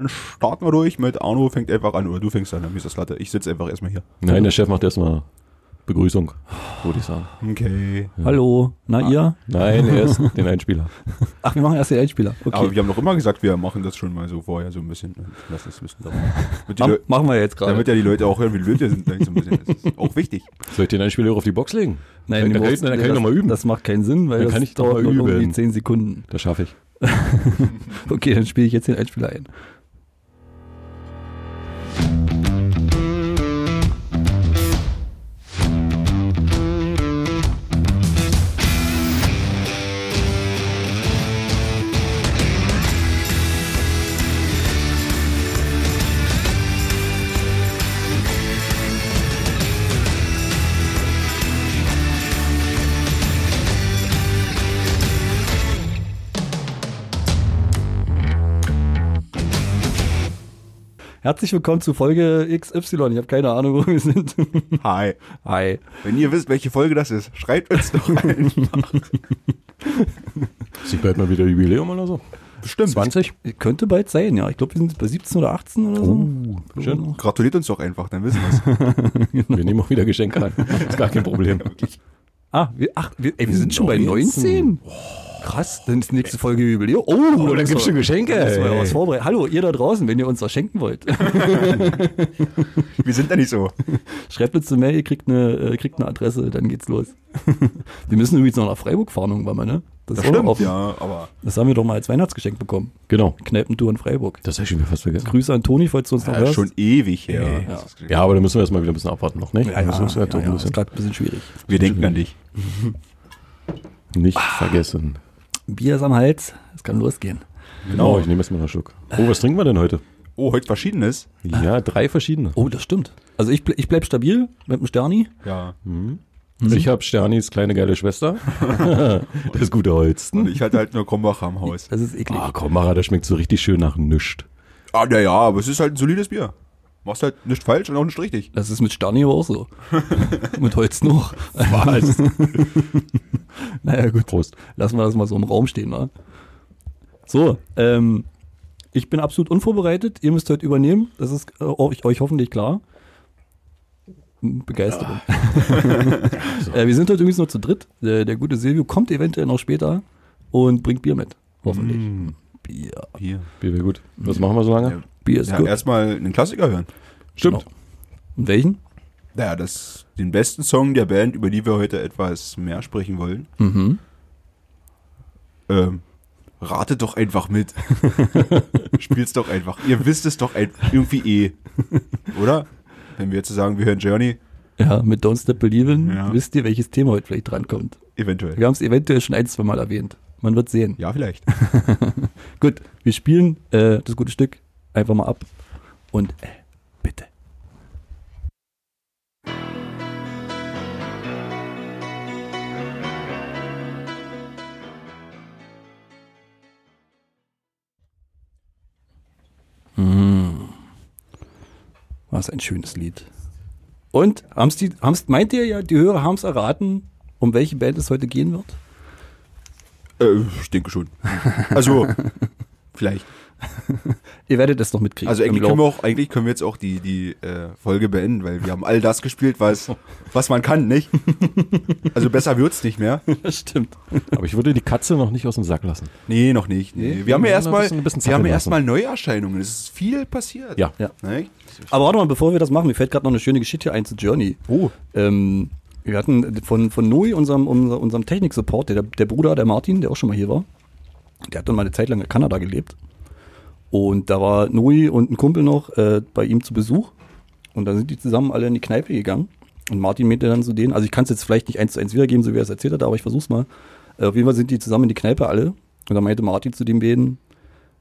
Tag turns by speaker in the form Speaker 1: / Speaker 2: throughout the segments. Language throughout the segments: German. Speaker 1: dann starten wir durch mit Arno fängt einfach an oder du fängst an, dann ist das Latte. Ich sitze einfach erstmal hier.
Speaker 2: Nein, der Chef macht erstmal Begrüßung, würde ich sagen.
Speaker 1: Okay.
Speaker 3: Hallo, na ihr?
Speaker 2: Nein, erst den Einspieler.
Speaker 3: Ach, wir machen erst den Einspieler.
Speaker 1: Aber
Speaker 3: Okay.
Speaker 1: wir haben doch immer gesagt, wir machen das schon mal so vorher so ein bisschen. Lass das wissen. Damit die,
Speaker 3: Mach,
Speaker 1: Leu-
Speaker 3: machen wir jetzt gerade.
Speaker 1: damit ja die Leute auch hören, wie blöd wir sind. gleich so ein bisschen. Das ist auch wichtig.
Speaker 2: Soll ich den Einspieler auf die Box legen? dann, dann, kann ich, dann kann ich
Speaker 3: das,
Speaker 2: nochmal üben.
Speaker 3: Das macht keinen Sinn, weil
Speaker 2: Dann
Speaker 3: das
Speaker 2: kann ich doch
Speaker 3: dauert
Speaker 2: mal
Speaker 3: nur irgendwie
Speaker 2: üben.
Speaker 3: 10 Sekunden.
Speaker 2: das schaffe ich.
Speaker 3: Okay, dann spiele ich jetzt den Einspieler ein. Herzlich willkommen zu Folge XY. Ich habe keine Ahnung, wo wir sind.
Speaker 1: Hi.
Speaker 3: Hi.
Speaker 1: Wenn ihr wisst, welche Folge das ist, schreibt uns doch ein.
Speaker 2: Sieht bald mal wieder Jubiläum oder so.
Speaker 1: Bestimmt.
Speaker 2: 20?
Speaker 3: Könnte bald sein, ja. Ich glaube, wir sind bei 17 oder 18 oder so.
Speaker 2: Schön.
Speaker 1: Gratuliert uns doch einfach, dann wissen wir es.
Speaker 2: Wir nehmen auch wieder Geschenke an. Ist gar kein Problem.
Speaker 3: Ah, wir, ach, wir, ey, wir sind schon bei 19.
Speaker 2: 19.
Speaker 3: Krass, dann ist die nächste Folge Jubiläum. Oh, oh
Speaker 2: dann gibt's schon Geschenke,
Speaker 3: Müssen wir
Speaker 2: ey.
Speaker 3: was vorbereiten. Hallo, ihr da draußen, wenn ihr uns was schenken wollt.
Speaker 1: Wir sind da nicht so.
Speaker 3: Schreibt uns eine Mail, ihr kriegt eine, äh, kriegt eine Adresse, dann geht's los. wir müssen übrigens noch nach Freiburg fahren irgendwann mal, ne?
Speaker 1: Das
Speaker 3: ist auch noch
Speaker 1: stimmt,
Speaker 3: offen.
Speaker 1: ja, aber
Speaker 3: Das haben wir doch mal als Weihnachtsgeschenk bekommen.
Speaker 2: Genau.
Speaker 3: Kneipentour in Freiburg.
Speaker 2: Das habe ich schon wieder fast vergessen.
Speaker 3: Grüße an Toni, falls du uns noch
Speaker 1: ja,
Speaker 3: hörst.
Speaker 1: schon ewig her.
Speaker 3: Ja.
Speaker 2: Ja, aber da müssen wir erstmal wieder ein bisschen abwarten noch, nicht?
Speaker 3: ja, ja,
Speaker 2: das ist
Speaker 3: ja,
Speaker 2: halt auch ein
Speaker 3: ja, ist
Speaker 2: bisschen
Speaker 3: gerade ein bisschen schwierig.
Speaker 1: Wir denken an dich.
Speaker 2: nicht vergessen.
Speaker 3: Bier ist am Hals, es kann losgehen.
Speaker 2: Genau, ich nehme jetzt mal einen Schluck. Oh, was trinken wir denn heute?
Speaker 1: Oh, heute verschiedenes.
Speaker 2: Ja, drei verschiedene.
Speaker 3: Oh, das stimmt. Also ich, ble- ich bleib stabil mit dem Sterni.
Speaker 1: Ja.
Speaker 3: Hm.
Speaker 2: Ich habe Sternis kleine geile Schwester. das gute
Speaker 1: Und
Speaker 2: Holsten.
Speaker 1: ich hatte halt nur Krombacher am Haus.
Speaker 3: Das ist eklig.
Speaker 2: Ah, komm, Mara, das schmeckt so richtig schön nach nischt.
Speaker 1: Ah, naja, aber es ist halt ein solides Bier. Machst halt nicht falsch und auch nicht richtig.
Speaker 3: Das ist mit Stani aber auch so. mit Holz noch.
Speaker 2: Was?
Speaker 3: Naja, gut.
Speaker 2: Prost.
Speaker 3: Lassen wir das mal so im Raum stehen, wa? So, ähm, ich bin absolut unvorbereitet. Ihr müsst heute übernehmen. Das ist äh, euch, euch hoffentlich klar. Begeisterung. äh, wir sind heute übrigens nur zu dritt. Der, der gute Silvio kommt eventuell noch später und bringt Bier mit. Hoffentlich.
Speaker 1: Mm.
Speaker 3: Bier.
Speaker 1: Bier.
Speaker 2: Bier wäre gut. Was machen wir so lange?
Speaker 1: Ja.
Speaker 3: Bier ist
Speaker 1: Ja,
Speaker 3: gut.
Speaker 1: erstmal einen Klassiker hören.
Speaker 2: Stimmt.
Speaker 3: Genau. Und welchen?
Speaker 1: Naja, das, den besten Song der Band, über die wir heute etwas mehr sprechen wollen.
Speaker 3: Mhm.
Speaker 1: Ähm, ratet doch einfach mit. Spielt's doch einfach. Ihr wisst es doch ein, irgendwie eh. Oder? Wenn wir jetzt sagen, wir hören Journey,
Speaker 3: Ja, mit Don't Step Believin'
Speaker 1: Ja.
Speaker 3: wisst ihr, welches Thema heute vielleicht drankommt.
Speaker 1: eventuell.
Speaker 3: Wir haben es eventuell schon ein, zwei Mal erwähnt. Man wird sehen.
Speaker 1: Ja, vielleicht.
Speaker 3: Gut, wir spielen äh, das gute Stück einfach mal ab. Und äh, bitte. Mm. Hm. Was ein schönes Lied. Und haben's die, haben's, meint ihr ja, die Hörer haben es erraten, um welche Band es heute gehen wird?
Speaker 1: Äh, ich denke schon. Also, vielleicht.
Speaker 3: Ihr werdet es noch mitkriegen.
Speaker 1: Also
Speaker 3: im
Speaker 1: eigentlich
Speaker 3: Laufe-
Speaker 1: können wir auch, eigentlich können wir jetzt auch die, die äh, Folge beenden, weil wir haben all das gespielt, was, was man kann, nicht? Also besser wird's nicht mehr.
Speaker 3: Das stimmt.
Speaker 2: Aber ich würde die Katze noch nicht aus dem Sack lassen.
Speaker 1: Nee, noch nicht. Nee.
Speaker 2: Nee,
Speaker 1: wir haben ja
Speaker 2: wir
Speaker 1: erstmal
Speaker 2: müssen ein bisschen
Speaker 1: wir haben ja erstmal
Speaker 2: zappeln
Speaker 1: Neuerscheinungen. Es ist viel passiert. Ne?
Speaker 2: Ja.
Speaker 3: Ja.
Speaker 1: Nicht?
Speaker 3: Aber warte mal, bevor wir das machen, mir fällt gerade noch eine schöne Geschichte ein zu Journey.
Speaker 1: Oh.
Speaker 3: Ähm, wir hatten von, von Noi, unserem, unser- unserem Technik-Support, der, der Bruder, der Martin, der auch schon mal hier war, der hat dann mal eine Zeit lang in Kanada gelebt. Und da war Noi und ein Kumpel noch äh, bei ihm zu Besuch. Und dann sind die zusammen alle in die Kneipe gegangen. Und Martin meinte dann zu denen, also ich kann es jetzt vielleicht nicht eins zu eins wiedergeben, so wie er es erzählt hat, aber ich versuch's mal. Äh, auf jeden Fall sind die zusammen in die Kneipe alle. Und dann meinte Martin zu den beiden,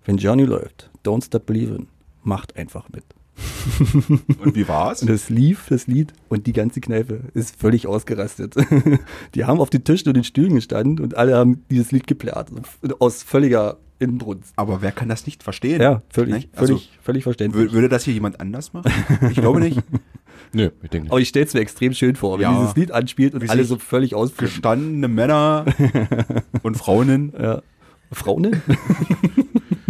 Speaker 3: wenn Journey läuft, don't stop believing, macht einfach mit.
Speaker 1: Und wie war's?
Speaker 3: Und das lief, das Lied, und die ganze Kneipe ist völlig ausgerastet. die haben auf den Tischen und den Stühlen gestanden und alle haben dieses Lied geplärrt. Also Aus völliger Inbrunst.
Speaker 1: Aber wer kann das nicht verstehen?
Speaker 3: Ja, völlig,
Speaker 1: Nicht? Also,
Speaker 3: völlig, völlig verständlich.
Speaker 1: wür- würde das hier jemand anders machen? Ich glaube nicht.
Speaker 2: Nö, ich denke
Speaker 3: Aber ich stell's mir extrem schön vor, wenn
Speaker 1: Ja.
Speaker 3: dieses Lied anspielt und
Speaker 1: Wie
Speaker 3: alle
Speaker 1: sich
Speaker 3: so völlig ausflippen.
Speaker 1: Gestandene Männer und Fraunen.
Speaker 3: Ja. Frauen?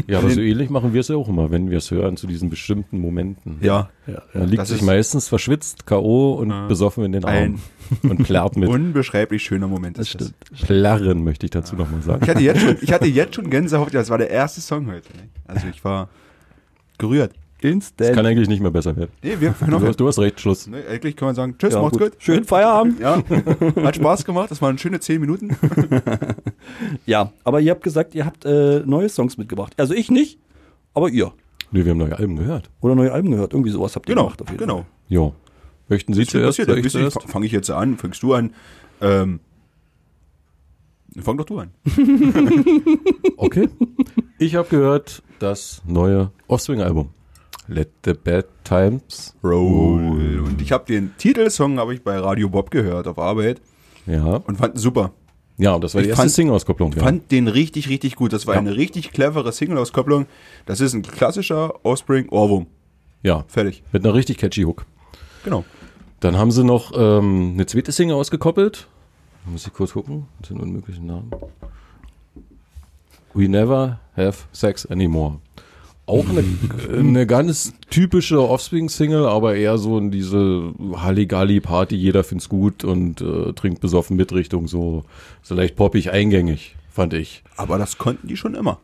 Speaker 2: Ja, aber so ähnlich machen wir es ja auch immer, wenn wir es hören zu diesen bestimmten Momenten.
Speaker 1: Ja,
Speaker 3: Ja, ja.
Speaker 2: Man liegt
Speaker 1: Das
Speaker 2: sich
Speaker 1: ist-
Speaker 2: meistens verschwitzt, K.O. und besoffen in den Armen. Und plärrt mit.
Speaker 1: unbeschreiblich schöner Moment
Speaker 3: das
Speaker 1: ist das.
Speaker 3: stimmt.
Speaker 2: Plärren möchte ich dazu nochmal sagen.
Speaker 1: Ich hatte, jetzt schon, ich hatte jetzt schon Gänsehaut, das war der erste Song heute. ne? Also ich war gerührt.
Speaker 2: Das kann
Speaker 3: Instant.
Speaker 2: eigentlich nicht mehr besser werden.
Speaker 1: Nee, wir hören
Speaker 2: Du
Speaker 1: auf
Speaker 2: hast,
Speaker 1: jetzt.
Speaker 2: du hast recht, Schluss.
Speaker 1: Ne, eigentlich kann man sagen, tschüss,
Speaker 3: Ja,
Speaker 1: macht's
Speaker 3: gut.
Speaker 1: gut.
Speaker 3: Schönen Feierabend.
Speaker 1: Ja, hat Spaß gemacht. Das waren schöne zehn Minuten.
Speaker 3: Ja, aber ihr habt gesagt, ihr habt äh, neue Songs mitgebracht. Also ich nicht, aber ihr.
Speaker 2: Nee, wir haben neue Alben gehört.
Speaker 3: Oder neue Alben gehört. Irgendwie sowas habt ihr
Speaker 1: Genau,
Speaker 3: gemacht. auf jeden
Speaker 1: genau.
Speaker 2: Jo. Möchten Sie zuerst?
Speaker 1: Passiert,
Speaker 2: Soll ich
Speaker 1: wisst ihr,
Speaker 2: zuerst?
Speaker 1: Fang ich jetzt an? Fängst du an? Ähm, fang doch du an.
Speaker 2: Okay. Ich habe gehört, das neue Offspring-Album. Let the Bad Times
Speaker 1: Roll. Und ich habe den Titelsong habe ich bei Radio Bob gehört auf Arbeit
Speaker 2: Ja.
Speaker 1: und fand ihn super.
Speaker 2: Ja, und das war
Speaker 1: Ich
Speaker 2: die erste
Speaker 1: fand-
Speaker 2: Sing-Auskopplung. Ja.
Speaker 1: Fand den richtig, richtig gut. Das war eine richtig clevere Single-Auskopplung. Das ist ein klassischer Offspring-Ohrwurm.
Speaker 2: ja.
Speaker 1: Fertig.
Speaker 2: Mit einer richtig catchy Hook.
Speaker 1: Genau.
Speaker 2: Dann haben sie noch ähm, eine zweite Single ausgekoppelt. Muss ich kurz gucken. Das sind unmöglichen Namen. We never have sex anymore. Auch eine, eine ganz typische Offspring-Single, aber eher so in diese Halligalli-Party, jeder find's gut und äh, trinkt besoffen mit Richtung so, so leicht poppig eingängig, fand ich.
Speaker 1: Aber das konnten die schon immer.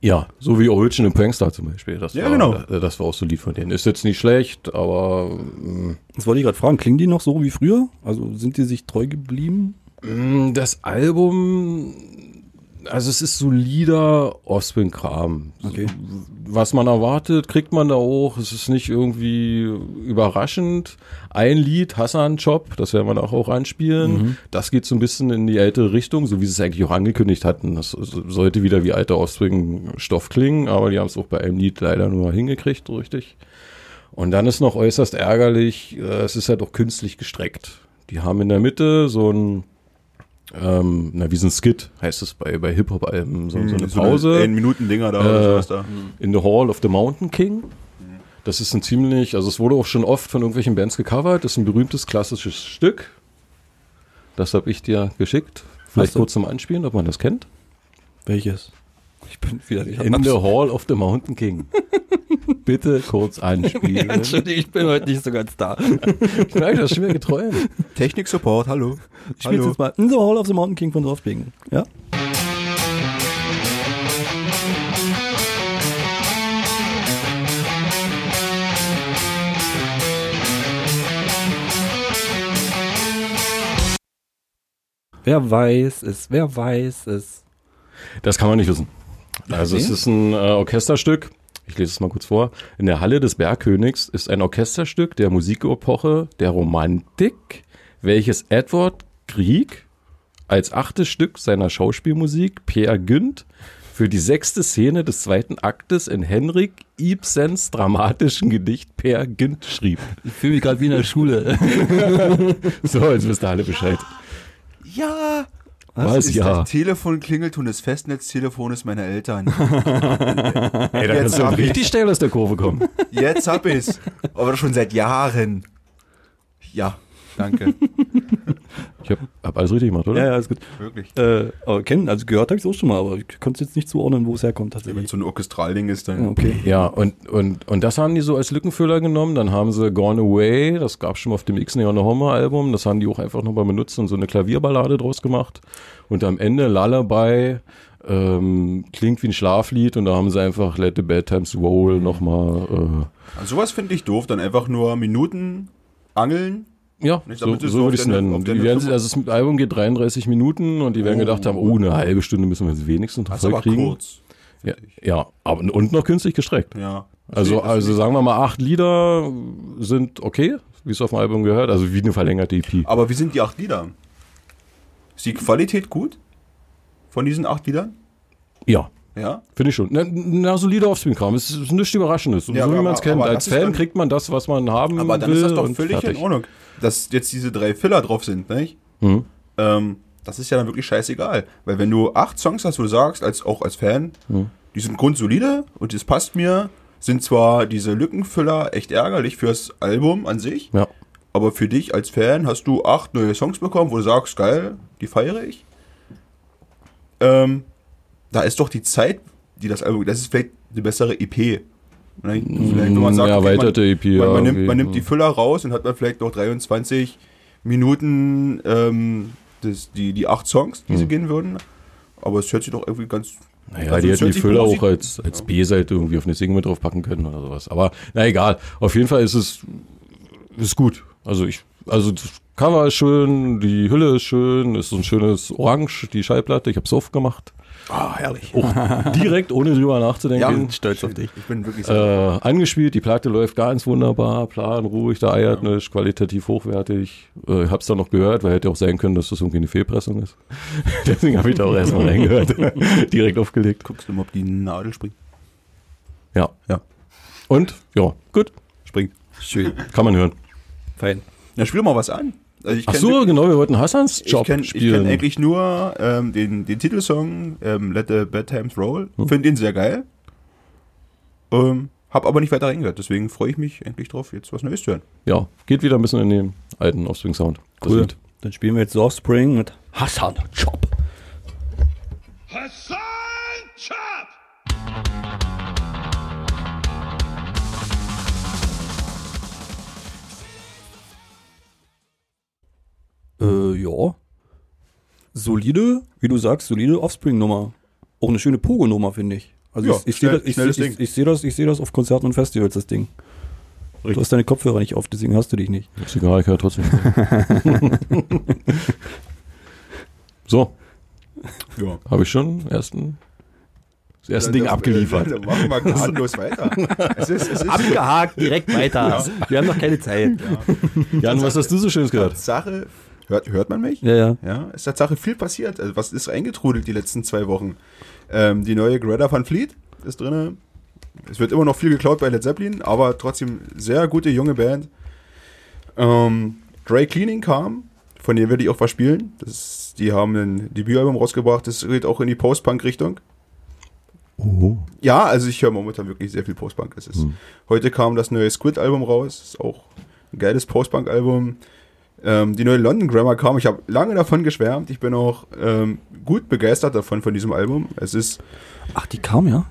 Speaker 2: Ja, so wie Origin und Prankster zum Beispiel. Das
Speaker 1: Ja,
Speaker 2: war,
Speaker 1: genau.
Speaker 2: Das, das war auch so ein Lied von denen. Ist jetzt nicht schlecht, aber mm, mh,
Speaker 3: Das wollte ich gerade fragen. Klingen die noch so wie früher? Also sind die sich treu geblieben?
Speaker 2: Mm, Das Album, also es ist solider Offspring-Kram.
Speaker 3: Okay.
Speaker 2: Was man erwartet, kriegt man da auch. Es ist nicht irgendwie überraschend. Ein Lied, Hassan Chop, das werden wir auch, auch anspielen.
Speaker 1: Mhm.
Speaker 2: Das geht so ein bisschen in die ältere Richtung, so wie sie es eigentlich auch angekündigt hatten. Das sollte wieder wie alter Offspring-Stoff klingen, aber die haben es auch bei einem Lied leider nur hingekriegt, so richtig. Und dann ist noch äußerst ärgerlich, äh, es ist halt auch künstlich gestreckt. Die haben in der Mitte so ein, ähm, na, wie so ein Skit, heißt es bei, bei Hip-Hop-Alben,
Speaker 1: Hm,
Speaker 2: so,
Speaker 1: Mhm.
Speaker 2: so eine Pause.
Speaker 1: Ein Minuten-Dinger da oder
Speaker 2: Äh,
Speaker 1: sowas da.
Speaker 2: in the Hall of the Mountain King. Das ist ein ziemlich, also es wurde auch schon oft von irgendwelchen Bands gecovert. Das ist ein berühmtes klassisches Stück. Das habe ich dir geschickt. Vielleicht
Speaker 3: Hast du?
Speaker 2: kurz zum Anspielen, ob man das kennt.
Speaker 3: Welches? Ich bin wieder ich hab
Speaker 2: In the
Speaker 3: absolut-
Speaker 2: Hall of the Mountain King. Bitte kurz anspielen.
Speaker 3: Entschuldigung, ich bin heute nicht so ganz da. Ich
Speaker 2: Ich merke, das ist schwer geträumt.
Speaker 1: Technik-Support, hallo.
Speaker 3: spiel's jetzt mal In the Hall of the Mountain King von Draufbegen. Ja? Wer weiß es, wer weiß es.
Speaker 2: Das kann man nicht wissen. Also es
Speaker 3: Nee.
Speaker 2: ist ein äh, Orchesterstück. Ich lese es mal kurz vor. In der Halle des Bergkönigs ist ein Orchesterstück der Musikepoche der Romantik, welches Edward Grieg als achtes Stück seiner Schauspielmusik Peer Gynt für die sechste Szene des zweiten Aktes in Henrik Ibsens dramatischen Gedicht Peer Gynt schrieb.
Speaker 3: Ich fühle mich gerade wie in der Schule.
Speaker 2: So, jetzt wisst ihr alle Bescheid.
Speaker 1: Ja.
Speaker 2: Was
Speaker 1: ist
Speaker 2: ja.
Speaker 1: das Telefonklingelton des Festnetztelefons meiner Eltern.
Speaker 2: Ey, da
Speaker 1: Jetzt
Speaker 2: kannst du
Speaker 1: hab ich-
Speaker 2: richtig schnell aus der Kurve kommen.
Speaker 1: Jetzt hab ich's. Aber schon seit Jahren. Ja, danke.
Speaker 2: Ich hab, hab alles richtig gemacht, oder?
Speaker 3: Ja, ja, ist gut.
Speaker 1: Wirklich.
Speaker 3: Äh, aber kennen, also gehört habe ich es auch schon mal, aber ich konnte es jetzt nicht zuordnen, wo es herkommt
Speaker 1: Wenn
Speaker 3: tatsächlich.
Speaker 1: es so ein Orchestralding ist, dann.
Speaker 3: Okay.
Speaker 2: Ja, und, und, und das haben die so als Lückenfüller genommen. Dann haben sie Gone Away, das gab's schon auf dem X Neon Homer Album. Das haben die auch einfach nochmal benutzt und so eine Klavierballade draus gemacht. Und am Ende Lullaby ähm, klingt wie ein Schlaflied und da haben sie einfach Let the Bad Times Roll nochmal. äh,
Speaker 1: Also sowas finde ich doof. Dann einfach nur Minuten angeln.
Speaker 2: Äh, ja,
Speaker 1: Nicht,
Speaker 2: so,
Speaker 1: damit sie es
Speaker 2: so würde
Speaker 1: auf
Speaker 2: ich es
Speaker 1: deine-
Speaker 2: nennen.
Speaker 1: auf
Speaker 2: Die
Speaker 1: deine
Speaker 2: werden, sich-
Speaker 1: Zunge-
Speaker 2: also das Album geht 33 Minuten und die werden gedacht haben, oh, eine halbe Stunde müssen wir jetzt wenigstens noch
Speaker 1: Das ist aber
Speaker 2: voll kriegen.
Speaker 1: kurz.
Speaker 2: Ja, ja, aber und noch künstlich gestreckt.
Speaker 1: Ja.
Speaker 2: Also,
Speaker 1: Das-
Speaker 2: also sagen wir mal, acht Lieder sind okay, wie es auf dem Album gehört, also wie eine verlängerte EP.
Speaker 1: Aber wie sind die acht Lieder? Ist die Qualität gut? Von diesen acht Liedern?
Speaker 2: Ja,
Speaker 1: Ja.
Speaker 2: finde ich schon. Na, na solide Offspring-Kram, es ist nichts Überraschendes, so,
Speaker 1: Ja,
Speaker 2: so wie
Speaker 1: aber-
Speaker 2: man es kennt.
Speaker 1: aber
Speaker 2: Als
Speaker 1: das ist
Speaker 2: Fan
Speaker 1: dann-
Speaker 2: kriegt man das, was man haben
Speaker 1: Aber dann
Speaker 2: will
Speaker 1: ist das doch
Speaker 2: und
Speaker 1: völlig
Speaker 2: fertig.
Speaker 1: in Ordnung, dass jetzt diese drei Filler drauf sind, nicht?
Speaker 2: Mhm.
Speaker 1: Ähm, das ist ja dann wirklich scheißegal. Weil wenn du acht Songs hast, wo du sagst, als, auch als Fan,
Speaker 2: Hm.
Speaker 1: die sind grundsolide und das passt mir, sind zwar diese Lückenfüller echt ärgerlich fürs Album an sich,
Speaker 2: Ja.
Speaker 1: aber für dich als Fan hast du acht neue Songs bekommen, wo du sagst, geil, die feiere ich. Ähm, da ist doch die Zeit die das Album, das ist vielleicht eine bessere EP. Vielleicht, wenn man sagt,
Speaker 2: Mm, ja,
Speaker 1: okay,
Speaker 2: erweiterte
Speaker 1: man,
Speaker 2: EP,
Speaker 1: man,
Speaker 2: ja,
Speaker 1: man, nimmt,
Speaker 2: irgendwie,
Speaker 1: man nimmt
Speaker 2: ja.
Speaker 1: die Füller raus und hat man vielleicht noch 23 Minuten ähm, das, die, die acht Songs, die sie gehen würden. Aber es hört sich doch irgendwie ganz.
Speaker 2: Mm. Naja,
Speaker 1: also
Speaker 2: die
Speaker 1: es
Speaker 2: hätten
Speaker 1: hört
Speaker 2: die
Speaker 1: sich
Speaker 2: Füller
Speaker 1: Musik-
Speaker 2: auch halt als, als B-Seite irgendwie auf eine Single mit draufpacken können oder sowas. Aber na egal, auf jeden Fall ist es ist gut. Also ich, also das Cover ist schön, die Hülle ist schön, ist so ein schönes Orange, die Schallplatte, ich hab's aufgemacht.
Speaker 3: Ah, herrlich.
Speaker 2: Auch direkt, ohne drüber
Speaker 3: Ja,
Speaker 2: nachzudenken.
Speaker 3: stolz auf dich.
Speaker 1: Ich bin wirklich.
Speaker 2: Äh, angespielt, die Platte läuft ganz wunderbar, plan, ruhig, da eiert nicht, qualitativ hochwertig. Äh, hab's dann noch gehört, weil hätte auch sein können, dass das irgendwie eine Fehlpressung ist. Deswegen habe ich da auch erstmal reingehört. Direkt aufgelegt.
Speaker 1: guckst du mal, ob die Nadel springt.
Speaker 2: Ja.
Speaker 1: Ja,
Speaker 2: Und ja, gut,
Speaker 1: springt.
Speaker 3: Schön.
Speaker 2: kann man hören.
Speaker 3: Fein.
Speaker 1: Na, spiel mal was an. Also ich
Speaker 2: Ach
Speaker 1: kenn
Speaker 2: so, genau, wir wollten Hassans
Speaker 1: Ich
Speaker 2: Job
Speaker 1: kenne
Speaker 2: spielen.
Speaker 1: kenn eigentlich nur ähm, den, den Titelsong ähm, Let the Bad Times Roll.
Speaker 2: Hm.
Speaker 1: Finde ihn sehr geil. Ähm, hab aber nicht weiter reingehört. Deswegen freue ich mich endlich drauf, jetzt was Neues zu hören.
Speaker 2: ja, geht wieder ein bisschen in den alten Offspring Sound. Das
Speaker 3: Cool.
Speaker 2: Lied.
Speaker 3: Dann spielen wir jetzt Offspring mit Hassan Chop.
Speaker 4: Hassan Chop!
Speaker 3: Äh, ja. Solide, wie du sagst, solide Offspring-Nummer. Auch eine schöne Pogo-Nummer, finde ich. Also
Speaker 1: Ja,
Speaker 3: ich, ich sehe
Speaker 1: schnell-
Speaker 3: das, ich,
Speaker 1: schnelles
Speaker 3: ich, ich,
Speaker 1: Ding.
Speaker 3: ich seh das, ich seh das auf Konzerten und Festivals, das Ding. Du hast deine Kopfhörer nicht auf, deswegen hast du dich nicht.
Speaker 2: Ist egal, ich höre trotzdem. so,
Speaker 1: Ja.
Speaker 2: habe ich schon ersten, das erste Ding abgeliefert.
Speaker 1: Dann machen wir kostenlos weiter. Es ist, es ist
Speaker 3: Abgehakt, direkt weiter. Wir haben noch keine Zeit.
Speaker 2: Jan, was hast du so schönes gehört?
Speaker 1: Sache. Hört, hört man mich?
Speaker 3: Ja, ja.
Speaker 1: Ja, ist Tatsache viel passiert. Also, was ist eingetrudelt die letzten zwei Wochen? Ähm, die neue Greta van Fleet ist drin. Es wird immer noch viel geklaut bei Led Zeppelin, aber trotzdem sehr gute junge Band. Ähm, Dry Cleaning kam, von denen werde ich auch was spielen. Das ist, die haben ein Debütalbum rausgebracht, das geht auch in die Post-Punk-Richtung. Ja, also ich höre momentan wirklich sehr viel Post-Punk. Es ist. Heute kam das neue Squid-Album raus, ist auch ein geiles Post-Punk-Album. Ähm, die neue London Grammar kam, ich habe lange davon geschwärmt. Ich bin auch ähm, gut begeistert davon, von diesem Album. Es ist,
Speaker 3: Ach, die kam ja?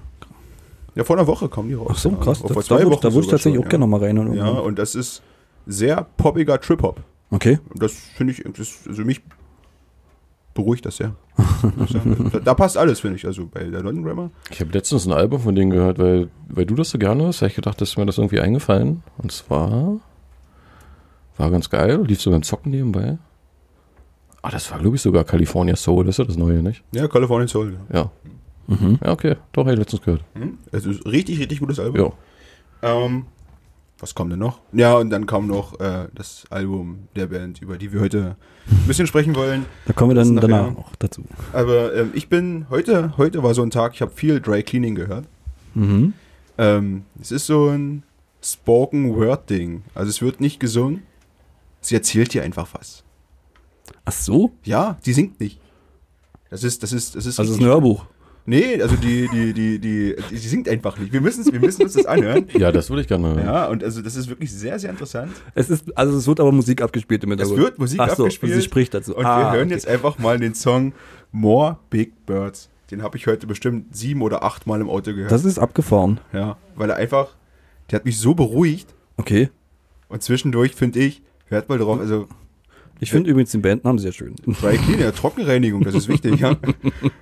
Speaker 1: ja, vor einer Woche kam die raus.
Speaker 3: Ach so,
Speaker 1: ja.
Speaker 3: krass.
Speaker 1: Oder
Speaker 3: Da,
Speaker 1: vor
Speaker 3: da
Speaker 1: zwei
Speaker 3: würde ich,
Speaker 1: Wochen
Speaker 3: da würd ich
Speaker 1: sogar
Speaker 3: tatsächlich
Speaker 1: schon,
Speaker 3: auch gerne mal reinhören.
Speaker 1: ja. ja,
Speaker 3: irgendwann.
Speaker 1: und das ist sehr poppiger Trip-Hop.
Speaker 3: Okay.
Speaker 1: Und das finde ich, das, also mich beruhigt das sehr. Muss ich sagen. da, da passt alles, finde ich. Also bei der London Grammar.
Speaker 2: Ich habe letztens ein Album von denen gehört, weil, weil du das so gerne hast. Hab ich gedacht, dass mir das irgendwie eingefallen. Und zwar war ganz geil, lief so beim Zocken nebenbei. Ah, das war, glaube ich, sogar California Soul, das ist ja das Neue, nicht?
Speaker 1: Ja, California Soul.
Speaker 2: Ja. Ja, okay, doch, hätte ich letztens gehört.
Speaker 1: Hm? Also ist richtig, richtig gutes Album.
Speaker 2: Ja.
Speaker 1: Ähm, was kam denn noch? Ja, und dann kam noch äh, das Album der Band, über die wir heute ein bisschen sprechen wollen.
Speaker 3: Da kommen wir dann
Speaker 1: Das nachher.
Speaker 3: danach noch dazu.
Speaker 1: Aber ähm, ich bin heute, heute war so ein Tag, ich habe viel Dry Cleaning gehört.
Speaker 3: Mhm.
Speaker 1: Ähm, es ist so ein Spoken Word Ding. Also es wird nicht gesungen. Sie erzählt dir einfach was.
Speaker 3: Ach so?
Speaker 1: Ja, die singt nicht. Das ist, das ist, das ist.
Speaker 3: Also das ist ein Hörbuch.
Speaker 1: nee, also die, die, die, die, die, die singt einfach nicht. Wir müssen, wir müssen uns das anhören.
Speaker 2: Ja, das würde ich gerne hören.
Speaker 1: Ja, und also das ist wirklich sehr, sehr interessant.
Speaker 3: Es ist, also es wird aber Musik abgespielt im
Speaker 1: Es
Speaker 3: Hintergrund.
Speaker 1: wird Musik
Speaker 3: Ach so,
Speaker 1: abgespielt.
Speaker 3: Und sie spricht dazu.
Speaker 1: Und wir
Speaker 3: Ah,
Speaker 1: hören
Speaker 3: okay.
Speaker 1: jetzt einfach mal den Song More Big Birds. Den habe ich heute bestimmt sieben oder acht Mal im Auto gehört.
Speaker 3: Das ist abgefahren.
Speaker 1: ja, weil er einfach, der hat mich so beruhigt
Speaker 3: Okay.
Speaker 1: und zwischendurch finde ich, hört mal drauf, also
Speaker 3: Ich finde übrigens den Bandnamen sehr schön.
Speaker 1: Dry Cleaner, Trockenreinigung, das ist wichtig, ja.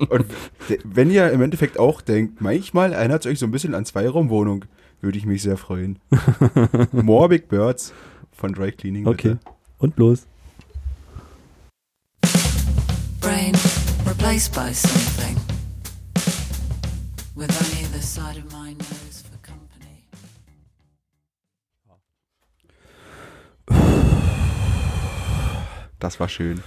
Speaker 1: Und de- wenn ihr im Endeffekt auch denkt, manchmal erinnert es euch so ein bisschen an Zweiraumwohnung, würde ich mich sehr freuen. More Big Birds von Dry Cleaning.
Speaker 3: Okay.
Speaker 1: Bitte.
Speaker 3: Und los.
Speaker 5: brain replaced by something with only the side of my nose for company.
Speaker 1: Das war schön.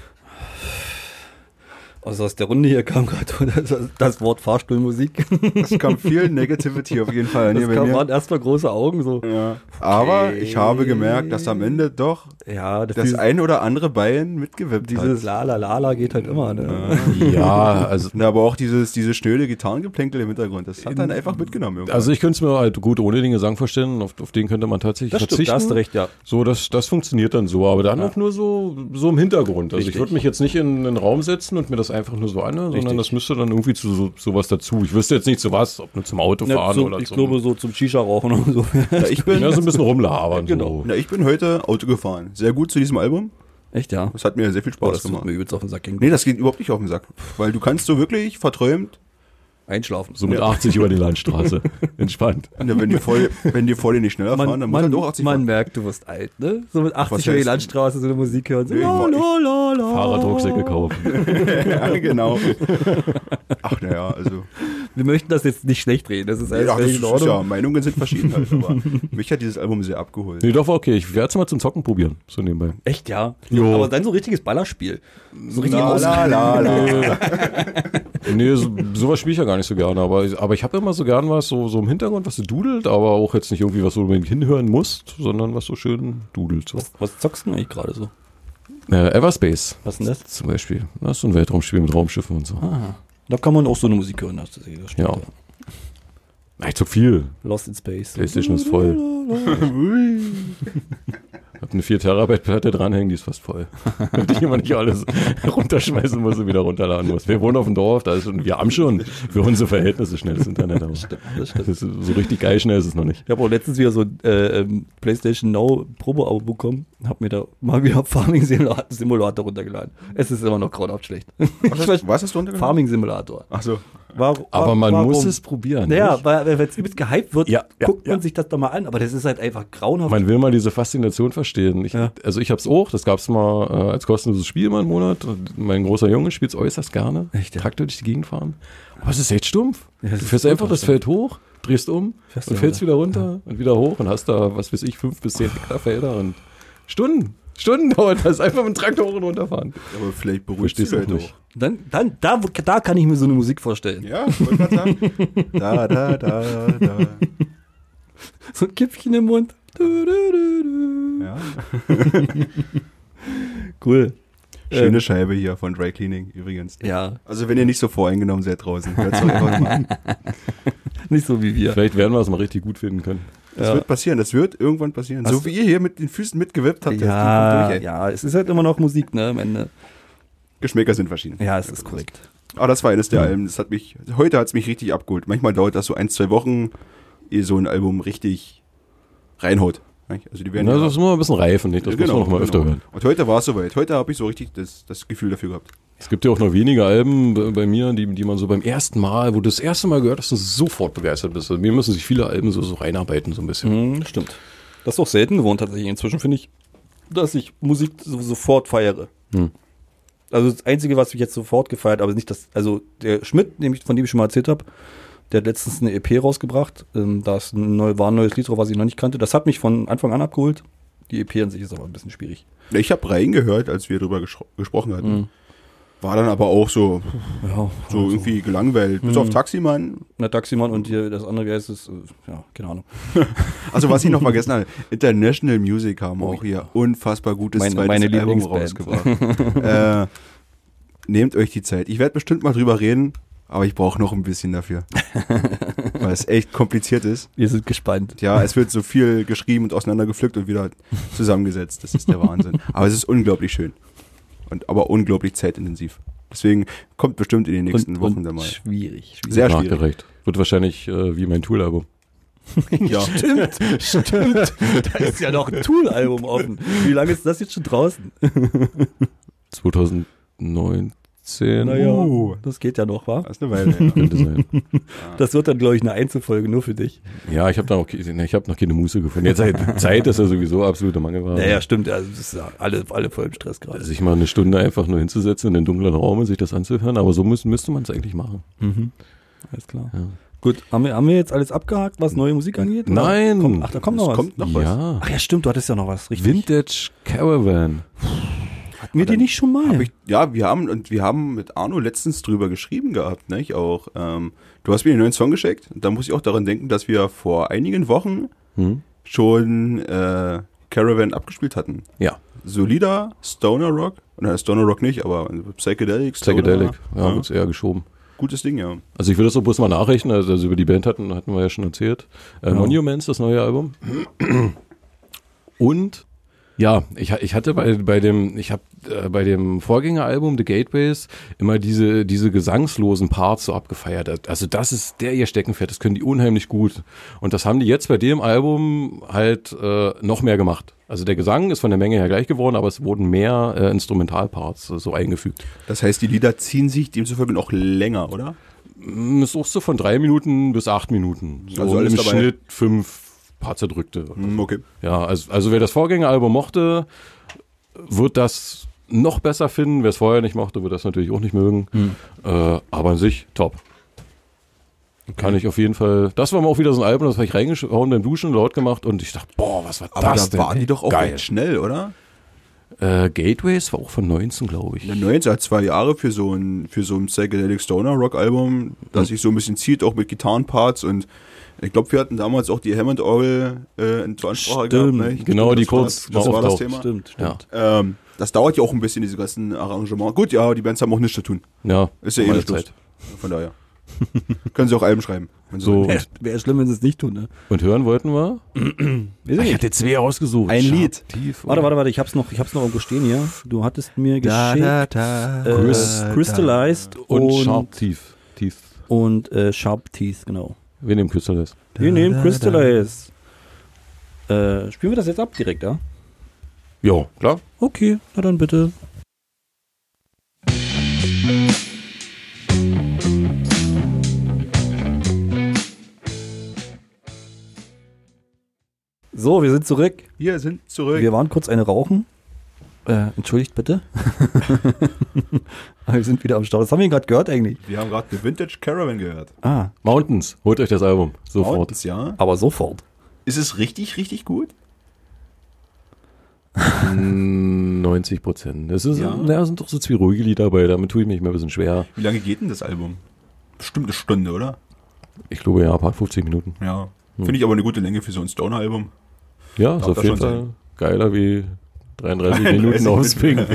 Speaker 3: Also aus der Runde hier kam gerade das, das Wort Fahrstuhlmusik.
Speaker 1: Das kam viel Negativity auf jeden Fall.
Speaker 3: Das
Speaker 1: Nee, bei
Speaker 3: kam,
Speaker 1: mir.
Speaker 3: waren erstmal große Augen so.
Speaker 1: Ja. Aber ich habe gemerkt, dass am Ende doch
Speaker 3: ja, das,
Speaker 1: Das
Speaker 3: dieses,
Speaker 1: ein oder andere Bein mitgewippt
Speaker 3: dieses
Speaker 1: hat.
Speaker 3: Lala Lala geht halt immer. Ne?
Speaker 2: Ja, also,
Speaker 1: Na, aber auch dieses, dieses schnöde Gitarrengeplänkel im Hintergrund, das hat dann einfach mitgenommen. Irgendwann.
Speaker 2: also ich könnte es mir halt gut ohne den Gesang vorstellen, auf, auf den könnte man tatsächlich verzichten.
Speaker 3: da hast du recht, ja.
Speaker 2: So, das, das funktioniert dann so, aber dann auch nur so, so im Hintergrund. Also ich
Speaker 3: Richtig.
Speaker 2: würde mich jetzt nicht in einen Raum setzen und mir das einfach nur so anhören, sondern
Speaker 3: Richtig.
Speaker 2: das müsste dann irgendwie zu so, sowas dazu. Ich wüsste jetzt nicht zu was, ob nur zum
Speaker 3: Ne,
Speaker 2: Autofahren
Speaker 3: zum,
Speaker 2: oder
Speaker 3: ich
Speaker 2: zum,
Speaker 3: glaube so zum Shisha rauchen oder so.
Speaker 1: Na, ich, bin,
Speaker 2: ja, so ein bisschen rumlabern.
Speaker 3: Genau.
Speaker 2: So.
Speaker 1: na, ich bin heute Auto gefahren. Sehr gut zu diesem Album.
Speaker 3: Echt, ja.
Speaker 1: Das hat mir sehr viel
Speaker 3: Boah,
Speaker 1: Spaß
Speaker 3: das tut
Speaker 1: gemacht.
Speaker 3: mir übelst auf den Sack ging.
Speaker 1: Nee, das geht überhaupt nicht auf den Sack. Weil du kannst so wirklich verträumt,
Speaker 3: Einschlafen.
Speaker 2: So mit 80 über die Landstraße. Entspannt.
Speaker 1: na, wenn die voll, wenn die voll nicht schneller fahren, dann muss man doch 80
Speaker 3: man
Speaker 1: fahren.
Speaker 3: merkt, du wirst alt, ne? So mit 80
Speaker 1: Was
Speaker 3: über die
Speaker 1: heißt-
Speaker 3: Landstraße so eine Musik hören. So,
Speaker 1: Nee, ich war- ich-
Speaker 3: la, la.
Speaker 2: Fahrradrucksäcke kaufen.
Speaker 1: ja, genau. Ach, naja, also.
Speaker 3: Wir möchten das jetzt nicht schlecht reden, das ist
Speaker 1: Ja,
Speaker 3: alles
Speaker 1: das
Speaker 3: völlig
Speaker 1: ist,
Speaker 3: in
Speaker 1: ist ja,
Speaker 3: Ordnung.
Speaker 1: Meinungen sind verschieden halt, aber mich hat dieses Album sehr abgeholt.
Speaker 2: Nee, doch, war okay. Ich werde es mal zum Zocken probieren, so nebenbei.
Speaker 3: Echt, ja.
Speaker 2: Jo.
Speaker 3: Aber dann so richtiges Ballerspiel. So richtig
Speaker 1: La, la, la, la.
Speaker 2: Nee, so, sowas spiele ich ja gar nicht so gerne, aber, aber ich habe immer so gern was so, so im Hintergrund, was so dudelt, aber auch jetzt nicht irgendwie, was du unbedingt hinhören musst, sondern was so schön dudelt. So.
Speaker 3: Was, was zockst du denn eigentlich gerade so?
Speaker 2: Äh, Everspace
Speaker 3: Was denn das?
Speaker 2: zum Beispiel. Das ist so ein Weltraumspiel mit Raumschiffen und so.
Speaker 3: Ah, da kann man auch so eine Musik hören, hast du gesehen. Das stimmt,
Speaker 2: Ja. Na, Ich zu viel.
Speaker 3: Lost in Space.
Speaker 2: PlayStation ist voll. Hab eine 4 Terabyte Platte dranhängen, die ist fast voll. Damit ich immer nicht alles runterschmeißen muss und wieder runterladen muss. Wir wohnen auf dem Dorf, da ist schon, wir haben schon für unsere Verhältnisse schnelles Internet. Aber
Speaker 3: Das stimmt.
Speaker 2: das ist so richtig geil schnell ist es noch nicht.
Speaker 3: Ich habe auch letztens wieder so ein äh, ähm, PlayStation Now Probeabo bekommen und habe mir da mal wieder Farming Simulator, Simulator runtergeladen. Es ist immer noch grauenhaft schlecht.
Speaker 1: Was hast, was hast du runtergenommen?
Speaker 3: Farming Simulator.
Speaker 1: Achso.
Speaker 3: War, war,
Speaker 2: Aber man
Speaker 3: warum?
Speaker 2: muss es probieren.
Speaker 3: Naja,
Speaker 2: nicht?
Speaker 3: weil wenn es übelst gehypt wird,
Speaker 2: Ja, ja,
Speaker 3: guckt man
Speaker 2: ja.
Speaker 3: sich das doch mal an. Aber das ist halt einfach grauenhaft.
Speaker 2: Man will mal diese Faszination verstehen. Ich,
Speaker 3: Ja.
Speaker 2: Also ich hab's auch, das gab's mal äh, als kostenloses Spiel mal einen Monat. Und mein großer Junge spielt's äußerst gerne.
Speaker 3: Echt, ja?
Speaker 2: Traktor durch die Gegend fahren. Aber es ist echt stumpf.
Speaker 3: Ja,
Speaker 2: du
Speaker 3: es ist
Speaker 2: fährst einfach das
Speaker 3: super
Speaker 2: Feld hoch, drehst um
Speaker 3: Fährst
Speaker 2: und
Speaker 3: du
Speaker 2: fällst wieder runter und wieder hoch und hast da, was weiß ich, fünf bis zehn Hektar Felder und Stunden. Stunden dauert das einfach mit dem Traktor hoch und runterfahren.
Speaker 1: Aber vielleicht beruhigt halt
Speaker 2: Verstehst
Speaker 1: die
Speaker 2: du
Speaker 1: Leute
Speaker 2: nicht.
Speaker 1: auch.
Speaker 3: dann, dann, da, da kann ich mir so eine Musik vorstellen.
Speaker 1: Ja, ich wollte gerade sagen. Da, da, da, da.
Speaker 3: So ein Kippchen im Mund. Du, du, du, du.
Speaker 1: Ja.
Speaker 3: Cool.
Speaker 1: Schöne Scheibe hier von Dry Cleaning übrigens.
Speaker 3: Ja,
Speaker 1: Also wenn ihr nicht so voreingenommen seid draußen, hört's doch einfach mal an.
Speaker 3: nicht so wie wir.
Speaker 2: Vielleicht werden wir es mal richtig gut finden können.
Speaker 1: Das
Speaker 3: Ja.
Speaker 1: wird passieren, das wird irgendwann passieren.
Speaker 3: Hast
Speaker 1: so wie ihr hier mit den Füßen mitgewippt habt, das kommt
Speaker 3: Ja,
Speaker 1: durch, ey.
Speaker 3: ja, es ist halt immer noch Musik, ne, am Ende.
Speaker 1: Geschmäcker sind verschieden.
Speaker 3: Ja, es ist korrekt.
Speaker 1: Aber das war eines der Alben, das hat mich, heute hat's mich richtig abgeholt. Manchmal dauert das so ein, zwei Wochen, ehe so ein Album richtig reinhaut. Nicht? Also die werden
Speaker 2: Na, das muss man ein bisschen reifen, nicht? Das muss man noch mal öfter
Speaker 1: genau.
Speaker 2: hören.
Speaker 1: Und heute war es soweit. Heute habe ich so richtig das, das Gefühl dafür gehabt.
Speaker 2: Es gibt ja auch noch wenige Alben bei- bei mir, die, die man so beim ersten Mal, wo du das erste Mal gehört hast, dass du sofort begeistert bist. Also mir müssen sich viele Alben so, so reinarbeiten, so ein bisschen.
Speaker 3: Hm, stimmt. Das ist auch selten geworden tatsächlich. Inzwischen finde ich, dass ich Musik so, sofort feiere.
Speaker 2: Hm.
Speaker 3: Also das Einzige, was ich jetzt sofort gefeiert habe, ist nicht das, also der Schmidt, dem ich, von dem ich schon mal erzählt habe, der hat letztens eine EP rausgebracht. Ähm, da ist ein neu, war ein neues Lied drauf, was ich noch nicht kannte. Das hat mich von Anfang an abgeholt. Die EP an sich ist aber ein bisschen schwierig.
Speaker 1: Ich habe reingehört, als wir drüber geschro- gesprochen hatten. War dann aber auch so,
Speaker 3: Ja, also
Speaker 1: so irgendwie gelangweilt. Bis auf Taximann.
Speaker 3: Na, Taximann und hier das andere, wie heißt es? Äh, Ja, keine Ahnung.
Speaker 1: Also was ich noch vergessen hatte, International Music haben auch hier unfassbar gutes
Speaker 3: Oh Meine-
Speaker 1: zweites
Speaker 3: meine
Speaker 1: Album
Speaker 3: Lieblingsband.
Speaker 1: rausgebracht. äh, nehmt euch die Zeit. Ich werde bestimmt mal drüber reden, aber ich brauche noch ein bisschen dafür. Weil es echt kompliziert ist.
Speaker 3: Wir sind gespannt.
Speaker 1: Ja, es wird so viel geschrieben und auseinandergepflückt und wieder zusammengesetzt. Das ist der Wahnsinn. Aber es ist unglaublich schön. Und aber unglaublich zeitintensiv. Deswegen kommt bestimmt in den nächsten Wochen dann mal.
Speaker 3: Schwierig. schwierig.
Speaker 1: Sehr schwierig.
Speaker 2: Nachgerecht. Wird wahrscheinlich äh, wie mein Tool-Album.
Speaker 1: Ja.
Speaker 3: Stimmt, stimmt. Da ist ja noch ein Tool-Album offen. Wie lange ist das jetzt schon draußen?
Speaker 2: 2019.
Speaker 1: Uh.
Speaker 3: das geht ja noch, wa?
Speaker 1: Das ist eine Weile. Ja.
Speaker 2: Könnte sein.
Speaker 3: Das wird dann, glaube ich, eine Einzelfolge nur für dich.
Speaker 2: Ja, ich habe da auch, ke- ne, ich hab noch keine Muße gefunden. Jetzt halt, Zeit ist ja sowieso absolute Mangelware. Also
Speaker 3: Naja, stimmt. Also, das ist ja alle, alle voll im Stress gerade.
Speaker 2: Sich mal eine Stunde einfach nur hinzusetzen in den dunklen Raum und sich das anzuhören, aber so müssen, müsste man es eigentlich machen.
Speaker 3: Alles klar.
Speaker 2: Ja.
Speaker 3: Gut, haben wir, haben wir jetzt alles abgehakt, was neue Musik angeht? Oder?
Speaker 2: Nein.
Speaker 3: Kommt, ach, da kommt noch
Speaker 1: Es
Speaker 3: was.
Speaker 1: kommt noch was.
Speaker 2: ja.
Speaker 3: Ach ja, stimmt, du hattest ja noch was, richtig.
Speaker 2: Vintage Caravan.
Speaker 3: Hatten wir die nicht schon mal?
Speaker 1: Hab ich, ja, wir haben und wir haben mit Arno letztens drüber geschrieben gehabt, nicht? Auch ähm, du hast mir den neuen Song Hm? geschickt. Und da muss ich auch daran denken, dass wir vor einigen Wochen schon äh, Caravan abgespielt hatten.
Speaker 2: Ja,
Speaker 1: Solider Stoner Rock, na Stoner Rock nicht, aber Psychedelic. Stoner,
Speaker 2: Psychedelic. Ja,
Speaker 1: ja.
Speaker 2: wird's eher geschoben.
Speaker 1: Gutes Ding, ja.
Speaker 2: Also ich will das so bloß mal nachrechnen, also, also über die Band hatten, hatten wir ja schon erzählt. Äh, Monuments, das neue Album. Und ja, ich, ha- ich hatte bei, bei dem, ich habe äh, bei dem Vorgängeralbum The Gateways immer diese, diese gesangslosen Parts so abgefeiert. Also das ist der ihr Steckenpferd, das können die unheimlich gut. Und das haben die jetzt bei dem Album halt äh, noch mehr gemacht. Also der Gesang ist von der Menge her gleich geworden, aber es wurden mehr äh, Instrumentalparts äh, so eingefügt.
Speaker 1: Das heißt, die Lieder ziehen sich demzufolge noch länger, oder?
Speaker 2: Das suchst du von drei Minuten bis acht Minuten. So
Speaker 1: Also alles
Speaker 2: im
Speaker 1: dabei.
Speaker 2: Schnitt fünf paar zerdrückte.
Speaker 1: Hm, okay.
Speaker 2: Ja, also, also wer das Vorgängeralbum mochte, wird das noch besser finden. Wer es vorher nicht mochte, wird das natürlich auch nicht mögen.
Speaker 1: Hm.
Speaker 2: Äh, aber an sich top. Kann ich auf jeden Fall. Das war mal auch wieder so ein Album, das habe ich reingeschaut beim Duschen, laut gemacht und ich dachte, boah, was war
Speaker 1: Aber
Speaker 2: das
Speaker 1: da
Speaker 2: denn?
Speaker 1: waren die doch auch
Speaker 2: geil.
Speaker 1: recht schnell, oder?
Speaker 2: Äh, Gateways war auch von 19, glaube ich.
Speaker 1: Eine 19 hat zwei Jahre für so ein, für so ein Psychedelic Stoner Rock Album, das sich so ein bisschen zieht, auch mit Gitarrenparts und ich glaube, wir hatten damals auch die Hammond Orgel äh, in zur Ansprache
Speaker 3: Stimmt,
Speaker 1: gehabt.
Speaker 2: genau,
Speaker 1: das
Speaker 2: die kurz
Speaker 1: war, das,
Speaker 2: mal
Speaker 1: war das
Speaker 2: auftaucht.
Speaker 1: Thema.
Speaker 3: Stimmt, stimmt.
Speaker 2: Ja,
Speaker 1: Ähm, das dauert ja auch ein bisschen, diese ganzen Arrangements. Gut, ja, die Bands haben auch nichts zu tun.
Speaker 2: ja.
Speaker 1: Ist ja eh
Speaker 2: meine
Speaker 1: nicht los. Von daher. Können sie auch Alben schreiben. wenn sie
Speaker 2: So,
Speaker 1: wollen.
Speaker 2: und,
Speaker 3: Wäre schlimm, wenn sie es nicht tun, ne?
Speaker 2: und hören wollten wir? Ah,
Speaker 3: Weiß ich nicht.
Speaker 2: hatte zwei ausgesucht.
Speaker 1: Ein Lied.
Speaker 2: Tief,
Speaker 4: Warte, warte, warte, ich hab's noch, ich hab's noch irgendwo stehen hier. Du hattest mir geschickt äh,
Speaker 2: Crys-
Speaker 4: Crystallized
Speaker 2: Und,
Speaker 4: und,
Speaker 2: Sharp Tief. Tief.
Speaker 4: und äh, Sharp Teeth, genau.
Speaker 2: Wir nehmen Crystallized.
Speaker 4: Wir nehmen Crystallized. Äh, spielen wir das jetzt ab direkt, ja?
Speaker 2: Ja, klar.
Speaker 4: Okay, na dann bitte.
Speaker 3: So, wir sind zurück.
Speaker 1: Wir sind zurück.
Speaker 3: Wir waren kurz eine rauchen. Äh, entschuldigt bitte. Aber wir sind wieder am Start. Das haben wir gerade gehört eigentlich.
Speaker 1: Wir haben gerade The Vintage Caravan gehört.
Speaker 3: Ah,
Speaker 2: Mountains. Holt euch das Album. Sofort.
Speaker 1: Mountains, ja.
Speaker 3: aber sofort.
Speaker 1: Ist es richtig, richtig gut?
Speaker 2: 90 Prozent. Das ist,
Speaker 1: Ja.
Speaker 2: na, sind doch so zwei ruhige Lieder dabei. Damit tue ich mich mal ein bisschen schwer.
Speaker 1: Wie lange geht denn das Album? Bestimmt eine Stunde, oder?
Speaker 2: Ich glaube, ja, paar 50 Minuten.
Speaker 1: Ja.
Speaker 2: Hm.
Speaker 1: Finde ich aber eine gute Länge für so ein Stoner-Album.
Speaker 2: Ja, ist
Speaker 1: Darf
Speaker 2: auf
Speaker 1: das
Speaker 2: jeden
Speaker 1: schon
Speaker 2: Fall geiler wie 33
Speaker 1: 33
Speaker 2: Minuten ausbringen.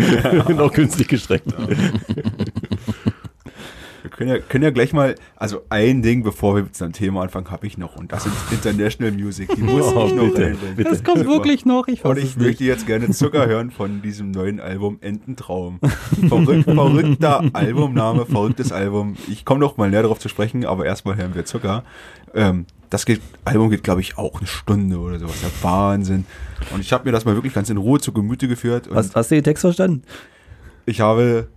Speaker 2: Noch günstig gestreckt.
Speaker 1: Wir können ja, können ja gleich mal, also ein Ding, bevor wir mit unserem Thema anfangen, habe ich noch. Und das ist International Music. Die muss
Speaker 2: Oh,
Speaker 1: ich noch
Speaker 2: bitte,
Speaker 1: reinbringen.
Speaker 2: bitte. Das
Speaker 1: Super.
Speaker 3: noch. Ich
Speaker 1: Und ich möchte jetzt gerne Zucker hören von diesem neuen Album Ententraum. Verrück, verrückter Albumname, verrücktes Album. Ich komme noch mal näher darauf zu sprechen, aber erstmal hören wir Zucker. Ähm, das geht, Album geht, glaube ich, auch eine Stunde oder sowas. Der Wahnsinn. Und ich habe mir das mal wirklich ganz in Ruhe zu Gemüte geführt. Und
Speaker 3: Hast, hast du den Text verstanden?
Speaker 1: ich habe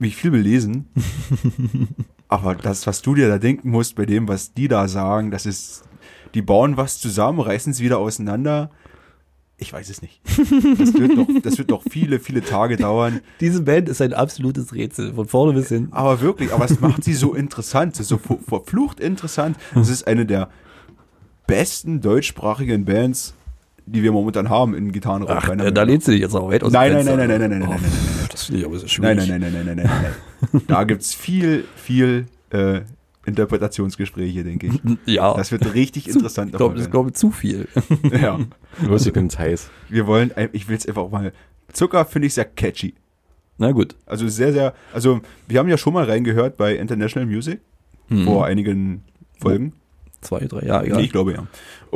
Speaker 1: mich viel belesen. Aber das, was du dir da denken musst bei dem, was die da sagen, das ist, die bauen was zusammen, reißen es wieder auseinander. Ich weiß es nicht. Das wird, noch, das wird noch viele, viele Tage dauern.
Speaker 3: Diese Band ist ein absolutes Rätsel. Von vorne bis hinten.
Speaker 1: Aber wirklich, aber es macht sie so interessant, so ver- verflucht interessant. Es ist eine der besten deutschsprachigen Bands, die wir momentan haben in Gitarrenrock.
Speaker 3: Ach,
Speaker 1: Meiner
Speaker 3: äh, da
Speaker 1: Meinung
Speaker 3: lehnst du dich jetzt auch weit aus
Speaker 1: Nein,
Speaker 3: dem
Speaker 1: nein,
Speaker 3: Fenster.
Speaker 1: nein, nein, nein, nein, nein, nein,
Speaker 3: Oh,
Speaker 1: nein,
Speaker 3: Das finde ich aber so
Speaker 1: Nein,
Speaker 3: schwierig.
Speaker 1: nein, nein, nein, nein, nein, nein, nein, nein. Da gibt es viel, viel äh, Interpretationsgespräche, denke ich.
Speaker 3: Hm, Ja,
Speaker 1: Das wird richtig interessant.
Speaker 3: ich glaube,
Speaker 1: nochmal
Speaker 3: ich glaube zu viel.
Speaker 1: werden. ja.
Speaker 2: Los, ich bin's heiß.
Speaker 1: Wir wollen, ein- ich will es einfach auch mal. Zucker finde ich sehr catchy.
Speaker 3: Na gut.
Speaker 1: Also sehr, sehr, also wir haben ja schon mal reingehört bei International Music vor einigen Folgen.
Speaker 3: Hm, Zwei, drei, Mhm. ja,
Speaker 1: Nee,
Speaker 3: egal.
Speaker 1: ich glaube ja.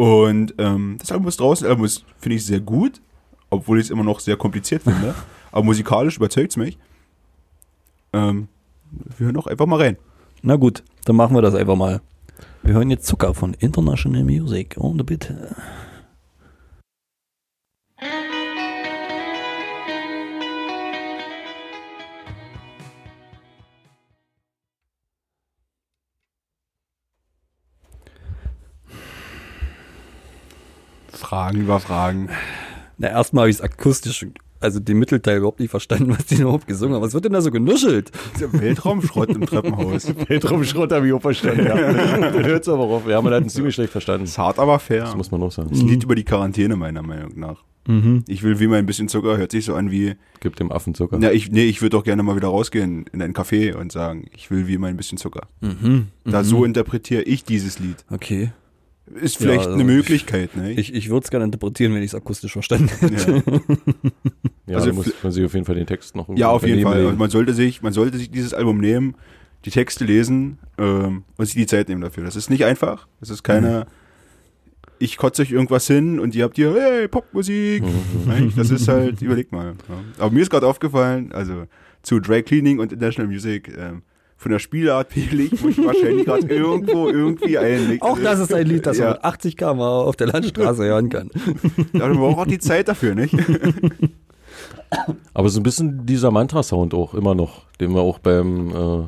Speaker 1: Und ähm, das Album ist draußen, das Album ist, finde ich, sehr gut, obwohl ich es immer noch sehr kompliziert finde. Aber musikalisch überzeugt es mich. Ähm, wir hören doch einfach mal rein.
Speaker 3: Na gut, dann machen wir das einfach mal. Wir hören jetzt Zucker von International Music. Und bitte.
Speaker 1: Fragen über Fragen.
Speaker 3: Na, erstmal habe ich es akustisch, also den Mittelteil überhaupt nicht verstanden, was die überhaupt gesungen haben. Was wird denn da so genuschelt?
Speaker 1: Der Weltraumschrott im Treppenhaus.
Speaker 2: Weltraumschrott habe ich auch verstanden. Ja. Dann hört's aber auf. Wir haben halt einen ziemlich schlecht verstanden.
Speaker 1: Ist hart, aber fair.
Speaker 2: Das muss man noch sagen.
Speaker 1: ist ein Lied über die Quarantäne, meiner Meinung nach. Ich will wie mal ein bisschen Zucker, hört sich so an wie,
Speaker 2: Gib dem Affen Zucker.
Speaker 1: na, ich, nee, ich würde doch gerne mal wieder rausgehen in ein Café Mhm. und sagen, ich will wie mal ein bisschen Zucker. Da so interpretiere ich dieses Lied.
Speaker 3: Okay.
Speaker 1: Ist vielleicht
Speaker 3: also
Speaker 1: eine
Speaker 3: ich-
Speaker 1: Möglichkeit, ne?
Speaker 3: Ich, ich würde es gerne interpretieren, wenn ich es akustisch verstanden hätte.
Speaker 1: ja.
Speaker 2: Ja,
Speaker 1: Also
Speaker 2: also muss man sich auf jeden Fall den Text noch
Speaker 1: ja, auf jeden
Speaker 2: daneben
Speaker 1: Fall.
Speaker 2: legen.
Speaker 1: Also man, sollte sich, man sollte sich dieses Album nehmen, die Texte lesen ähm, und sich die Zeit nehmen dafür. Das ist nicht einfach. Das ist keine, ich kotze euch irgendwas hin und ihr habt hier, hey, Popmusik. Nein, das ist halt, überlegt mal. Ja. Aber mir ist gerade aufgefallen, also zu Dry Cleaning und International Music, ähm, von der Spielart liegt ich wahrscheinlich gerade irgendwo irgendwie ein.
Speaker 3: Auch das ist ein Lied, das
Speaker 1: Ja.
Speaker 3: man mit 80 km auf der Landstraße hören kann.
Speaker 1: Da haben wir auch die Zeit dafür, nicht?
Speaker 2: Aber so ein bisschen dieser Mantra-Sound auch immer noch, den wir auch beim, äh,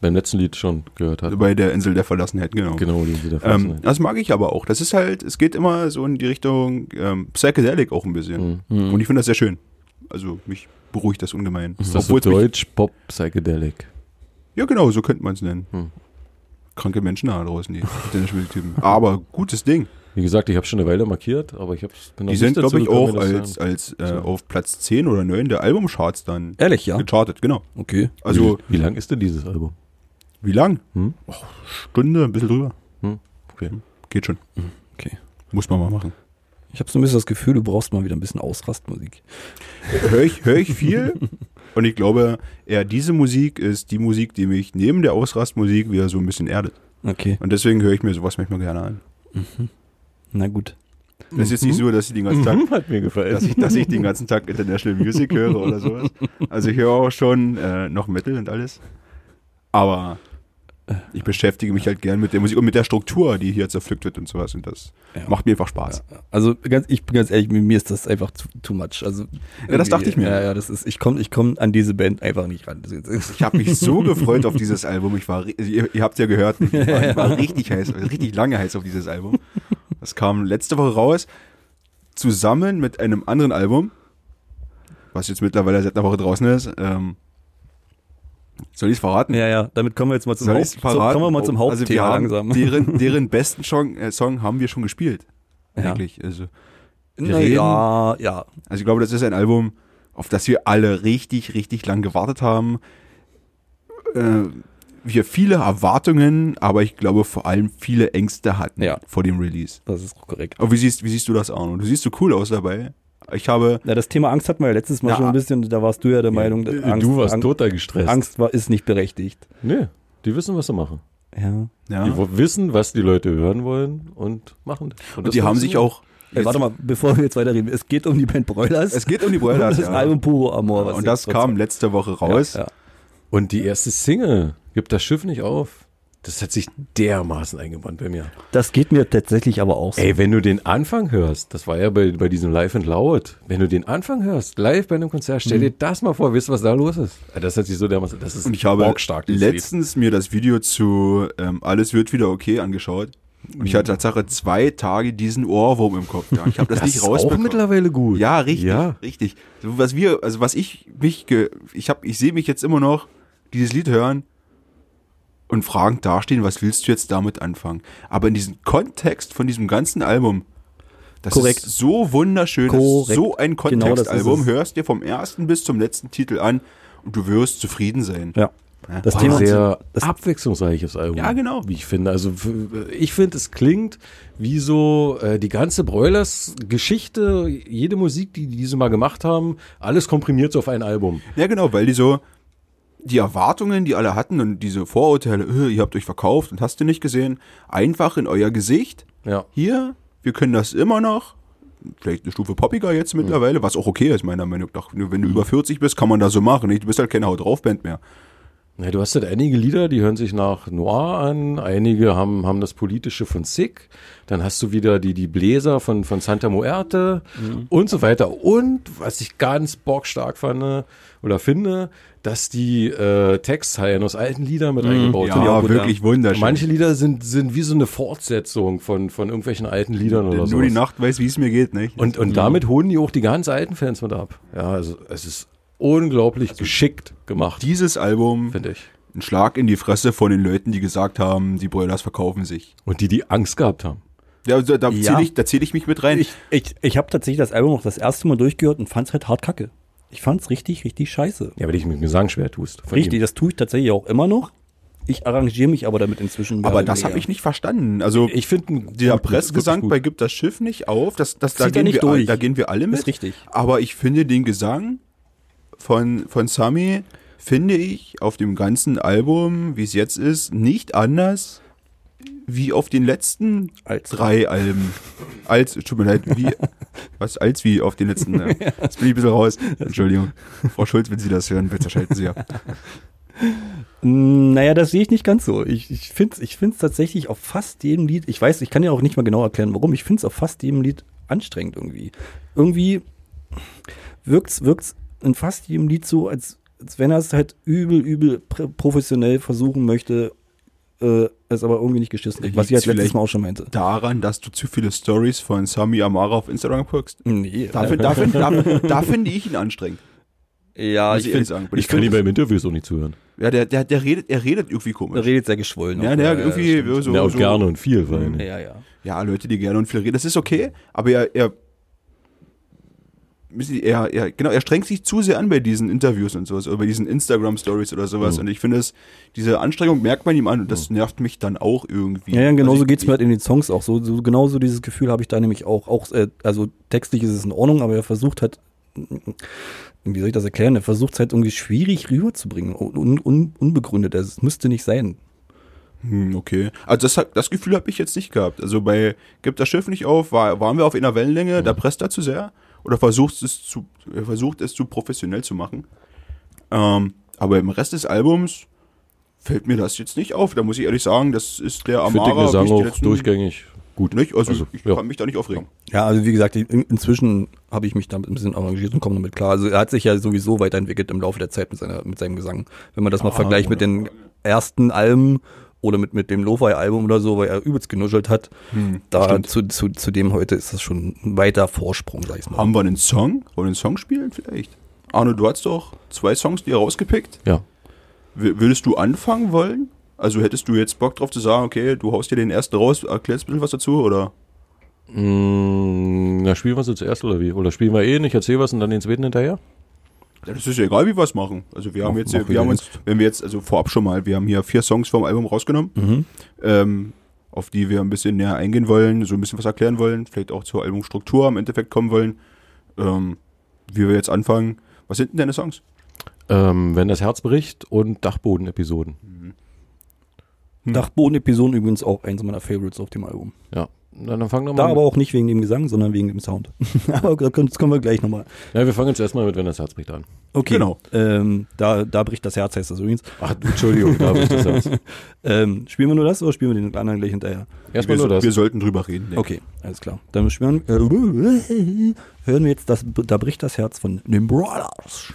Speaker 2: beim letzten Lied schon gehört hatten.
Speaker 1: Also Bei der Insel der Verlassenheit, genau.
Speaker 2: Genau, den sie da
Speaker 1: Ähm,
Speaker 2: fassen.
Speaker 1: das mag ich aber auch. Das ist halt, es geht immer so in die Richtung ähm, Psychedelic auch ein bisschen.
Speaker 2: Mhm.
Speaker 1: Und ich finde das sehr schön. Also mich beruhigt das ungemein.
Speaker 2: ist das so
Speaker 1: Obwohl's mich-
Speaker 2: Deutsch-Pop-Psychedelic?
Speaker 1: Ja, genau, so könnte man es nennen.
Speaker 2: Hm.
Speaker 1: Kranke Menschen da draußen, die Tennisspieltypen. Aber gutes Ding.
Speaker 2: Wie gesagt, ich habe schon eine Weile markiert, aber ich hab's, bin noch
Speaker 1: die
Speaker 2: nicht
Speaker 1: sind,
Speaker 2: dazu
Speaker 1: glaube ich,
Speaker 2: gekommen,
Speaker 1: auch
Speaker 2: mir das
Speaker 1: als,
Speaker 2: zu-
Speaker 1: als äh, auf Platz 10 oder 9 der Albumcharts dann
Speaker 3: Ehrlich, ja?
Speaker 1: gechartet, genau.
Speaker 3: Okay.
Speaker 1: Also,
Speaker 2: Äh, Wie, wie lang ist denn dieses Album?
Speaker 1: wie lang?
Speaker 2: Hm?
Speaker 1: Och, Stunde, ein bisschen drüber.
Speaker 2: Hm, okay. Hm.
Speaker 1: Geht schon.
Speaker 3: okay.
Speaker 1: Muss man mal machen.
Speaker 3: Ich habe so ein bisschen das Gefühl, du brauchst mal wieder ein bisschen Ausrastmusik.
Speaker 1: höre ich, hör ich viel. Und ich glaube, eher diese Musik ist die Musik, die mich neben der Ausrastmusik wieder so ein bisschen erdet.
Speaker 3: Okay,
Speaker 1: Und deswegen höre ich mir sowas manchmal gerne an.
Speaker 3: na gut.
Speaker 1: Das ist jetzt nicht so, dass ich den ganzen Tag,
Speaker 2: Hat mir
Speaker 1: dass
Speaker 2: gefallen.
Speaker 1: ich, dass ich den ganzen Tag International Music höre oder sowas. Also ich höre auch schon äh, noch Metal und alles. Aber ich beschäftige mich halt gern mit der Musik und mit der Struktur, die hier zerpflückt wird und sowas. Und das
Speaker 3: Ja.
Speaker 1: macht mir einfach Spaß.
Speaker 3: Also ganz, ich bin ganz ehrlich, mir ist das einfach too, too much. Also
Speaker 1: Ja, das
Speaker 3: irgendwie-
Speaker 1: dachte ich mir.
Speaker 3: Ja, ja, das ist, ich komme ich komm an diese Band einfach nicht ran. Das ist-
Speaker 1: Ich habe mich so gefreut auf dieses Album. Ich war, ri- ihr, ihr habt ja gehört, ne? ich war, ich war richtig heiß, richtig lange heiß auf dieses Album. Das kam letzte Woche raus, zusammen mit einem anderen Album, was jetzt mittlerweile seit einer Woche draußen ist. Ähm, soll ich es verraten?
Speaker 3: Ja, ja, damit kommen wir jetzt mal zum,
Speaker 1: Soll ich's
Speaker 3: Haupt, zum, kommen wir mal zum
Speaker 1: Also wir
Speaker 3: Hauptthema
Speaker 1: haben
Speaker 3: langsam.
Speaker 1: Deren, deren besten Song, äh, Song haben wir schon gespielt.
Speaker 3: Ja.
Speaker 1: Eigentlich. Also,
Speaker 3: Na
Speaker 1: reden.
Speaker 3: ja, ja.
Speaker 1: also ich glaube, das ist ein Album, auf das wir alle richtig, richtig lang gewartet haben. Äh, wir viele Erwartungen, aber ich glaube vor allem viele Ängste hatten
Speaker 3: Ja.
Speaker 1: vor dem Release.
Speaker 3: Das ist korrekt.
Speaker 1: Aber wie siehst, wie siehst du das, Arno? Du siehst so cool aus dabei. Ich habe,
Speaker 4: Na, das Thema Angst hatten wir ja letztes Mal
Speaker 1: Ja.
Speaker 4: schon ein bisschen, da warst du ja der Meinung, dass Angst,
Speaker 2: du warst
Speaker 4: Angst,
Speaker 2: total gestresst.
Speaker 4: Angst war, ist nicht berechtigt.
Speaker 2: Nee, die wissen, was sie machen.
Speaker 4: Ja.
Speaker 1: ja,
Speaker 2: Die wo- wissen, was die Leute hören wollen und machen das.
Speaker 1: und
Speaker 2: das
Speaker 1: die haben sich
Speaker 2: funktioniert.
Speaker 1: auch,
Speaker 3: Ey, warte mal, bevor wir jetzt weiterreden, es geht um die Band Broilers.
Speaker 1: es geht um die Broilers,
Speaker 3: das
Speaker 1: ja.
Speaker 3: Album Puro Amor.
Speaker 1: und das kam letzte Woche raus.
Speaker 3: Ja, ja.
Speaker 2: Und die erste Single, Gib das Schiff nicht auf. Das hat sich dermaßen eingebrannt bei mir.
Speaker 4: Das geht mir tatsächlich aber auch so.
Speaker 2: Ey, wenn du den Anfang hörst, das war ja bei, bei diesem Live and Loud, wenn du den Anfang hörst, live bei einem Konzert, stell dir das mal vor, weißt du, was da los ist? Das hat sich so dermaßen, das ist
Speaker 1: Mhm. Und ich habe
Speaker 2: bockstark, dieses
Speaker 1: letztens mir das Video zu ähm, Alles wird wieder okay angeschaut. Und ich hatte Tatsache zwei Tage diesen Ohrwurm im Kopf. Ja, ich habe das,
Speaker 2: Lied. Das
Speaker 1: nicht
Speaker 2: ist auch
Speaker 1: rausbekommen.
Speaker 2: mittlerweile gut.
Speaker 1: Ja, richtig,
Speaker 2: Ja.
Speaker 1: richtig. So, was wir, also was ich mich, ge, ich habe, ich sehe mich jetzt immer noch dieses Lied hören und fragend dastehen, was willst du jetzt damit anfangen? Aber in diesem Kontext von diesem ganzen Album, das
Speaker 4: Korrekt.
Speaker 1: ist so wunderschön, das ist
Speaker 4: Korrekt.
Speaker 1: so ein
Speaker 4: Genau das ist
Speaker 1: Kontextalbum,
Speaker 4: es.
Speaker 1: hörst dir vom ersten bis zum letzten Titel an und du wirst zufrieden sein.
Speaker 4: Ja. Das
Speaker 2: Das
Speaker 4: Thema
Speaker 2: ein sehr abwechslungsreiches Album.
Speaker 1: Ja, genau.
Speaker 2: Wie ich finde. Also f- ich finde, es klingt wie so äh, die ganze Broilers-Geschichte, jede Musik, die die diese mal gemacht haben, alles komprimiert so auf ein Album.
Speaker 1: Ja, genau, weil die so die Erwartungen, die alle hatten und diese Vorurteile, äh, ihr habt euch verkauft und hast du nicht gesehen, einfach in euer Gesicht.
Speaker 2: Ja.
Speaker 1: Hier, wir können das immer noch. Vielleicht eine Stufe poppiger jetzt
Speaker 2: Hm.
Speaker 1: mittlerweile, was auch okay ist, meiner Meinung nach. Nur Wenn du über 40 bist, kann man das so machen. nicht? Du bist halt keine Haut drauf Band mehr.
Speaker 2: Ja, du hast halt einige Lieder, die hören sich nach Noir an, einige haben, haben das Politische von Sick, dann hast du wieder die, die Bläser von, von Santa Muerte
Speaker 1: Mhm.
Speaker 2: und so weiter. Und was ich ganz bockstark fand oder finde, dass die äh, Textzeilen aus alten Liedern mit eingebaut sind.
Speaker 1: Mhm. Ja, wirklich wunderschön.
Speaker 2: Manche Lieder sind, sind wie so eine Fortsetzung von, von irgendwelchen alten Liedern oder
Speaker 1: Nur
Speaker 2: so.
Speaker 1: die Nacht Mhm. weiß, wie es mir geht, nicht? Hm.
Speaker 2: Und, und damit holen die auch die ganz alten Fans mit ab. Ja, also es ist unglaublich
Speaker 1: Also
Speaker 2: geschickt gemacht,
Speaker 1: dieses Album,
Speaker 2: finde ich.
Speaker 1: ein Schlag in die Fresse von den Leuten, die gesagt haben, die Broilers verkaufen sich.
Speaker 2: Und die, die Angst gehabt haben.
Speaker 1: Ja, da, da
Speaker 4: Ja.
Speaker 1: zähle ich, da zähl ich mich mit rein.
Speaker 4: Ich, ich, ich habe tatsächlich das Album noch das erste Mal durchgehört und fand es halt hart kacke. Ich fand es richtig, richtig scheiße.
Speaker 2: Ja, weil dich mit dem Gesang schwer tust. Von
Speaker 4: Richtig,
Speaker 2: ihm.
Speaker 4: das tue ich tatsächlich auch immer noch.
Speaker 3: Ich arrangiere mich aber damit inzwischen. mehr
Speaker 1: Aber
Speaker 3: oder
Speaker 1: das habe
Speaker 3: weniger.
Speaker 1: ich nicht verstanden. Also
Speaker 2: Ich finde
Speaker 1: der Pressgesang bei Gibt das Schiff nicht auf, das, das, da,
Speaker 3: Zieht er
Speaker 1: gehen
Speaker 3: nicht
Speaker 1: wir, all-
Speaker 3: durch.
Speaker 1: da gehen wir alle mit.
Speaker 3: richtig.
Speaker 1: Aber ich finde den Gesang von, von Sami, finde ich, auf dem ganzen Album, wie es jetzt ist, nicht anders wie auf den letzten
Speaker 3: Als.
Speaker 1: drei Alben. Als, tut mir leid, wie, was, als wie auf den letzten, ne? Jetzt bin ich ein bisschen raus. Entschuldigung. Frau Schulz, wenn Sie das hören, bitte schalten Sie ab.
Speaker 3: Mm, Naja, das sehe ich nicht ganz so. Ich, ich finde es ich find's tatsächlich auf fast jedem Lied, ich weiß, ich kann ja auch nicht mal genau erklären, warum, ich finde es auf fast jedem Lied anstrengend irgendwie. Irgendwie wirkt es wirkt's in fast jedem Lied so, als, als wenn er es halt übel, übel pr- professionell versuchen möchte, äh, es aber irgendwie nicht geschissen kriegt, was ich
Speaker 1: Liegt's
Speaker 3: halt letztes
Speaker 1: vielleicht-
Speaker 3: Mal auch schon meinte.
Speaker 1: Daran, dass du zu viele Stories von Sami Amara auf Instagram guckst.
Speaker 3: Nee,
Speaker 1: Da, find- da, find- da, da finde ich ihn anstrengend.
Speaker 3: ja,
Speaker 1: Muss ehrlich
Speaker 3: ich finde,
Speaker 1: sagen. Bin
Speaker 2: Ich kann
Speaker 1: find-
Speaker 2: ihm beim Interviews auch nicht zuhören.
Speaker 1: Ja, der, der, der redet, er redet irgendwie
Speaker 3: er
Speaker 1: komisch.
Speaker 3: redet sehr geschwollen.
Speaker 1: Ja,
Speaker 3: auch.
Speaker 1: der irgendwie
Speaker 3: stimmt.
Speaker 1: so,
Speaker 2: ja, und
Speaker 1: so
Speaker 2: gerne und viel, weil
Speaker 3: Ja, ja.
Speaker 1: Ja, Leute, die gerne und viel reden, das ist okay, aber er, er, müssen die- er, er genau, er strengt sich zu sehr an bei diesen Interviews und sowas, oder bei diesen Instagram Stories oder sowas und ich finde es diese Anstrengung merkt man ihm an und das nervt mich dann auch irgendwie.
Speaker 3: Ja, ja genauso
Speaker 1: Also ich-
Speaker 3: geht's mir halt in den Songs auch. So, genau so genauso dieses Gefühl habe ich da nämlich auch. auch äh, also textlich ist es in Ordnung, aber er versucht halt, wie soll ich das erklären? Er versucht es halt irgendwie schwierig rüberzubringen. Un, un, un, unbegründet. Es müsste nicht sein.
Speaker 1: Hm, okay. Also das, hat- das Gefühl habe ich jetzt nicht gehabt. Also bei gibt das Schiff nicht auf, war, waren wir auf einer Wellenlänge,
Speaker 2: Mhm.
Speaker 1: da presst er zu sehr oder versucht es zu er versucht es zu professionell zu machen. Ähm, aber im Rest des Albums fällt mir das jetzt nicht auf. Da muss ich ehrlich sagen, das ist der
Speaker 2: ich finde den
Speaker 1: Amara wie
Speaker 2: Gesang
Speaker 1: ich die
Speaker 2: auch
Speaker 1: letzten-
Speaker 2: durchgängig gut.
Speaker 1: Nicht? Also,
Speaker 2: Also,
Speaker 1: ich
Speaker 2: ja.
Speaker 1: kann mich da nicht aufregen.
Speaker 3: Ja, also wie gesagt, in, inzwischen habe ich mich damit ein bisschen arrangiert und komme damit klar. Also er hat sich ja sowieso weiterentwickelt im Laufe der Zeit mit, seiner, mit seinem Gesang. Wenn man das mal vergleicht mit den ersten Alben oder mit, mit dem Lo-Fi-Album oder so, weil er übelst genuschelt hat, da zu, zu, zu dem heute ist das schon ein weiter Vorsprung, sag ich mal.
Speaker 1: Haben wir einen Song? Wollen wir einen Song spielen vielleicht? Arno, du hast doch zwei Songs dir rausgepickt.
Speaker 2: Ja.
Speaker 1: W würdest du anfangen wollen? Also hättest du jetzt Bock drauf zu sagen, okay, du haust dir den ersten raus, erklärst ein bisschen was dazu oder?
Speaker 2: Mm, na, spielen wir sie zuerst oder wie? Oder spielen wir eh nicht, erzähl was und dann den zweiten hinterher?
Speaker 1: Ja, das ist ja egal, wie wir es machen. Also wir haben jetzt,
Speaker 3: mach
Speaker 1: wir
Speaker 3: wieder
Speaker 1: haben uns, wenn wir jetzt, also vorab schon mal, wir haben hier vier Songs vom Album rausgenommen, ähm, auf die wir ein bisschen näher eingehen wollen, so ein bisschen was erklären wollen, vielleicht auch zur Albumstruktur im Endeffekt kommen wollen. Ähm, wie wir jetzt anfangen. Was sind denn deine Songs?
Speaker 2: Ähm, wenn das Herz bricht und Dachboden-Episoden.
Speaker 3: Dachboden-Episoden übrigens auch eins meiner Favorites auf dem Album.
Speaker 2: Ja. Na, dann fangen wir mal.
Speaker 3: Da
Speaker 2: mit-
Speaker 3: aber auch nicht wegen dem Gesang, sondern wegen dem Sound. aber das können das können wir gleich nochmal.
Speaker 2: ja, wir fangen jetzt erstmal mit Wenn das Herz bricht an.
Speaker 3: Okay,
Speaker 1: Genau.
Speaker 3: ähm, da, da bricht das Herz, heißt das übrigens.
Speaker 2: Ach, du, Entschuldigung, da bricht das Herz.
Speaker 3: Ähm, spielen wir nur das oder spielen wir den anderen gleich hinterher?
Speaker 2: Erstmal
Speaker 1: wir,
Speaker 2: nur das.
Speaker 1: wir sollten drüber reden. denke
Speaker 3: Okay, alles klar. Dann spielen, äh, hören wir jetzt das, da bricht das Herz von den Brothers.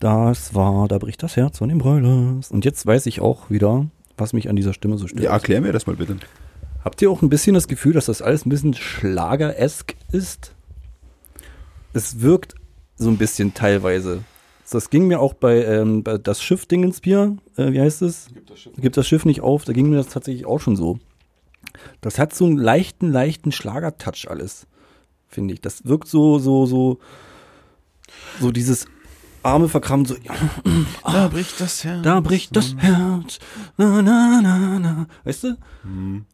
Speaker 3: Das war, da bricht das Herz von den Broilers. Und jetzt weiß ich auch wieder, was mich an dieser Stimme so
Speaker 1: ich.
Speaker 3: stört.
Speaker 1: Ja, erklär mir das mal bitte.
Speaker 3: Habt ihr auch ein bisschen das Gefühl, dass das alles ein bisschen schlageresk ist? Es wirkt so ein bisschen teilweise. Das ging mir auch bei, ähm, bei das Schiff Dingens Bier, äh, wie heißt es? Gibt das, Schiff. nicht auf, da ging mir das tatsächlich auch schon so. Das hat so einen leichten, leichten Schlagertouch alles, finde ich. Das wirkt so, so, so, so dieses Arme verkrampft, so,
Speaker 1: Da bricht das Herz.
Speaker 3: da bricht das Herz, na, na, na, na. Weißt du?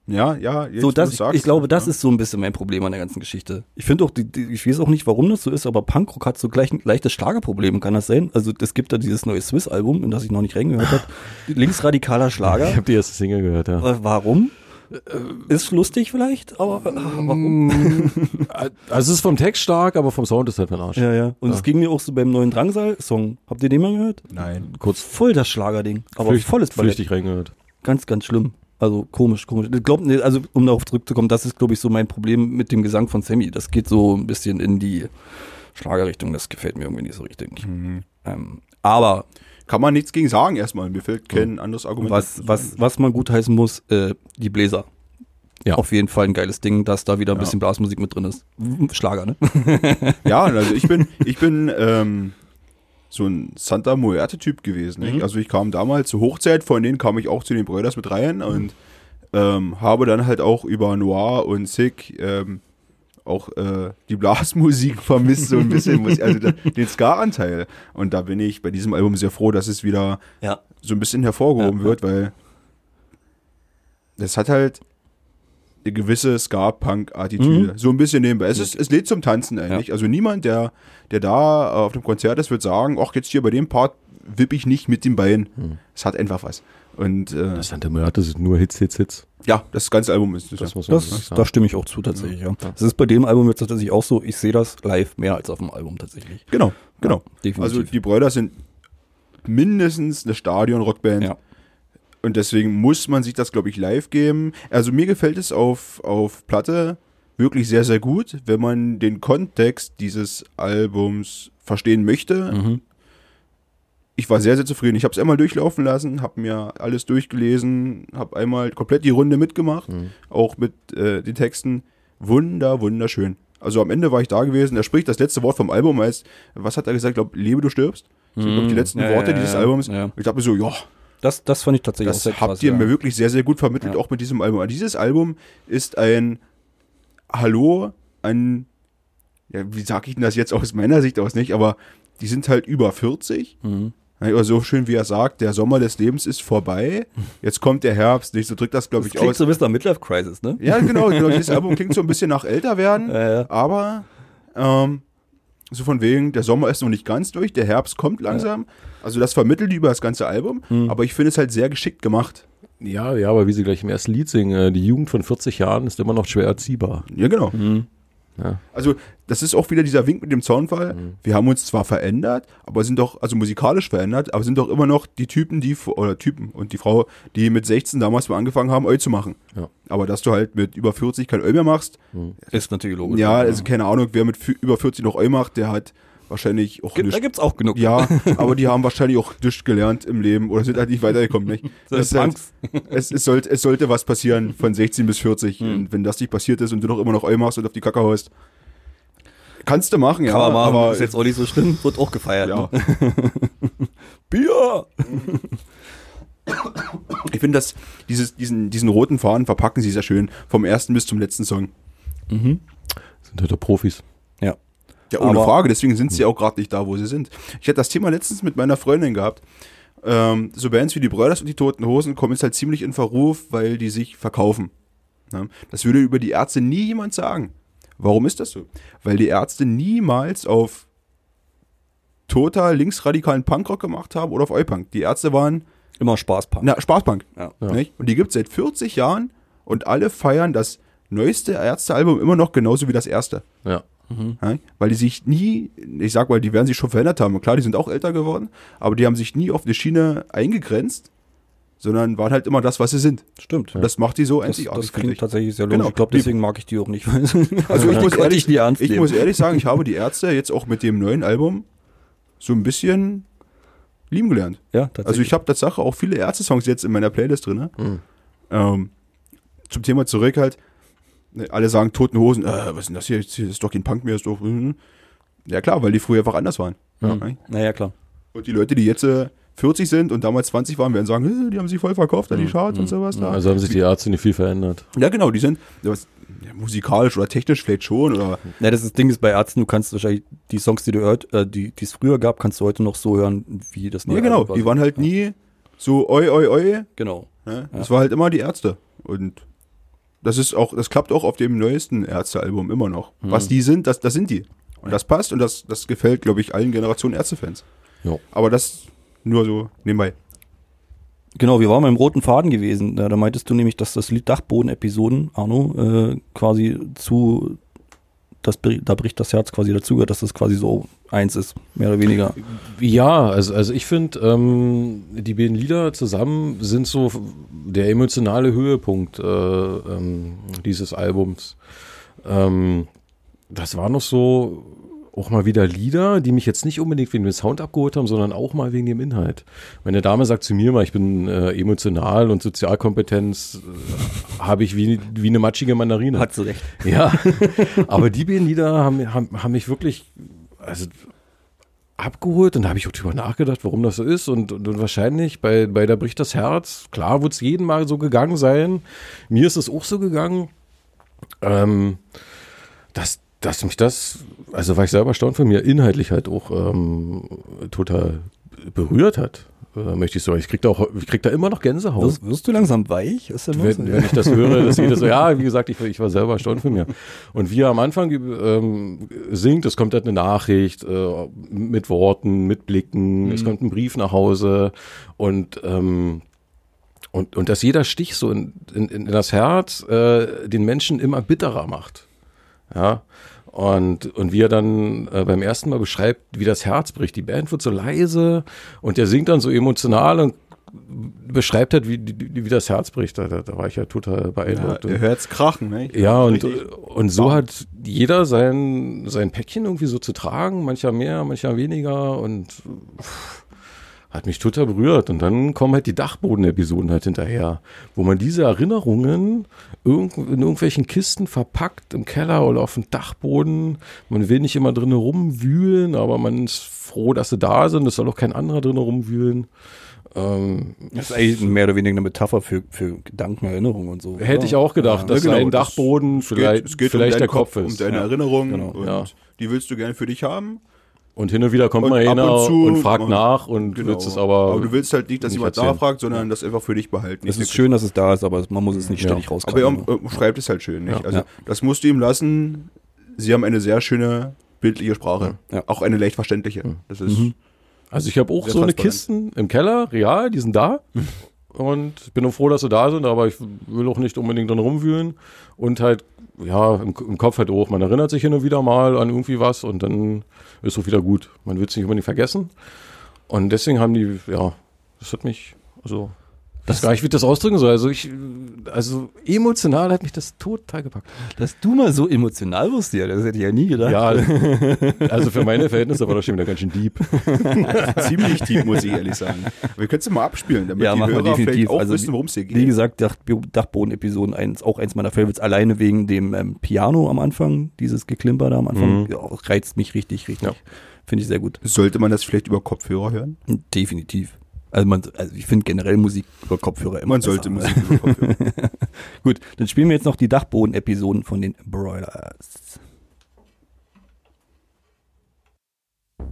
Speaker 1: Ja, ja, jetzt
Speaker 3: so,
Speaker 1: wo
Speaker 3: das,
Speaker 1: du's
Speaker 3: ich,
Speaker 1: sagst, ne?
Speaker 3: ich glaube, das
Speaker 1: ja.
Speaker 3: ist so ein bisschen mein Problem an der ganzen Geschichte. Ich finde auch, die, die, ich weiß auch nicht, warum das so ist, aber Punkrock hat so gleich ein leichtes Schlagerproblem, kann das sein? Also es gibt da dieses neue Swiss-Album, in das ich noch nicht reingehört habe. Linksradikaler Schlager.
Speaker 2: Ich habe die erste Single gehört, ja.
Speaker 3: Äh, warum?
Speaker 1: Äh,
Speaker 3: Ist lustig vielleicht, aber äh,
Speaker 1: Mm.
Speaker 3: warum?
Speaker 2: Also es ist vom Text stark, aber vom Sound ist halt mein Arsch.
Speaker 3: Ja, ja. Und es ging mir auch so beim neuen Drangsal-Song. Habt ihr den mal gehört?
Speaker 1: Nein.
Speaker 2: Kurz
Speaker 3: Voll das Schlagerding. Aber
Speaker 2: flücht-
Speaker 3: volles Ballett.
Speaker 2: flüchtig reingehört.
Speaker 3: Ganz, ganz schlimm. Also komisch, komisch. Ich glaub, ne, also um darauf zurückzukommen, das ist, glaube ich, so mein Problem mit dem Gesang von Sammy. Das geht so ein bisschen in die Schlagerrichtung. Das gefällt mir irgendwie nicht so richtig.
Speaker 1: Mhm.
Speaker 3: Ähm, aber
Speaker 1: Kann man nichts gegen sagen erstmal. Mir fällt kein anderes Argument.
Speaker 3: was, was, was man gut heißen muss, äh, die Bläser.
Speaker 2: Ja.
Speaker 3: Auf jeden Fall ein geiles Ding, dass da wieder ein
Speaker 1: Ja.
Speaker 3: bisschen Blasmusik mit drin ist. Schlager, ne?
Speaker 1: Ja, also ich bin, ich bin, ähm, so ein Santa Muerte-Typ gewesen.
Speaker 3: Mhm.
Speaker 1: Nicht? Also ich kam damals zur Hochzeit, von denen kam ich auch zu den Brothers mit rein und ähm, habe dann halt auch über Noir und Sick ähm, auch äh, die Blasmusik vermisst, so ein bisschen, muss ich, also da, den Ska-Anteil. Und da bin ich bei diesem Album sehr froh, dass es wieder
Speaker 3: Ja.
Speaker 1: so ein bisschen hervorgehoben wird, weil das hat halt eine gewisse Ska-Punk-Attitüde. So ein bisschen nebenbei. Es, ist, es lädt zum Tanzen eigentlich. Also niemand, der, der da äh, auf dem Konzert ist, wird sagen, ach, jetzt hier bei dem Part wippe ich nicht mit den Beinen. Es hat einfach was. Und äh,
Speaker 2: Santa Muerte sind nur Hits, Hits, Hits.
Speaker 1: ja, das ganze Album ist das.
Speaker 2: Das
Speaker 1: ja.
Speaker 2: muss man wirklich
Speaker 3: Das,
Speaker 2: sagen.
Speaker 3: da stimme ich auch zu tatsächlich, ja. Es ist bei dem Album jetzt tatsächlich auch so, ich sehe das live mehr als auf dem Album tatsächlich.
Speaker 1: Genau, genau.
Speaker 3: Ja, definitiv.
Speaker 1: also die Brothers sind mindestens eine Stadion-Rockband.
Speaker 3: Ja.
Speaker 1: Und deswegen muss man sich das, glaube ich, live geben. Also mir gefällt es auf, auf Platte wirklich sehr, sehr gut, wenn man den Kontext dieses Albums verstehen möchte. Ich war sehr, sehr zufrieden. Ich habe es einmal durchlaufen lassen, habe mir alles durchgelesen, habe einmal komplett die Runde mitgemacht, auch mit äh, den Texten. Wunder, wunderschön. Also am Ende war ich da gewesen. Er spricht das letzte Wort vom Album als, was hat er gesagt? Ich glaube, lebe, du stirbst. Das sind, glaub ich, die letzten
Speaker 3: Ja,
Speaker 1: Worte
Speaker 3: ja,
Speaker 1: dieses
Speaker 3: ja.
Speaker 1: Albums.
Speaker 3: Ja.
Speaker 1: Ich dachte mir so, ja,
Speaker 3: Das, das fand ich tatsächlich
Speaker 1: das
Speaker 3: auch sehr
Speaker 1: habt
Speaker 3: krass.
Speaker 1: ihr
Speaker 3: ja.
Speaker 1: mir wirklich sehr, sehr gut vermittelt, auch mit diesem Album. Dieses Album ist ein Hallo an, ja, wie sag ich denn das jetzt aus meiner Sicht aus nicht, aber die sind halt über 40.
Speaker 3: Mhm.
Speaker 1: Ja, aber so schön, wie er sagt, der Sommer des Lebens ist vorbei, jetzt kommt der Herbst, nicht so drückt das, glaube
Speaker 3: das
Speaker 1: ich,
Speaker 3: klingt
Speaker 1: aus.
Speaker 3: so ein bisschen nach Midlife Crisis, ne?
Speaker 1: Ja, genau, genau, dieses Album klingt so ein bisschen nach älter werden, aber ähm, so von wegen, der Sommer ist noch nicht ganz durch, der Herbst kommt langsam. Also das vermittelt die über das ganze Album,
Speaker 3: Mhm.
Speaker 1: aber ich finde es halt sehr geschickt gemacht.
Speaker 2: ja, ja, aber wie sie gleich im ersten Lied singen, äh, die Jugend von 40 Jahren ist immer noch schwer erziehbar.
Speaker 1: Ja, genau.
Speaker 2: Ja.
Speaker 1: Also, das ist auch wieder dieser Wink mit dem Zaunfall. Wir haben uns zwar verändert, aber sind doch, also musikalisch verändert, aber sind doch immer noch die Typen, die, f- oder Typen und die Frau, die mit 16 damals mal angefangen haben, Öl zu machen.
Speaker 2: Ja.
Speaker 1: Aber dass du halt mit über 40 kein Öl mehr machst,
Speaker 3: Ist natürlich logisch.
Speaker 1: ja, also keine Ahnung, wer mit fü- über 40 noch Öl macht, der hat wahrscheinlich auch
Speaker 3: Gibt, da
Speaker 1: nichts-
Speaker 3: gibt's auch genug.
Speaker 1: ja, aber die haben wahrscheinlich auch nichts gelernt im Leben oder sind halt nicht weitergekommen, nicht?
Speaker 3: Das
Speaker 1: Es ist halt,
Speaker 3: Punks. Hm.
Speaker 1: es, es, sollte, es sollte was passieren von 16 bis 40. Und wenn das nicht passiert ist und du noch immer noch Eulen machst und auf die Kacke haust, kannst du machen, ja.
Speaker 3: Kann man machen,
Speaker 1: aber
Speaker 3: ist jetzt auch nicht so schlimm, wird auch gefeiert.
Speaker 1: ja.
Speaker 3: Ne? Bier!
Speaker 1: Ich finde, dass dieses, diesen, diesen roten Faden verpacken sie sehr schön vom ersten bis zum letzten Song. Mhm.
Speaker 2: Sind halt doch Profis.
Speaker 3: Ja.
Speaker 1: Ja, ohne
Speaker 3: Aber- hm.
Speaker 1: Frage, deswegen sind sie auch gerade nicht da, wo sie sind. Ich hatte das Thema letztens mit meiner Freundin gehabt. Ähm, so Bands wie die Brothers und die Toten Hosen kommen jetzt halt ziemlich in Verruf, weil die sich verkaufen. Ne? Das würde über die Ärzte nie jemand sagen. Warum ist das so? Weil die Ärzte niemals auf total linksradikalen Punkrock gemacht haben oder auf Eupunk. Die Ärzte waren
Speaker 3: Immer Spaßpark.
Speaker 1: na, Spaßbank.
Speaker 3: Ja.
Speaker 1: Nicht? Und die gibt es seit 40 Jahren und alle feiern das neueste Ärztealbum immer noch genauso wie das erste.
Speaker 2: Ja.
Speaker 1: Ja? Weil die sich nie, ich sag mal, die werden sich schon verändert haben. Und klar, die sind auch älter geworden, aber die haben sich nie auf eine Schiene eingegrenzt, sondern waren halt immer das, was sie sind.
Speaker 3: Stimmt.
Speaker 1: Und das macht die so
Speaker 3: Das,
Speaker 1: einzigartig.
Speaker 3: das
Speaker 1: finde
Speaker 3: klingt halt
Speaker 1: ich.
Speaker 3: tatsächlich sehr logisch.
Speaker 1: Genau.
Speaker 3: Ich glaube,
Speaker 1: Die-
Speaker 3: deswegen mag ich die auch nicht.
Speaker 1: Also ich muss,
Speaker 3: konnte
Speaker 1: ehrlich,
Speaker 3: ich nie ernst
Speaker 1: ich
Speaker 3: nehmen.
Speaker 1: muss ehrlich sagen, ich habe die Ärzte jetzt auch mit dem neuen Album so ein bisschen lieben gelernt.
Speaker 3: ja, tatsächlich.
Speaker 1: Also ich habe tatsächlich auch viele Ärzte-Songs jetzt in meiner Playlist drin. Ne? Ähm, zum Thema zurück halt. ne, Alle sagen Toten Hosen, äh, was ist denn das hier? Das ist doch kein Punk mehr. Ist doch, hm. Ja klar, weil die früher einfach anders waren. Ne?
Speaker 3: naja, klar.
Speaker 1: Und die Leute, die jetzt äh, 40 sind und damals 20 waren, werden sagen, äh, die haben sich voll verkauft an die Charts und sowas. Da.
Speaker 2: Mhm. Also haben sich die Ärzte nicht viel verändert.
Speaker 1: ja genau, die sind ja, was, ja, musikalisch oder technisch vielleicht schon. Oder,
Speaker 3: Na, das ist, Ding ist bei Ärzten, du kannst wahrscheinlich die Songs, die du hört, äh, die die es früher gab, kannst du heute noch so hören, wie das
Speaker 1: ja
Speaker 3: neue
Speaker 1: genau,
Speaker 2: also
Speaker 3: Album
Speaker 1: die
Speaker 3: war.
Speaker 1: waren halt nie so oi oi oi,
Speaker 3: Genau.
Speaker 1: Ne? Das war halt immer die Ärzte. Und das ist auch, das klappt auch auf dem neuesten Ärztealbum immer noch.
Speaker 2: Mhm.
Speaker 1: Was die sind, das, das sind die. Und das passt und das, das gefällt, glaube ich, allen Generationen Ärztefans.
Speaker 2: Jo.
Speaker 1: Aber das nur so nebenbei.
Speaker 3: Genau, wir waren beim roten Faden gewesen. Da, da meintest du nämlich, dass das Lied Dachboden-Episoden, Arno, äh, quasi zu, das, Beri- da bricht das Herz quasi dazugehört, dass das quasi so eins ist, mehr oder weniger.
Speaker 2: Ja, also, also ich finde, ähm, die beiden Lieder zusammen sind so f- der emotionale Höhepunkt äh, ähm, dieses Albums. Ähm, das waren noch so auch mal wieder Lieder, die mich jetzt nicht unbedingt wegen dem Sound abgeholt haben, sondern auch mal wegen dem Inhalt. Meine Dame sagt zu mir mal, ich bin äh, emotional und Sozialkompetenz äh, habe ich wie, wie eine matschige Mandarine.
Speaker 3: Hat sie recht.
Speaker 2: Ja, aber die beiden Lieder haben, haben, haben mich wirklich, also abgeholt und da habe ich auch drüber nachgedacht, warum das so ist und, und, und wahrscheinlich bei, bei da bricht das Herz, klar wird es jeden Mal so gegangen sein, mir ist es auch so gegangen, ähm, dass, dass mich das, also war ich selber erstaunt von mir, inhaltlich halt auch ähm, total berührt hat, äh, möchte ich sagen. Ich krieg da, auch, ich krieg da immer noch Gänsehaut.
Speaker 3: Wirst, wirst du langsam weich? Was Ist denn los?
Speaker 2: Wenn, wenn ich das höre, das geht so, ja, wie gesagt, ich, ich war selber erstaunt von mir. Und wie er am Anfang ähm, singt, es kommt halt eine Nachricht äh, mit Worten, mit Blicken,
Speaker 3: Mhm.
Speaker 2: es kommt ein Brief nach Hause und ähm, und, und dass jeder Stich so in, in, in das Herz äh, den Menschen immer bitterer macht. Ja. Und, und wie er dann äh, beim ersten Mal beschreibt, wie das Herz bricht. Die Band wird so leise und er singt dann so emotional und beschreibt halt, wie, die- wie das Herz bricht. Da, da da war ich ja total
Speaker 1: Ja,
Speaker 2: beeindruckt.
Speaker 1: ihr hört's krachen, ne?
Speaker 2: Ja, und,
Speaker 1: Richtig.
Speaker 2: und so hat jeder sein, sein Päckchen irgendwie so zu tragen, mancher mehr, mancher weniger und pff, hat mich total berührt. Und dann kommen halt die Dachboden-Episoden halt hinterher, wo man diese Erinnerungen irgend, in irgendwelchen Kisten verpackt im Keller oder auf dem Dachboden. Man will nicht immer drin rumwühlen, aber man ist froh, dass sie da sind. Es soll auch kein anderer drin rumwühlen. Ähm,
Speaker 3: Das ist eigentlich mehr oder weniger eine Metapher für, für Gedanken, Erinnerungen und so.
Speaker 2: hätte ich auch gedacht,
Speaker 3: Ja,
Speaker 2: dass
Speaker 3: genau,
Speaker 2: ein
Speaker 3: das
Speaker 2: Dachboden
Speaker 1: Es geht-
Speaker 2: vielleicht,
Speaker 1: es geht
Speaker 2: vielleicht
Speaker 1: um
Speaker 2: der
Speaker 1: deinen
Speaker 2: Kopf, ist.
Speaker 1: um deine Erinnerungen
Speaker 3: genau.
Speaker 1: und
Speaker 2: Ja.
Speaker 1: die willst du gerne für dich haben.
Speaker 2: Und hin und wieder kommt
Speaker 1: Und
Speaker 2: mal
Speaker 1: ab
Speaker 2: einer
Speaker 1: und zu-
Speaker 2: und fragt
Speaker 1: und-
Speaker 2: nach und willst es aber.
Speaker 1: Genau. du willst halt nicht, dass
Speaker 2: nicht
Speaker 1: jemand
Speaker 2: erzählen.
Speaker 1: nachfragt, sondern das einfach für dich behalten.
Speaker 3: Es
Speaker 1: Nicht
Speaker 3: ist schön, dass es da ist, aber man muss es nicht
Speaker 2: Ja. ähm,
Speaker 3: ständig
Speaker 1: Aber
Speaker 3: rauskramen.
Speaker 1: er um- schreibt es halt schön. Nicht?
Speaker 2: Ja.
Speaker 1: also
Speaker 3: Ja.
Speaker 1: das musst du ihm lassen. Sie haben eine sehr schöne bildliche Sprache.
Speaker 3: Ja.
Speaker 1: Auch eine leicht verständliche. Das ist
Speaker 2: also ich habe auch
Speaker 1: Sehr
Speaker 2: so eine
Speaker 1: transparent.
Speaker 2: Kisten im Keller, real, die sind da. und ich bin auch froh, dass sie da sind, aber ich will auch nicht unbedingt drin rumwühlen. Und halt, ja, im, im Kopf halt auch. Man erinnert sich hin und wieder mal an irgendwie was und dann ist auch wieder gut. Man will es nicht unbedingt vergessen. Und deswegen haben die, ja, das hat mich, also. Ich weiß gar nicht, wie ich das ausdrücken soll. Also ich, also emotional hat mich das total gepackt.
Speaker 3: Dass du mal so emotional wirst, ja, das hätte ich ja nie gedacht.
Speaker 2: Ja, also für meine Verhältnisse war das schon wieder ganz schön deep.
Speaker 1: ziemlich tief, muss ich ehrlich sagen. Aber wir können es mal abspielen, damit
Speaker 3: Ja,
Speaker 1: die
Speaker 3: machen wir
Speaker 1: Hörer vielleicht
Speaker 3: definitiv.
Speaker 1: auch
Speaker 3: Also,
Speaker 1: wissen, worum es hier
Speaker 3: Wie
Speaker 1: geht.
Speaker 3: gesagt, Dach, Dachboden-Episoden eins, auch eins meiner Favorites, alleine wegen dem ähm, Piano am Anfang, dieses Geklimper da am Anfang, ja, reizt mich richtig, richtig.
Speaker 2: Ja.
Speaker 3: Finde ich sehr gut.
Speaker 1: Sollte man das vielleicht über Kopfhörer hören?
Speaker 3: Definitiv. Also, man, also ich finde generell Musik über Kopfhörer immer
Speaker 1: Man sollte
Speaker 3: besser.
Speaker 1: Musik über Kopfhörer hören.
Speaker 3: Gut, dann spielen wir jetzt noch die Dachboden-Episoden von den Broilers.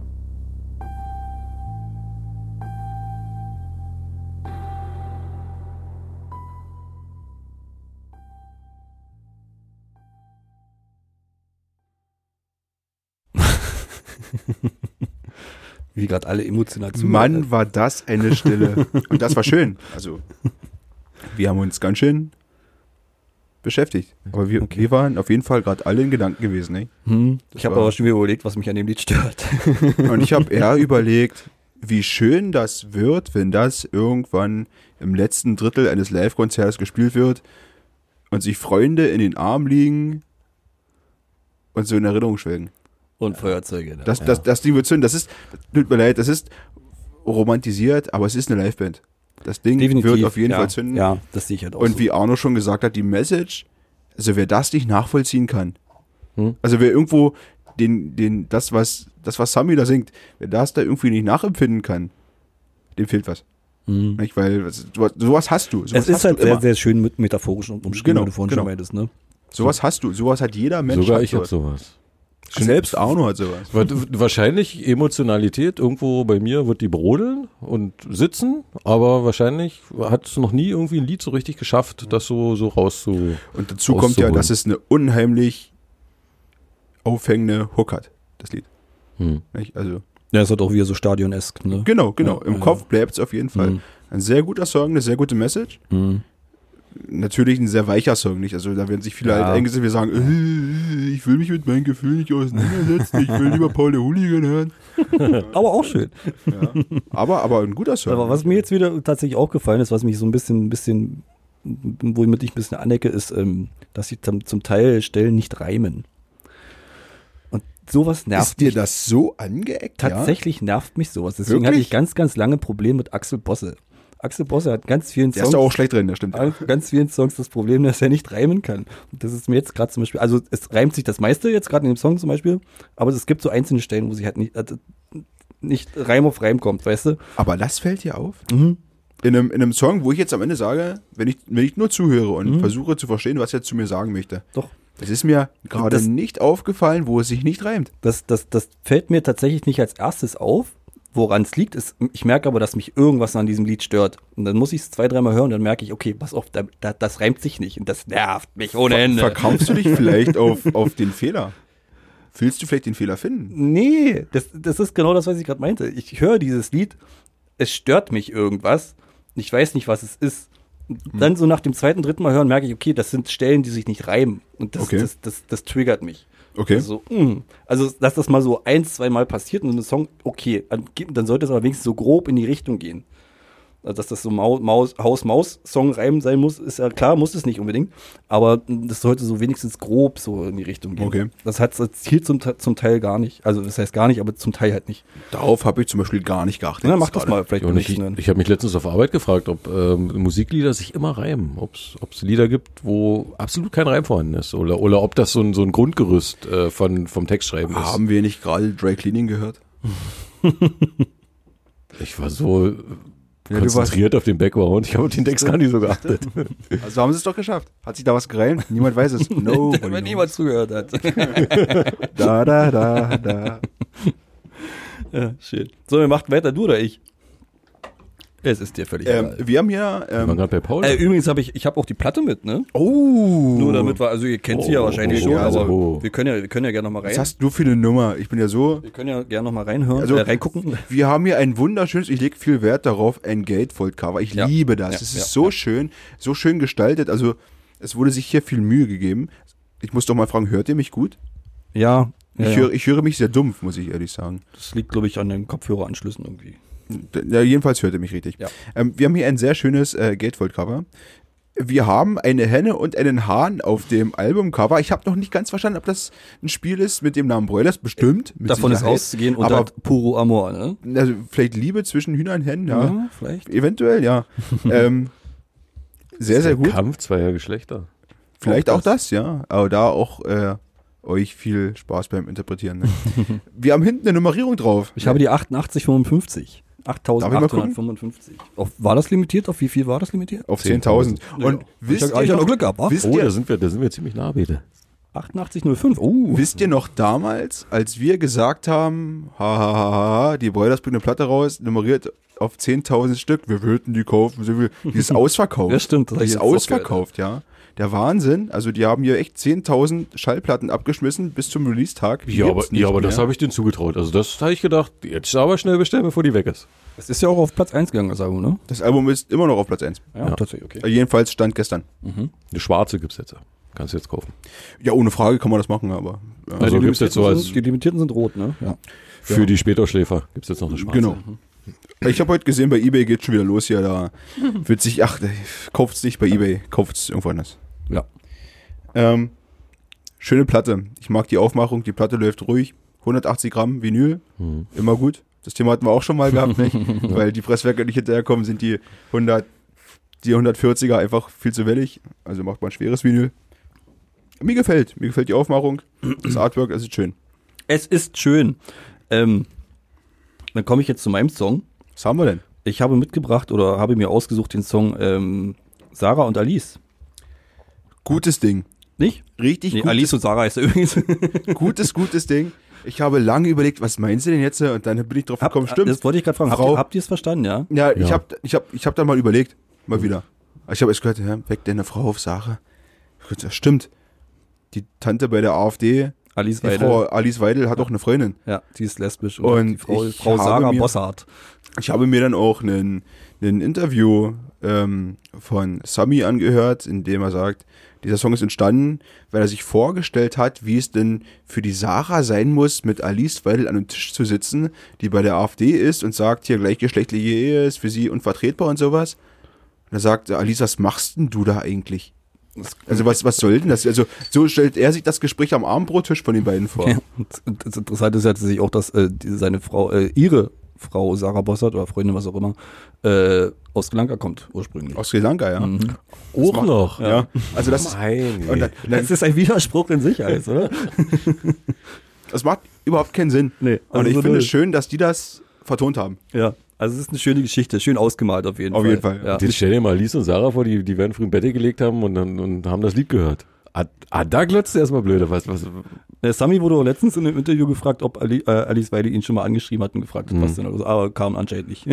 Speaker 3: Wie gerade alle emotional zu.
Speaker 1: Mann, war das eine Stille. Und das war schön. Also, wir haben uns ganz schön beschäftigt. Aber wir, wir waren auf jeden Fall gerade alle in Gedanken gewesen. Nicht?
Speaker 3: Hm, ich habe
Speaker 1: war-
Speaker 3: aber schon wieder überlegt, was mich an dem Lied stört.
Speaker 1: Und ich habe eher überlegt, wie schön das wird, wenn das irgendwann im letzten Drittel eines Live-Konzerts gespielt wird und sich Freunde in den Arm liegen und so in Erinnerung schwelgen.
Speaker 3: Und Feuerzeuge. ne?
Speaker 1: Das, das, das Ding wird zünden. Das ist, tut mir leid, das ist romantisiert, aber es ist eine Liveband. Das Ding wird auf jeden
Speaker 3: ja,
Speaker 1: Fall zünden.
Speaker 3: Ja, das sehe ich halt auch.
Speaker 1: Und
Speaker 3: so.
Speaker 1: wie Arno schon gesagt hat, die Message, also wer das nicht nachvollziehen kann,
Speaker 2: Hm.
Speaker 1: also wer irgendwo den, den, das, was, das, was Sammy da singt, wer das da irgendwie nicht nachempfinden kann, dem fehlt was.
Speaker 3: Mhm.
Speaker 1: Nicht? Weil was- sowas, sowas hast du. Sowas
Speaker 3: Es ist
Speaker 1: hast
Speaker 3: halt
Speaker 1: du immer.
Speaker 3: sehr, sehr schön mit metaphorisch und umschrieben,
Speaker 1: Genau,
Speaker 3: wie du vorhin
Speaker 1: genau.
Speaker 3: schon meintest, ne?
Speaker 1: sowas hast du, sowas hat jeder Mensch.
Speaker 2: Sogar
Speaker 1: hat
Speaker 2: ich habe sowas.
Speaker 1: Selbst Arno hat sowas.
Speaker 2: Wa- Wahrscheinlich Emotionalität irgendwo bei mir wird die brodeln und sitzen, aber wahrscheinlich hat es noch nie irgendwie ein Lied so richtig geschafft, das so, so rauszu.
Speaker 1: Und dazu kommt ja,
Speaker 2: Auszuholen.
Speaker 1: dass es eine unheimlich aufhängende Hook hat, das Lied.
Speaker 2: Hm.
Speaker 1: Nicht? Also,
Speaker 3: Ja, es hat auch wieder so stadionesk, ne?
Speaker 1: genau, genau.
Speaker 3: Ja,
Speaker 1: Im
Speaker 3: ja.
Speaker 1: Kopf bleibt es auf jeden Fall.
Speaker 3: Mhm.
Speaker 1: Ein sehr guter Song, eine sehr gute Message.
Speaker 3: Mhm.
Speaker 1: natürlich ein sehr weicher Song, nicht? Also da werden sich viele
Speaker 3: Ja.
Speaker 1: halt eingesetzt, wir sagen, äh, ich will mich mit meinen Gefühlen nicht auseinandersetzen, ich will lieber Paul der Hooligan hören.
Speaker 3: Aber auch schön.
Speaker 1: Ja. Aber, aber ein guter Song.
Speaker 3: Aber was mir jetzt wieder tatsächlich auch gefallen ist, was mich so ein bisschen, ein bisschen, womit ich ein bisschen anecke, ist, ähm, dass sie zum, zum Teil Stellen nicht reimen. Und sowas nervt
Speaker 1: ist dir das so angeeckt?
Speaker 3: Tatsächlich nervt mich sowas. Deswegen hatte
Speaker 1: Wirklich?
Speaker 3: ich ganz, ganz lange Probleme mit Axel Bosse. Axel Bosse hat ganz vielen
Speaker 1: Ja? Der ist
Speaker 3: Songs.
Speaker 1: doch auch schlecht drin, das stimmt.
Speaker 3: an ganz vielen Songs das Problem, dass er nicht reimen kann. Und das ist mir jetzt gerade zum Beispiel, also es reimt sich das meiste jetzt gerade in dem Song zum Beispiel, aber es gibt so einzelne Stellen, wo sie halt nicht, also, nicht Reim auf Reim kommt, weißt du?
Speaker 1: Aber das fällt dir auf? In, einem, in einem Song, wo ich jetzt am Ende sage, wenn ich, wenn ich nur zuhöre und versuche zu verstehen, was er zu mir sagen möchte.
Speaker 3: Doch.
Speaker 1: Das ist mir gerade
Speaker 3: Das-
Speaker 1: nicht aufgefallen, wo es sich nicht reimt.
Speaker 3: Das, das, das fällt mir tatsächlich nicht als erstes auf. Woran es liegt, ist, ich merke aber, dass mich irgendwas an diesem Lied stört. Und dann muss ich es zwei, dreimal hören und dann merke ich, okay, pass auf, da, da, das reimt sich nicht. Und das nervt mich ohne Ende.
Speaker 1: Verkaufst du dich vielleicht auf, auf den Fehler? Willst du vielleicht den Fehler finden?
Speaker 3: Nee, das, das ist genau das, was ich gerade meinte. Ich höre dieses Lied, es stört mich irgendwas. Ich weiß nicht, was es ist. Und Dann so nach dem zweiten, dritten Mal hören, merke ich, okay, das sind Stellen, die sich nicht reimen. Und das,
Speaker 1: Okay.
Speaker 3: das, das, das triggert mich.
Speaker 1: Okay.
Speaker 3: Also, mm. also, dass das mal so ein, zwei Mal passiert in einem Song, okay, dann, geht- dann sollte es aber wenigstens so grob in die Richtung gehen. Also, dass das so Mau- Maus- Haus-Maus-Song-Reim sein muss, ist ja klar, muss es nicht unbedingt. Aber mm, das sollte so wenigstens grob so in die Richtung gehen.
Speaker 1: Okay.
Speaker 3: Das hat es hier zum, Te- zum Teil gar nicht. Also, das heißt gar nicht, aber zum Teil halt nicht.
Speaker 1: Darauf habe ich zum Beispiel gar nicht geachtet.
Speaker 3: Na, mach das
Speaker 1: gerade.
Speaker 3: mal, vielleicht
Speaker 2: Ja, und ich,
Speaker 3: benutzen dann.
Speaker 2: ich habe mich letztens auf Arbeit gefragt, ob ähm, Musiklieder sich immer reimen, ob es Lieder gibt, wo absolut kein Reim vorhanden ist oder, oder ob das so ein, so ein Grundgerüst äh, von, vom Textschreiben ist.
Speaker 1: Haben wir nicht gerade Dry Cleaning gehört?
Speaker 2: Ich war so äh,
Speaker 1: Ja, du warst-
Speaker 2: konzentriert auf den Background, ich habe auf den Text gar nicht so geachtet.
Speaker 1: Also haben sie es doch geschafft. Hat sich da was gereimt? Niemand weiß es. No.
Speaker 3: Wenn niemand zugehört hat.
Speaker 1: Da, da, da, da.
Speaker 3: ja, schön. So, wir machen weiter, du oder ich? Es ist dir völlig
Speaker 1: Ähm,
Speaker 3: egal.
Speaker 1: wir haben hier.
Speaker 2: Ich war
Speaker 1: Ähm,
Speaker 2: gerade bei Paul.
Speaker 3: Äh, übrigens habe ich, ich habe auch die Platte mit, ne?
Speaker 1: oh.
Speaker 3: Nur damit wir, also ihr kennt sie ja
Speaker 2: Oh,
Speaker 3: wahrscheinlich
Speaker 2: oh,
Speaker 3: schon,
Speaker 2: ja, also,
Speaker 3: aber
Speaker 2: oh.
Speaker 3: wir können ja, wir können ja gerne nochmal rein.
Speaker 1: Was hast du für eine Nummer? Ich bin ja so.
Speaker 3: wir können ja gerne nochmal reinhören,
Speaker 1: Also-
Speaker 3: äh, reingucken.
Speaker 1: Wir haben hier ein wunderschönes, ich lege viel Wert darauf, ein Gatefold-Cover. Ich
Speaker 3: Ja.
Speaker 1: liebe das.
Speaker 3: Ja,
Speaker 1: Es ist
Speaker 3: ja,
Speaker 1: so schön, so schön gestaltet. Also, es wurde sich hier viel Mühe gegeben. Ich muss doch mal fragen, hört ihr mich gut?
Speaker 3: Ja,
Speaker 1: Ich, höre, ich höre mich sehr dumpf, muss ich ehrlich sagen.
Speaker 3: das liegt, glaube ich, an den Kopfhöreranschlüssen irgendwie.
Speaker 1: Ja, jedenfalls hört ihr mich richtig.
Speaker 3: Ja.
Speaker 1: Ähm, wir haben hier ein sehr schönes äh, Gatefold-Cover. Wir haben eine Henne und einen Hahn auf dem Albumcover. Ich habe noch nicht ganz verstanden, ob das ein Spiel ist mit dem Namen Broilers. Bestimmt. mit
Speaker 3: Davon ist
Speaker 1: Sicherheit.
Speaker 3: auszugehen und
Speaker 1: aber
Speaker 3: halt puro Amor, ne?
Speaker 1: also, vielleicht Liebe zwischen Hühnern und Hennen, ja.
Speaker 3: Mhm. vielleicht.
Speaker 1: Eventuell, ja. ähm, sehr, sehr gut.
Speaker 2: Kampf zweier Geschlechter.
Speaker 1: Vielleicht auch das, ja. Aber da auch äh, euch viel Spaß beim Interpretieren. Ne? Wir haben hinten eine Nummerierung drauf.
Speaker 3: Ich habe die 8855.
Speaker 1: mal gucken?
Speaker 3: 8855. Auf, war das limitiert? Auf wie viel war das limitiert?
Speaker 1: auf 10.000. Und wisst,
Speaker 3: ich hab- ich
Speaker 1: ihr
Speaker 3: hab noch
Speaker 1: noch,
Speaker 3: Glück gehabt, wa?
Speaker 1: wisst,
Speaker 2: Oh, da
Speaker 1: ihr,
Speaker 2: sind wir, da sind wir ziemlich nah, bitte.
Speaker 3: 8805. Oh.
Speaker 1: wisst ihr noch damals, als wir gesagt haben, hahaha, die Broilers bringen eine Platte raus, nummeriert auf 10.000 Stück, wir würden die kaufen, so viel. die ist ausverkauft.
Speaker 3: Ja, stimmt, das hab
Speaker 1: die
Speaker 3: ich
Speaker 1: ist
Speaker 3: jetzt auch gehört.
Speaker 1: ausverkauft, ja. Der Wahnsinn, also die haben hier echt 10.000 Schallplatten abgeschmissen bis zum Release-Tag. Die
Speaker 2: Ja, aber,
Speaker 1: gibt's nicht
Speaker 2: ja, aber das
Speaker 1: mehr.
Speaker 2: habe ich denen zugetraut. Also das habe ich gedacht, jetzt aber schnell bestellen, bevor die weg ist.
Speaker 3: Es ist ja auch auf Platz 1 gegangen, das Album, ne?
Speaker 1: Das Album ist immer noch auf Platz 1.
Speaker 3: Ja, tatsächlich, okay.
Speaker 1: Jedenfalls stand gestern.
Speaker 2: Eine schwarze gibt's jetzt. Kannst du jetzt kaufen.
Speaker 1: Ja, ohne Frage kann man das machen, aber. Ja.
Speaker 2: Also gibt's jetzt so als
Speaker 3: sind, die Limitierten sind rot, ne? Ja.
Speaker 2: für die Spätausschläfer gibt's jetzt noch eine schwarze. Mhm.
Speaker 1: Genau. Ich habe heute gesehen, bei Ebay geht schon wieder los hier. Da wird sich, ach, kauft's nicht bei Ebay, kauft's irgendwo anders.
Speaker 3: Ja.
Speaker 1: Ähm, schöne Platte. Ich mag die Aufmachung, die Platte läuft ruhig. 180 Gramm Vinyl,
Speaker 3: Mhm.
Speaker 1: immer gut. Das Thema hatten wir auch schon mal gehabt, nicht? Weil die Presswerke nicht hinterherkommen, sind die 100, die 140er einfach viel zu wellig. Also macht man schweres Vinyl. Mir gefällt, mir gefällt die Aufmachung, das Artwork, es ist schön.
Speaker 3: Es ist schön. Ähm, dann komme ich jetzt zu meinem Song.
Speaker 1: Was haben wir denn?
Speaker 3: Ich habe mitgebracht oder habe mir ausgesucht den Song ähm, Sarah und Alice.
Speaker 1: Gutes Ding.
Speaker 3: Nicht?
Speaker 1: Richtig
Speaker 3: Nee,
Speaker 1: gutes,
Speaker 3: Alice und Sarah ist er übrigens.
Speaker 1: gutes, gutes Ding. Ich habe lange überlegt, was meinst du denn jetzt? Und dann bin ich drauf gekommen, stimmt.
Speaker 3: Das wollte ich gerade fragen. Habt
Speaker 1: Frau-
Speaker 3: ihr, habt ihr es verstanden, äh, ja?
Speaker 1: ja, ich
Speaker 2: Ja.
Speaker 1: habe ich hab, ich hab dann mal überlegt, mal wieder. Ich habe erst gehört, ja, weg deine Frau auf Sache. Ich dachte, ja, stimmt. Die Tante bei der AfD,
Speaker 3: Alice
Speaker 1: die
Speaker 3: Weidel.
Speaker 1: Frau Alice Weidel, hat auch eine Freundin.
Speaker 3: Ja, die ist lesbisch.
Speaker 1: Und
Speaker 3: die Frau,
Speaker 1: ich
Speaker 3: Frau
Speaker 1: habe
Speaker 3: Sarah
Speaker 1: mir-
Speaker 3: Bossart.
Speaker 1: Ich habe mir dann auch ein Interview ähm, von Sami angehört, in dem er sagt, dieser Song ist entstanden, weil er sich vorgestellt hat, wie es denn für die Sarah sein muss, mit Alice Weidel an einem Tisch zu sitzen, die bei der AfD ist und sagt, hier gleichgeschlechtliche Ehe ist für sie unvertretbar und sowas. Und er sagt, Alice, was machst denn du da eigentlich? Also was, was soll denn das? Also so stellt er sich das Gespräch am Abendbrottisch von den beiden vor.
Speaker 3: Ja. Und, und das Interessante ist ja tatsächlich auch, dass äh, die, seine Frau, äh, ihre Frau Sarah Bossart oder Freundin, was auch immer, äh, aus Sri Lanka kommt ursprünglich.
Speaker 1: Aus Sri Lanka, ja.
Speaker 3: Mhm.
Speaker 2: Auch noch.
Speaker 1: ja. Also das,
Speaker 2: Nein.
Speaker 1: und dann, dann,
Speaker 3: ist ein Widerspruch in sich alles, oder?
Speaker 1: Das macht überhaupt keinen Sinn.
Speaker 3: Nee,
Speaker 1: und
Speaker 3: also
Speaker 1: ich
Speaker 3: so
Speaker 1: finde
Speaker 3: null.
Speaker 1: es schön, dass die das vertont haben.
Speaker 3: Ja, also es ist eine schöne Geschichte, schön ausgemalt auf jeden
Speaker 1: Auf
Speaker 3: Fall.
Speaker 1: jeden Fall, ja.
Speaker 3: Ja.
Speaker 2: Jetzt stell dir mal Lies und Sarah vor, die, die werden früh im Bett gelegt haben und, dann, und haben das Lied gehört. Ah, ah da glotzt du erstmal blöde. Was, was,
Speaker 3: Äh, Sami wurde auch letztens in einem Interview gefragt, ob Ali, äh, Alice Weidel ihn schon mal angeschrieben hat und gefragt hat, was denn alles. Aber kam anscheinend nicht.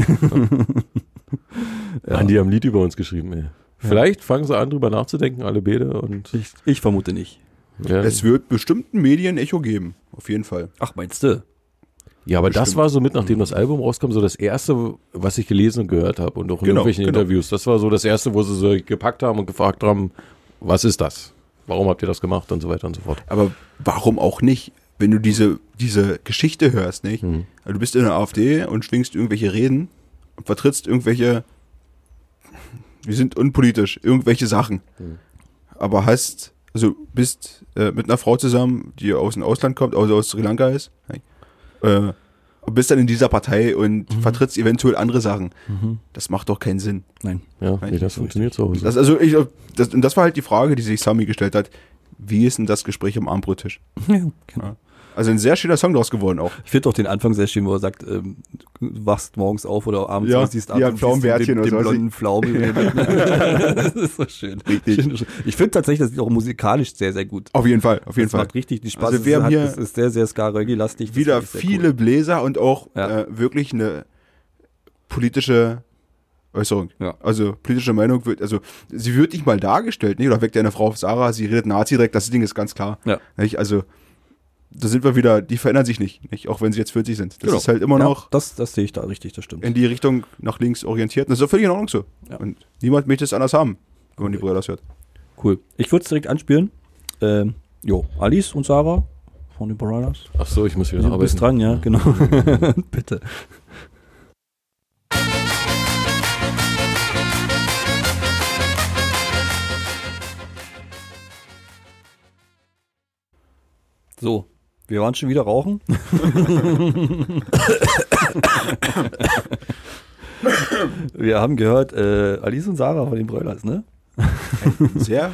Speaker 2: Mann, die haben ein Lied über uns geschrieben, ey. Vielleicht fangen sie an, drüber nachzudenken, alle Bede und
Speaker 3: Ich, ich vermute nicht.
Speaker 2: ja.
Speaker 1: Es wird bestimmten Medien Echo geben, auf jeden Fall.
Speaker 3: Ach, meinst du?
Speaker 2: Ja, aber das
Speaker 1: Bestimmt. Mhm.
Speaker 2: war so mit, nachdem das Album rauskam, so das erste, was ich gelesen und gehört habe und auch in
Speaker 1: Genau,
Speaker 2: irgendwelchen
Speaker 1: genau.
Speaker 2: Interviews. Das war so das erste, wo sie so gepackt haben und gefragt haben, was ist das? Warum habt ihr das gemacht und so weiter und so fort.
Speaker 1: Aber warum auch nicht, wenn du diese, diese Geschichte hörst, nicht? Also Du bist in der AfD und schwingst irgendwelche Reden und vertrittst irgendwelche, wir sind unpolitisch, irgendwelche Sachen. Aber hast, also bist äh, mit einer Frau zusammen, die aus dem Ausland kommt, also aus Sri Lanka ist, nicht? äh, und bist dann in dieser Partei und vertrittst eventuell andere Sachen. Das macht doch keinen Sinn.
Speaker 3: Nein.
Speaker 2: Ja,
Speaker 1: Weiß
Speaker 2: wie
Speaker 1: ich
Speaker 2: das funktioniert zu Hause.
Speaker 1: Das, also ich, das, und das war halt die Frage, die sich Sami gestellt hat. Wie ist denn das Gespräch am Armbrottisch?
Speaker 3: Ja, genau.
Speaker 1: Also ein sehr schöner Song draus geworden auch.
Speaker 3: Ich finde auch den Anfang sehr schön, wo er sagt, ähm, du wachst morgens auf oder abends
Speaker 1: Ja,
Speaker 3: und siehst
Speaker 1: ja,
Speaker 3: abends und siehst
Speaker 1: Pflaumenbärtchen
Speaker 3: den, den
Speaker 1: oder so.
Speaker 3: blonden Pflaumen. über den Lippen. das ist so schön.
Speaker 1: Richtig.
Speaker 3: Schön, schön. Ich finde tatsächlich, das Lied auch musikalisch sehr, sehr gut.
Speaker 1: Auf jeden Fall, auf jeden
Speaker 3: Das
Speaker 1: Fall.
Speaker 3: macht richtig die Spaß.
Speaker 1: Also
Speaker 3: Es
Speaker 1: wir haben
Speaker 3: hat-
Speaker 1: hier
Speaker 3: es ist sehr, sehr Skarögi-lastig. Das
Speaker 1: Wieder
Speaker 3: finde ich sehr
Speaker 1: viele Bläser und auch
Speaker 3: Ja.
Speaker 1: äh, wirklich eine politische Äußerung.
Speaker 3: Ja.
Speaker 1: Also politische Meinung wird, also sie wird nicht mal dargestellt, nicht? oder weckt eine Frau auf Sarah, sie redet Nazi direkt, das Ding ist ganz klar.
Speaker 3: Ja.
Speaker 1: Nicht? Also da sind wir wieder, die verändern sich nicht, nicht? auch wenn sie jetzt 40 sind. Das
Speaker 3: Genau.
Speaker 1: ist halt immer
Speaker 3: Ja,
Speaker 1: noch
Speaker 3: Das, das sehe ich da richtig, das stimmt.
Speaker 1: in die Richtung nach links orientiert. Das ist doch völlig in Ordnung so.
Speaker 3: Ja.
Speaker 1: Und niemand möchte es anders haben, wenn man die Brüder das hört.
Speaker 3: Cool. Ich würde es direkt anspielen. Ähm, jo, Alice und Sarah von den Piranhas.
Speaker 2: Ach so, ich muss wieder
Speaker 3: Du bist
Speaker 2: arbeiten.
Speaker 3: dran, ja, genau. Bitte. So, wir waren schon wieder rauchen. wir haben gehört, äh, Alice und Sarah von den Bröllers, ne?
Speaker 1: Sehr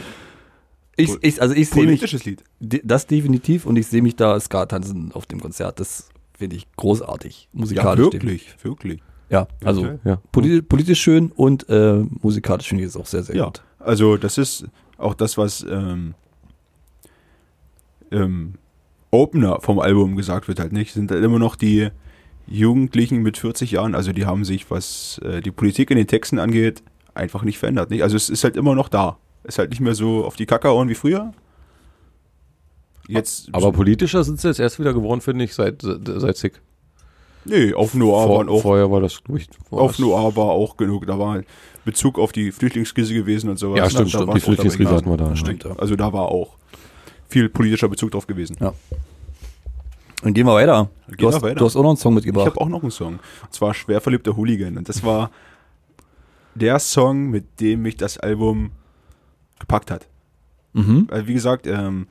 Speaker 3: Ich, ich, also ich sehe mich,
Speaker 1: politisches Lied.
Speaker 3: De- Das definitiv und ich sehe mich da Ska tanzen auf dem Konzert. Das finde ich großartig. Musikalisch.
Speaker 1: wirklich.
Speaker 3: Ja, also
Speaker 1: Okay.
Speaker 2: Ja.
Speaker 3: politi politisch schön und äh, musikalisch finde ich es auch sehr, sehr
Speaker 1: Ja,
Speaker 3: gut.
Speaker 1: also das ist auch das, was ähm, im Opener vom Album gesagt wird halt nicht, sind halt immer noch die Jugendlichen mit 40 Jahren, also die haben sich, was äh, die Politik in den Texten angeht, einfach nicht verändert. Nicht? Also es ist halt immer noch da. Ist halt nicht mehr so auf die Kackerhauen wie früher. Jetzt,
Speaker 2: Aber politischer sind sie jetzt erst wieder geworden, finde ich, seit, seit- seit Sick.
Speaker 1: nee, auf Noir
Speaker 2: Vor-
Speaker 1: waren auch
Speaker 2: Vorher war das, glaub ich, war
Speaker 1: Auf
Speaker 2: das-
Speaker 1: Noir war auch genug. Da war Bezug auf die Flüchtlingskrise gewesen und sowas.
Speaker 2: Ja, stimmt,
Speaker 1: da
Speaker 2: stimmt.
Speaker 1: war
Speaker 2: Die
Speaker 1: auch dabei
Speaker 2: Flüchtlingskrise
Speaker 1: gewesen.
Speaker 2: hatten wir da, ja.
Speaker 1: Stimmt, ja. Also da war auch viel politischer Bezug drauf gewesen.
Speaker 3: Ja. Dann gehen wir weiter.
Speaker 1: Gehen
Speaker 3: Du hast,
Speaker 1: wir weiter.
Speaker 3: du hast auch noch einen Song
Speaker 1: Ich
Speaker 3: mitgebracht.
Speaker 1: habe auch noch einen Song. Und zwar Schwer verliebter Hooligan. Und das war der Song, mit dem mich das Album gepackt hat.
Speaker 3: Mhm.
Speaker 1: Also wie gesagt, ähm,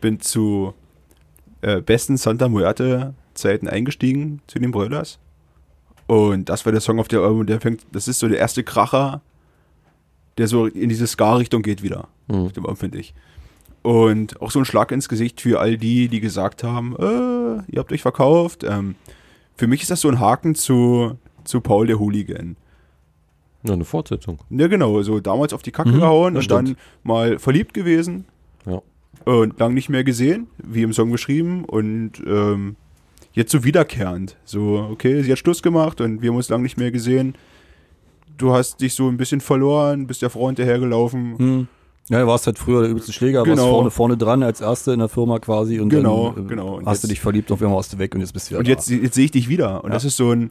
Speaker 1: bin zu äh, besten Santa Muerte Zeiten eingestiegen zu den Broilers. Und das war der Song auf dem Album, der fängt, das ist so der erste Kracher, der so in diese Ska-Richtung geht wieder. Auf dem Album, finde ich. Und auch so ein Schlag ins Gesicht für all die, die gesagt haben, äh, ihr habt euch verkauft. Ähm, für mich ist das so ein Haken zu, zu Paul der Hooligan.
Speaker 2: Ja, eine Fortsetzung.
Speaker 1: Ja, genau, so damals auf die Kacke gehauen
Speaker 2: Mhm, das
Speaker 1: und dann mal verliebt gewesen
Speaker 2: Ja.
Speaker 1: und lang nicht mehr gesehen, wie im Song beschrieben und ähm, jetzt so wiederkehrend. So, okay, sie hat Schluss gemacht und wir haben uns lang nicht mehr gesehen. Du hast dich so ein bisschen verloren, bist der Frau hinterhergelaufen.
Speaker 3: Mhm. Ja, du warst halt früher der übelste Schläger, warst
Speaker 1: Genau.
Speaker 3: vorne, vorne dran als Erste in der Firma quasi und
Speaker 1: Genau,
Speaker 3: dann äh,
Speaker 1: genau. Und
Speaker 3: hast
Speaker 1: jetzt-
Speaker 3: du dich verliebt, auf einmal warst du weg und jetzt bist du wieder
Speaker 1: Und jetzt,
Speaker 3: da.
Speaker 1: jetzt sehe ich dich wieder. Und das ist so ein,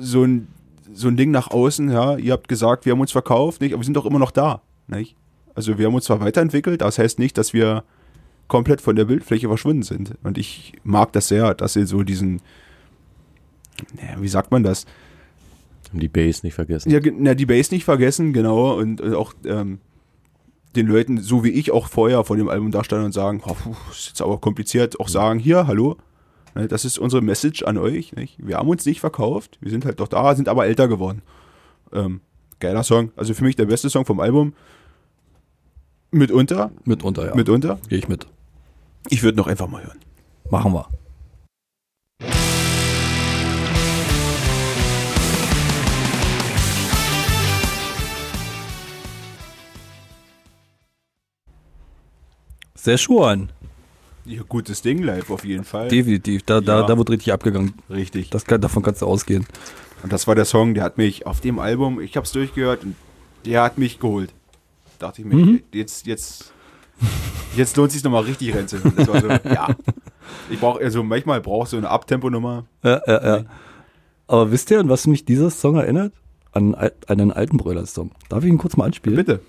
Speaker 1: so ein, so ein Ding nach außen, ja. Ihr habt gesagt, wir haben uns verkauft, nicht? Aber wir sind doch immer noch da, nicht? Also wir haben uns zwar weiterentwickelt, das heißt nicht, dass wir komplett von der Bildfläche verschwunden sind. Und ich mag das sehr, dass sie so diesen, naja, wie sagt man das?
Speaker 2: Haben die Bass nicht vergessen.
Speaker 1: Ja, ge- na, die Base nicht vergessen, genau. Und, äh, auch ähm, den Leuten, so wie ich auch vorher vor dem Album darstellen und sagen, oh, puh, ist jetzt aber kompliziert, auch sagen, hier, hallo. Ne, Das ist unsere Message an euch. Nicht? Wir haben uns nicht verkauft. Wir sind halt doch da, sind aber älter geworden. Ähm, geiler Song. Also für mich der beste Song vom Album. Mitunter.
Speaker 3: Mitunter, ja.
Speaker 1: Mitunter.
Speaker 3: Gehe ich mit.
Speaker 1: Ich würde noch einfach mal hören.
Speaker 3: Machen wir. Szechuan.
Speaker 1: Ja, gutes Ding live auf jeden Fall.
Speaker 3: Definitiv. Da, da,
Speaker 1: Ja.
Speaker 3: da wird richtig abgegangen.
Speaker 1: Richtig.
Speaker 3: Das kann, davon kannst du ausgehen.
Speaker 1: Und das war der Song, der hat mich auf dem Album, ich hab's durchgehört, und der hat mich geholt. Dachte ich mir,
Speaker 3: Mhm.
Speaker 1: jetzt, jetzt, jetzt lohnt sich's nochmal richtig reinzuhören. Das war so, ja. Ich brauch, also manchmal brauchst du eine Abtempo-Nummer.
Speaker 3: Ja, ja, ja. Aber wisst ihr, an was mich dieser Song erinnert? An, al- an einen alten Bröllers-Song. Darf ich ihn kurz mal anspielen?
Speaker 1: Bitte.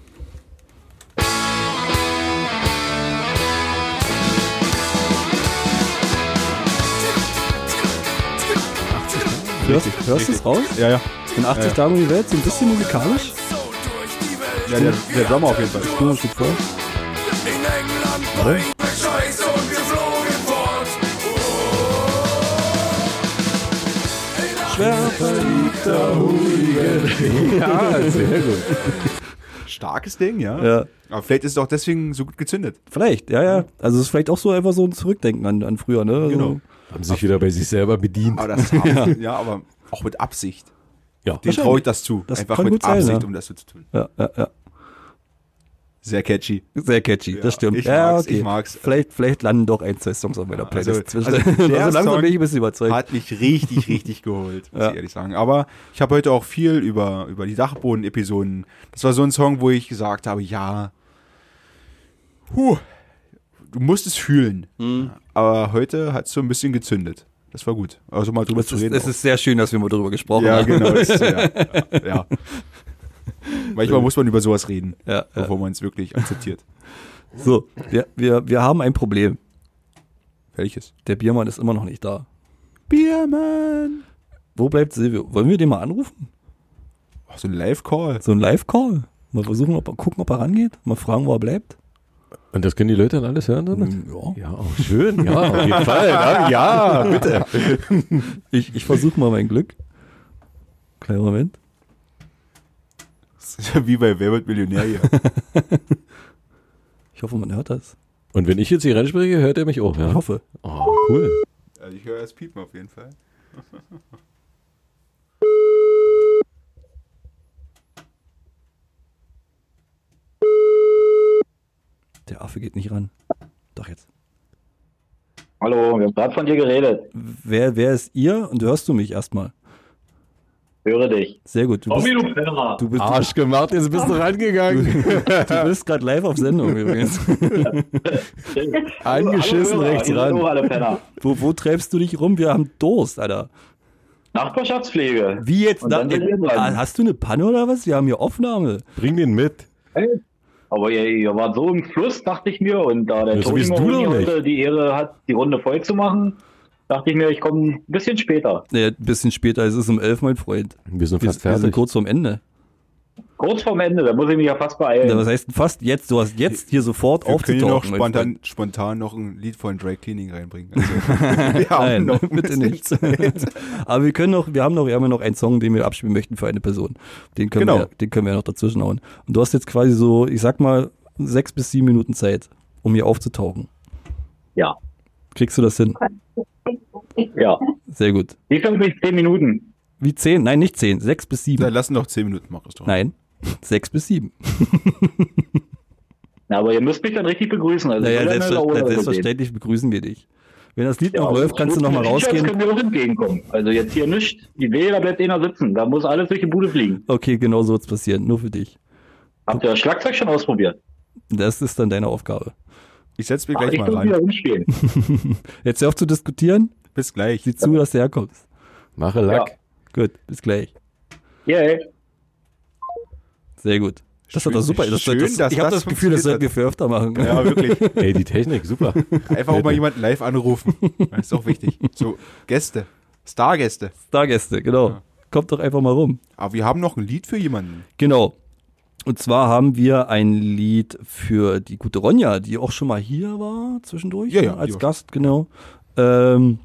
Speaker 3: Hörst, hörst du es raus?
Speaker 1: Ja, ja.
Speaker 3: In 80 Tagen um die Welt, so ein bisschen musikalisch.
Speaker 1: Ja, der, der Drummer auf jeden Fall.
Speaker 3: Guck mal, was geht vor.
Speaker 2: Ja, sehr gut.
Speaker 1: Starkes Ding, ja.
Speaker 3: Ja.
Speaker 1: Aber vielleicht ist es auch deswegen so gut gezündet.
Speaker 3: Vielleicht, ja, ja. Also es ist vielleicht auch so einfach so ein Zurückdenken an, an früher, ne? Also,
Speaker 1: Genau.
Speaker 2: Haben sich wieder bei sich selber bedient.
Speaker 1: Aber das ja. ja, aber auch mit Absicht.
Speaker 2: Ja.
Speaker 1: Den traue ich das zu.
Speaker 3: Das
Speaker 1: Einfach
Speaker 3: kann
Speaker 1: mit
Speaker 3: gut sein,
Speaker 1: Absicht,
Speaker 3: ja.
Speaker 1: um das so zu tun.
Speaker 3: Ja, ja, ja.
Speaker 1: Sehr catchy.
Speaker 3: Sehr catchy,
Speaker 1: Ja,
Speaker 3: das stimmt.
Speaker 1: ich
Speaker 3: ja,
Speaker 1: mag's, ich mag's.
Speaker 3: Vielleicht, vielleicht landen doch ein, zwei Songs auf meiner
Speaker 1: also-
Speaker 3: Playlist. zwischen.
Speaker 1: also
Speaker 3: Also,
Speaker 1: der
Speaker 3: langsam
Speaker 1: Song
Speaker 3: bin ich ein bisschen überzeugt.
Speaker 1: Hat mich richtig, richtig geholt, muss
Speaker 3: Ja.
Speaker 1: ich ehrlich sagen. Aber ich habe heute auch viel über, über die Dachboden-Episoden. Das war so ein Song, wo ich gesagt habe, ja, huh, du musst es fühlen.
Speaker 3: Hm.
Speaker 1: Aber heute hat es so ein bisschen gezündet. Das war gut. Also mal drüber
Speaker 3: es
Speaker 1: zu
Speaker 3: ist,
Speaker 1: reden.
Speaker 3: es
Speaker 1: auch.
Speaker 3: ist sehr schön, dass wir mal drüber gesprochen
Speaker 1: ja,
Speaker 3: haben.
Speaker 1: genau. Das ist, ja, ja. Manchmal muss man über sowas reden,
Speaker 3: Ja, ja.
Speaker 1: bevor man es wirklich akzeptiert.
Speaker 3: So, wir, wir, wir haben ein Problem.
Speaker 1: Welches?
Speaker 3: Der Biermann ist immer noch nicht da.
Speaker 1: Biermann!
Speaker 3: Wo bleibt Silvio? Wollen wir den mal anrufen?
Speaker 1: Ach, Oh, so ein Live-Call.
Speaker 3: So ein Live-Call? Mal versuchen, ob er, gucken, ob er rangeht? Mal fragen, wo er bleibt?
Speaker 2: Und das können die Leute dann alles hören damit?
Speaker 1: Mhm.
Speaker 3: Ja.
Speaker 2: Ja, auch schön. Ja, auf jeden Fall. Ja, ja bitte.
Speaker 3: Ich, ich versuche mal mein Glück. Kleiner Moment.
Speaker 1: Wie bei Wer wird Millionär hier.
Speaker 3: Ich hoffe, man hört das.
Speaker 2: Und wenn ich jetzt hier reinspreche, hört er mich auch,
Speaker 3: Ich
Speaker 2: ja?
Speaker 3: hoffe.
Speaker 2: Oh, cool.
Speaker 1: Also ich höre das Piepen auf jeden Fall.
Speaker 3: Der Affe geht nicht ran. Doch jetzt.
Speaker 6: Hallo, wir haben gerade von dir geredet.
Speaker 3: Wer, wer ist ihr? Und hörst du mich erstmal?
Speaker 6: Höre dich.
Speaker 3: Sehr gut. Du bist,
Speaker 6: du Penner.
Speaker 3: du bist,
Speaker 2: Arsch gemacht, jetzt bist du rangegangen.
Speaker 3: du bist gerade live auf Sendung übrigens.
Speaker 2: Angeschissen
Speaker 6: Hallo, Hörer,
Speaker 2: rechts
Speaker 6: ihr seid
Speaker 2: ran.
Speaker 6: auch alle Penner.
Speaker 3: Wo, wo treibst du dich rum? Wir haben Durst, Alter.
Speaker 6: Nachbarschaftspflege.
Speaker 3: Wie jetzt?
Speaker 6: Und dann
Speaker 3: Na-
Speaker 6: sind wir dran.
Speaker 3: Ah, hast du eine Panne oder was? Wir haben hier Aufnahme.
Speaker 2: Bring den mit.
Speaker 6: Aber ihr, ihr wart so im Fluss, dachte ich mir. Und da der
Speaker 2: Das bist du
Speaker 6: Maroni
Speaker 2: doch nicht.
Speaker 6: heute die Ehre hat, die Runde voll zu machen, dachte ich mir, ich komme ein bisschen später.
Speaker 3: Nee, ein bisschen später, es ist um elf, mein Freund.
Speaker 2: Wir sind
Speaker 3: Wir,
Speaker 2: fast
Speaker 3: wir sind
Speaker 2: fertig.
Speaker 3: kurz vorm Ende.
Speaker 6: Kurz vorm Ende, da muss ich mich ja fast beeilen.
Speaker 3: Ja, was heißt denn fast jetzt? Du hast jetzt hier sofort
Speaker 1: Wir können ja noch
Speaker 3: aufzutauchen. mein Freund.
Speaker 1: spontan, spontan noch ein Lied von Drake Cleaning reinbringen. Also, wir haben
Speaker 3: Nein,
Speaker 1: noch ein
Speaker 3: bitte
Speaker 1: bisschen
Speaker 3: nicht.
Speaker 1: Zeit.
Speaker 3: Aber wir können noch, wir haben noch, wir haben ja noch einen Song, den wir abspielen möchten für eine Person. Den können,
Speaker 1: Genau.
Speaker 3: wir, den können wir noch dazwischen hauen. Und du hast jetzt quasi so, ich sag mal, sechs bis sieben Minuten Zeit, um hier aufzutauchen.
Speaker 6: Ja,
Speaker 3: Kriegst du das hin?
Speaker 6: ja.
Speaker 3: Sehr gut.
Speaker 6: Wie viel mich zehn Minuten?
Speaker 3: Wie zehn? Nein, nicht zehn. Sechs bis
Speaker 1: Dann
Speaker 3: sieben.
Speaker 1: lassen noch 10 Minuten, Markus. Doch.
Speaker 3: Nein, sechs bis sieben.
Speaker 6: Na, aber ihr müsst mich dann richtig begrüßen. Also
Speaker 3: Naja,
Speaker 6: ich will dann
Speaker 3: selbstver
Speaker 6: eine Laura sehen.
Speaker 3: selbstverständlich begrüßen wir dich. Wenn das Lied
Speaker 6: Ja, also
Speaker 3: noch läuft, kannst du nochmal
Speaker 6: mit den T-Shirts
Speaker 3: rausgehen.
Speaker 6: können wir auch entgegenkommen. Also jetzt hier nicht. Die Wehe, da bleibt einer sitzen. Da muss alles durch die Bude fliegen.
Speaker 3: Okay, genau so wird's passieren, nur für dich.
Speaker 6: Habt ihr das Schlagzeug schon ausprobiert?
Speaker 3: Das ist dann deine Aufgabe.
Speaker 1: Ich setze mir
Speaker 6: Ach,
Speaker 1: gleich
Speaker 6: Ah,
Speaker 1: mal
Speaker 6: ich muss
Speaker 1: rein.
Speaker 6: wieder rumspielen.
Speaker 3: Jetzt hör auf zu diskutieren,
Speaker 1: Bis gleich.
Speaker 3: sieh zu, dass du herkommst.
Speaker 2: Mache Lack.
Speaker 6: Ja.
Speaker 3: Gut, bis gleich.
Speaker 6: Yay.
Speaker 3: Sehr gut. Das hat
Speaker 1: Schön-
Speaker 3: doch super. Das,
Speaker 1: schön,
Speaker 3: das,
Speaker 1: dass
Speaker 3: ich habe
Speaker 1: das
Speaker 3: das Gefühl, das sollten wir für öfter machen.
Speaker 1: Ja, wirklich.
Speaker 2: Ey, die Technik, super.
Speaker 1: Einfach auch mal jemanden live anrufen. Das ist auch wichtig. So, Gäste. Stargäste.
Speaker 3: Stargäste, genau. Kommt doch einfach mal rum.
Speaker 1: Aber wir haben noch ein Lied für jemanden.
Speaker 3: Genau. Und zwar haben wir ein Lied für die gute Ronja, die auch schon mal hier war zwischendurch
Speaker 1: Ja, ja, die
Speaker 3: als
Speaker 1: war-
Speaker 3: Gast, genau. Ähm,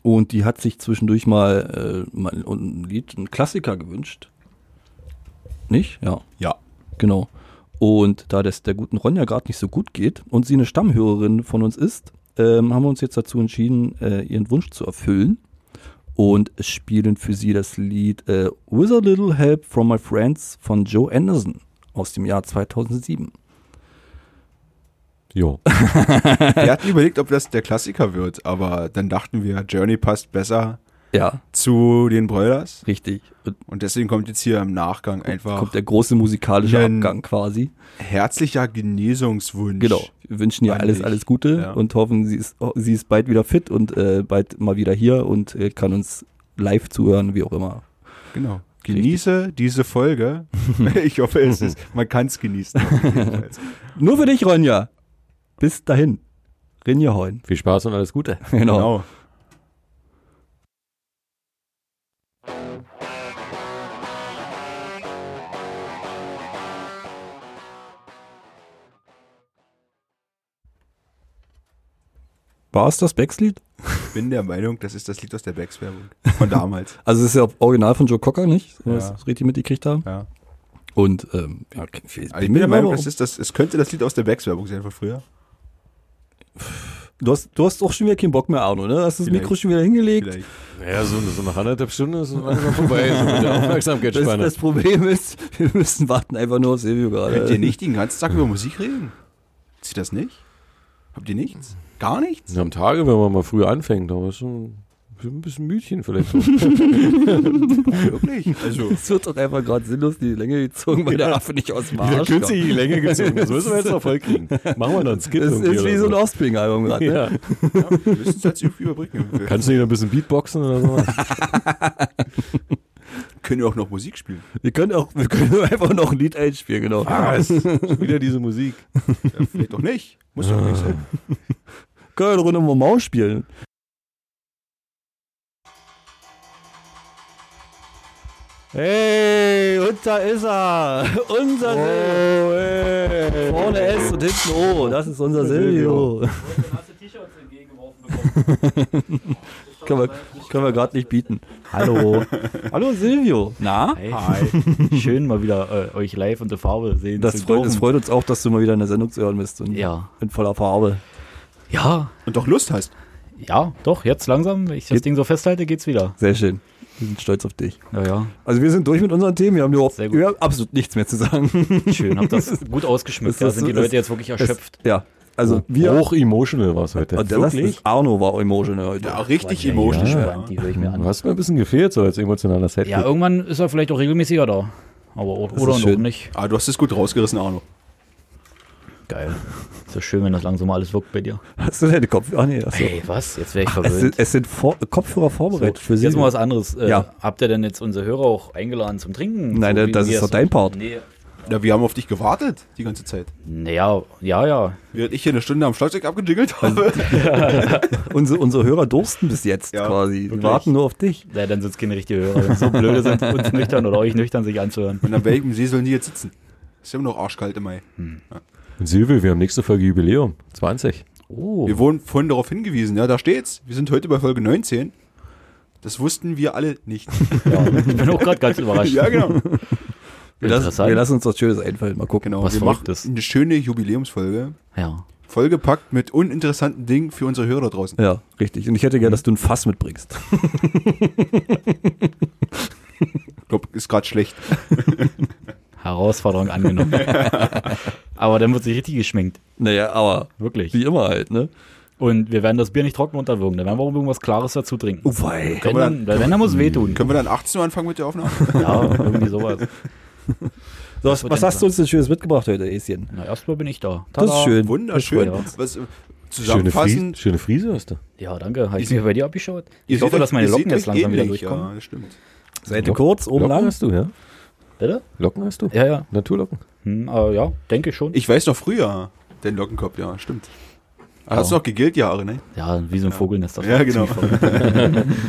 Speaker 3: und die hat sich zwischendurch mal, äh, mal ein Lied, ein Klassiker gewünscht. Nicht? Ja,
Speaker 1: Ja.
Speaker 3: genau. Und da das der guten Ronja gerade nicht so gut geht und sie eine Stammhörerin von uns ist, ähm, haben wir uns jetzt dazu entschieden, äh, ihren Wunsch zu erfüllen und spielen für sie das Lied äh, With a Little Help from My Friends von Joe Anderson aus dem Jahr 2007.
Speaker 2: Jo.
Speaker 1: Wir hatten überlegt, ob das der Klassiker wird, aber dann dachten wir, Journey passt besser
Speaker 3: Ja,
Speaker 1: zu den Broilers.
Speaker 3: richtig. Und
Speaker 1: Und deswegen kommt jetzt hier im Nachgang einfach
Speaker 3: kommt der große musikalische
Speaker 1: Nen-
Speaker 3: Abgang quasi.
Speaker 1: herzlicher Genesungswunsch.
Speaker 3: Genau. Wir wünschen ihr
Speaker 1: Fand
Speaker 3: alles,
Speaker 1: ich.
Speaker 3: alles Gute
Speaker 1: Ja.
Speaker 3: und hoffen, sie ist, sie ist bald wieder fit und äh, bald mal wieder hier und äh, kann uns live zuhören, wie auch immer.
Speaker 1: genau. Genieße diese Folge. Ich hoffe, es ist, man kann es genießen. auf jeden Fall.
Speaker 3: Nur für dich, Ronja. Bis dahin. Rinja Heun.
Speaker 2: Viel Spaß und alles Gute.
Speaker 3: Genau.
Speaker 1: genau.
Speaker 3: War es das Beckslied?
Speaker 1: Ich bin der Meinung, das ist das Lied aus der Backs-Werbung von damals.
Speaker 3: Also es ist ja original von Joe Cocker, nicht? Wenn wir
Speaker 1: Ja.
Speaker 3: es richtig mitgekriegt haben.
Speaker 1: Ja.
Speaker 3: Und ähm, ja, ich
Speaker 1: Also ich bin der Meinung,
Speaker 3: aber-
Speaker 1: das ist das, es könnte das Lied aus der Backs-Werbung sein von früher.
Speaker 3: du, hast, du hast auch schon wieder keinen Bock mehr, Arno, ne? Hast du das
Speaker 1: Vielleicht.
Speaker 3: Mikro schon wieder hingelegt?
Speaker 1: Vielleicht.
Speaker 2: Naja, so, so nach anderthalb Stunden ist es langsam vorbei. So mit der
Speaker 3: Das,
Speaker 2: Aufmerksamkeitsspanne.
Speaker 3: das Problem ist, wir müssen warten einfach nur auf Silvio gerade.
Speaker 1: Könnt ihr nicht den ganzen Tag über Musik reden? Zieht das nicht? Habt ihr nichts? Gar nichts?
Speaker 2: Wir haben Tage, wenn man mal früh anfängt, aber ist schon ein bisschen Mütchen vielleicht. So.
Speaker 1: Wirklich? Also,
Speaker 3: Es wird doch einfach gerade sinnlos die Länge gezogen,
Speaker 1: Genau.
Speaker 3: weil der Affe nicht aus dem Arsch kommt.
Speaker 2: die Länge gezogen. Das müssen wir jetzt noch voll kriegen. Machen wir dann einen Skit.
Speaker 3: Das
Speaker 2: irgendwie
Speaker 3: ist wie
Speaker 2: oder
Speaker 3: so ein Offspring-Album gerade. Ne?
Speaker 2: ja.
Speaker 1: wir müssen es jetzt irgendwie überbrücken. Wir
Speaker 2: Kannst du nicht noch ein bisschen Beatboxen oder so?
Speaker 1: können ja auch noch Musik spielen.
Speaker 3: Wir können auch, wir können einfach noch ein Lied einspielen, genau.
Speaker 1: Ah,
Speaker 2: Was? Wieder diese Musik.
Speaker 1: Ja, vielleicht doch nicht. Muss doch nicht sein.
Speaker 3: Können wir eine Runde um Maus spielen. Hey, und da ist er. Unser Silvio. Vorne S und hinten O. Das ist unser Silvio. können wir, können wir gerade nicht bieten.
Speaker 7: Hallo.
Speaker 3: Hallo Silvio. Na?
Speaker 7: Hey.
Speaker 1: Ah.
Speaker 7: Schön mal wieder äh, euch live und der Farbe sehen
Speaker 3: Das
Speaker 7: zu
Speaker 3: freut,
Speaker 7: dürfen.
Speaker 3: es freut uns auch, dass du mal wieder in der Sendung zu hören bist. Und
Speaker 7: Ja.
Speaker 3: In voller Farbe.
Speaker 7: Ja,
Speaker 1: Und doch Lust hast.
Speaker 7: ja, doch, jetzt langsam, wenn ich das
Speaker 3: Geht-
Speaker 7: Ding so festhalte, geht's wieder.
Speaker 3: Sehr schön. Wir sind stolz auf dich.
Speaker 7: Naja,
Speaker 3: Also wir sind durch mit unseren Themen. Wir haben überhaupt
Speaker 7: Sehr gut.
Speaker 3: wir haben absolut nichts mehr zu sagen.
Speaker 7: schön, habt das gut ausgeschmückt.
Speaker 3: Ist
Speaker 7: Da
Speaker 3: das
Speaker 7: sind
Speaker 3: so-
Speaker 7: die Leute
Speaker 3: ist-
Speaker 7: jetzt wirklich erschöpft.
Speaker 3: Ja, also wir.
Speaker 2: Oh, Hoch emotional war es heute.
Speaker 3: und das ist Arno war emotional heute.
Speaker 1: Ja, richtig
Speaker 7: Ja,
Speaker 1: emotional.
Speaker 7: spannend, die höre ich mir
Speaker 2: Du
Speaker 7: an.
Speaker 2: hast mir ein bisschen gefehlt, so als emotionaler Set.
Speaker 7: Ja, irgendwann ist er vielleicht auch regelmäßiger da. Aber o-
Speaker 3: ist
Speaker 7: oder noch
Speaker 3: schön.
Speaker 7: nicht.
Speaker 1: Ah, du hast es gut rausgerissen, Arno.
Speaker 7: Geil. Ist ja schön, wenn das langsam mal alles wirkt bei dir.
Speaker 3: Hast du deine Kopfhörer? Ah, nee, achso.
Speaker 7: Hey, was? Jetzt wäre ich
Speaker 3: es
Speaker 7: verwöhnt.
Speaker 3: sind, es sind Vor Kopfhörer vorbereitet für Sie.
Speaker 7: Jetzt mal was anderes. Äh,
Speaker 3: Ja.
Speaker 7: Habt ihr denn jetzt unsere Hörer auch eingeladen zum Trinken?
Speaker 3: Nein,
Speaker 7: So
Speaker 3: das-
Speaker 7: wie
Speaker 3: das
Speaker 7: wir
Speaker 3: ist doch
Speaker 7: es-
Speaker 3: dein Part.
Speaker 7: Nee.
Speaker 1: Na, wir haben auf dich gewartet die ganze Zeit.
Speaker 7: Naja, ja, ja.
Speaker 1: Während ich hier eine Stunde am Schlagzeug abgejiggelt
Speaker 7: Also,
Speaker 1: habe.
Speaker 3: unsere, unsere Hörer dursten bis jetzt
Speaker 1: Ja,
Speaker 3: quasi. Die
Speaker 1: wirklich.
Speaker 3: warten nur auf dich.
Speaker 7: Ja, dann sind es keine richtigen Hörer. Wenn so blöde sind, uns nüchtern oder euch nüchtern sich anzuhören.
Speaker 1: Und an welchem See sollen die jetzt sitzen? Ist ja immer noch arschkalt im Mai.
Speaker 2: Und Silvio, wir haben nächste Folge Jubiläum. 20.
Speaker 7: Oh,
Speaker 1: Wir wurden vorhin darauf hingewiesen, ja, da steht's. Wir sind heute bei Folge 19. Das wussten wir alle nicht.
Speaker 7: ja. ich bin auch gerade ganz überrascht.
Speaker 1: ja, genau.
Speaker 3: Wir lassen,
Speaker 7: Interessant.
Speaker 3: wir lassen uns was Schönes einfallen. Mal gucken.
Speaker 1: genau.
Speaker 7: Was
Speaker 1: wir
Speaker 7: Verrücktes.
Speaker 1: machen eine schöne Jubiläumsfolge.
Speaker 7: ja.
Speaker 1: Vollgepackt mit uninteressanten Dingen für unsere Hörer da draußen.
Speaker 3: Ja, richtig. Und ich hätte gerne, dass du ein Fass mitbringst.
Speaker 1: Ich glaube, ist gerade schlecht.
Speaker 7: Herausforderung angenommen. Aber dann wird sich richtig geschminkt.
Speaker 3: Naja, aber
Speaker 7: Wirklich.
Speaker 3: wie immer halt, ne?
Speaker 7: Und wir werden das Bier nicht trocken unterwürgen. Dann werden wir auch irgendwas Klares dazu trinken.
Speaker 3: Uwei.
Speaker 7: Wenn
Speaker 1: wir
Speaker 7: dann, wenn dann muss wehtun.
Speaker 1: Können wir dann 18 Uhr anfangen mit der Aufnahme?
Speaker 7: Ja, irgendwie sowas.
Speaker 3: So, was,
Speaker 7: wird
Speaker 3: was
Speaker 7: denn
Speaker 3: hast du uns denn Schönes mitgebracht heute, Eschen?
Speaker 7: Na, erstmal bin ich da.
Speaker 3: Das ist schön.
Speaker 1: Wunderschön.
Speaker 7: Ja.
Speaker 1: Was, äh,
Speaker 2: Schöne, Fries
Speaker 1: zusammenfassend.
Speaker 2: schöne Friese hast du.
Speaker 7: Ja, danke. Habe ich mir bei dir abgeschaut?
Speaker 1: ihr
Speaker 7: Ich
Speaker 1: seht
Speaker 7: hoffe,
Speaker 1: euch-
Speaker 7: dass meine
Speaker 1: ihr
Speaker 7: Locken
Speaker 1: seht
Speaker 7: jetzt
Speaker 1: euch
Speaker 7: langsam wieder
Speaker 1: ähnlich.
Speaker 7: durchkommen.
Speaker 1: Ja, das stimmt.
Speaker 3: Seite kurz, oben
Speaker 2: Locken
Speaker 3: lang.
Speaker 2: hast du, ja?
Speaker 7: Bitte?
Speaker 2: Locken hast du?
Speaker 7: Ja, ja.
Speaker 2: Naturlocken.
Speaker 7: Hm, äh, ja, denke schon.
Speaker 1: Ich weiß noch früher, den Lockenkopf, ja, stimmt. Ah,
Speaker 7: Ja.
Speaker 1: Hast du noch gegilt, Jahre, ne?
Speaker 7: ja, wie so ein Vogelnest. Das, halt.
Speaker 1: Ja, genau.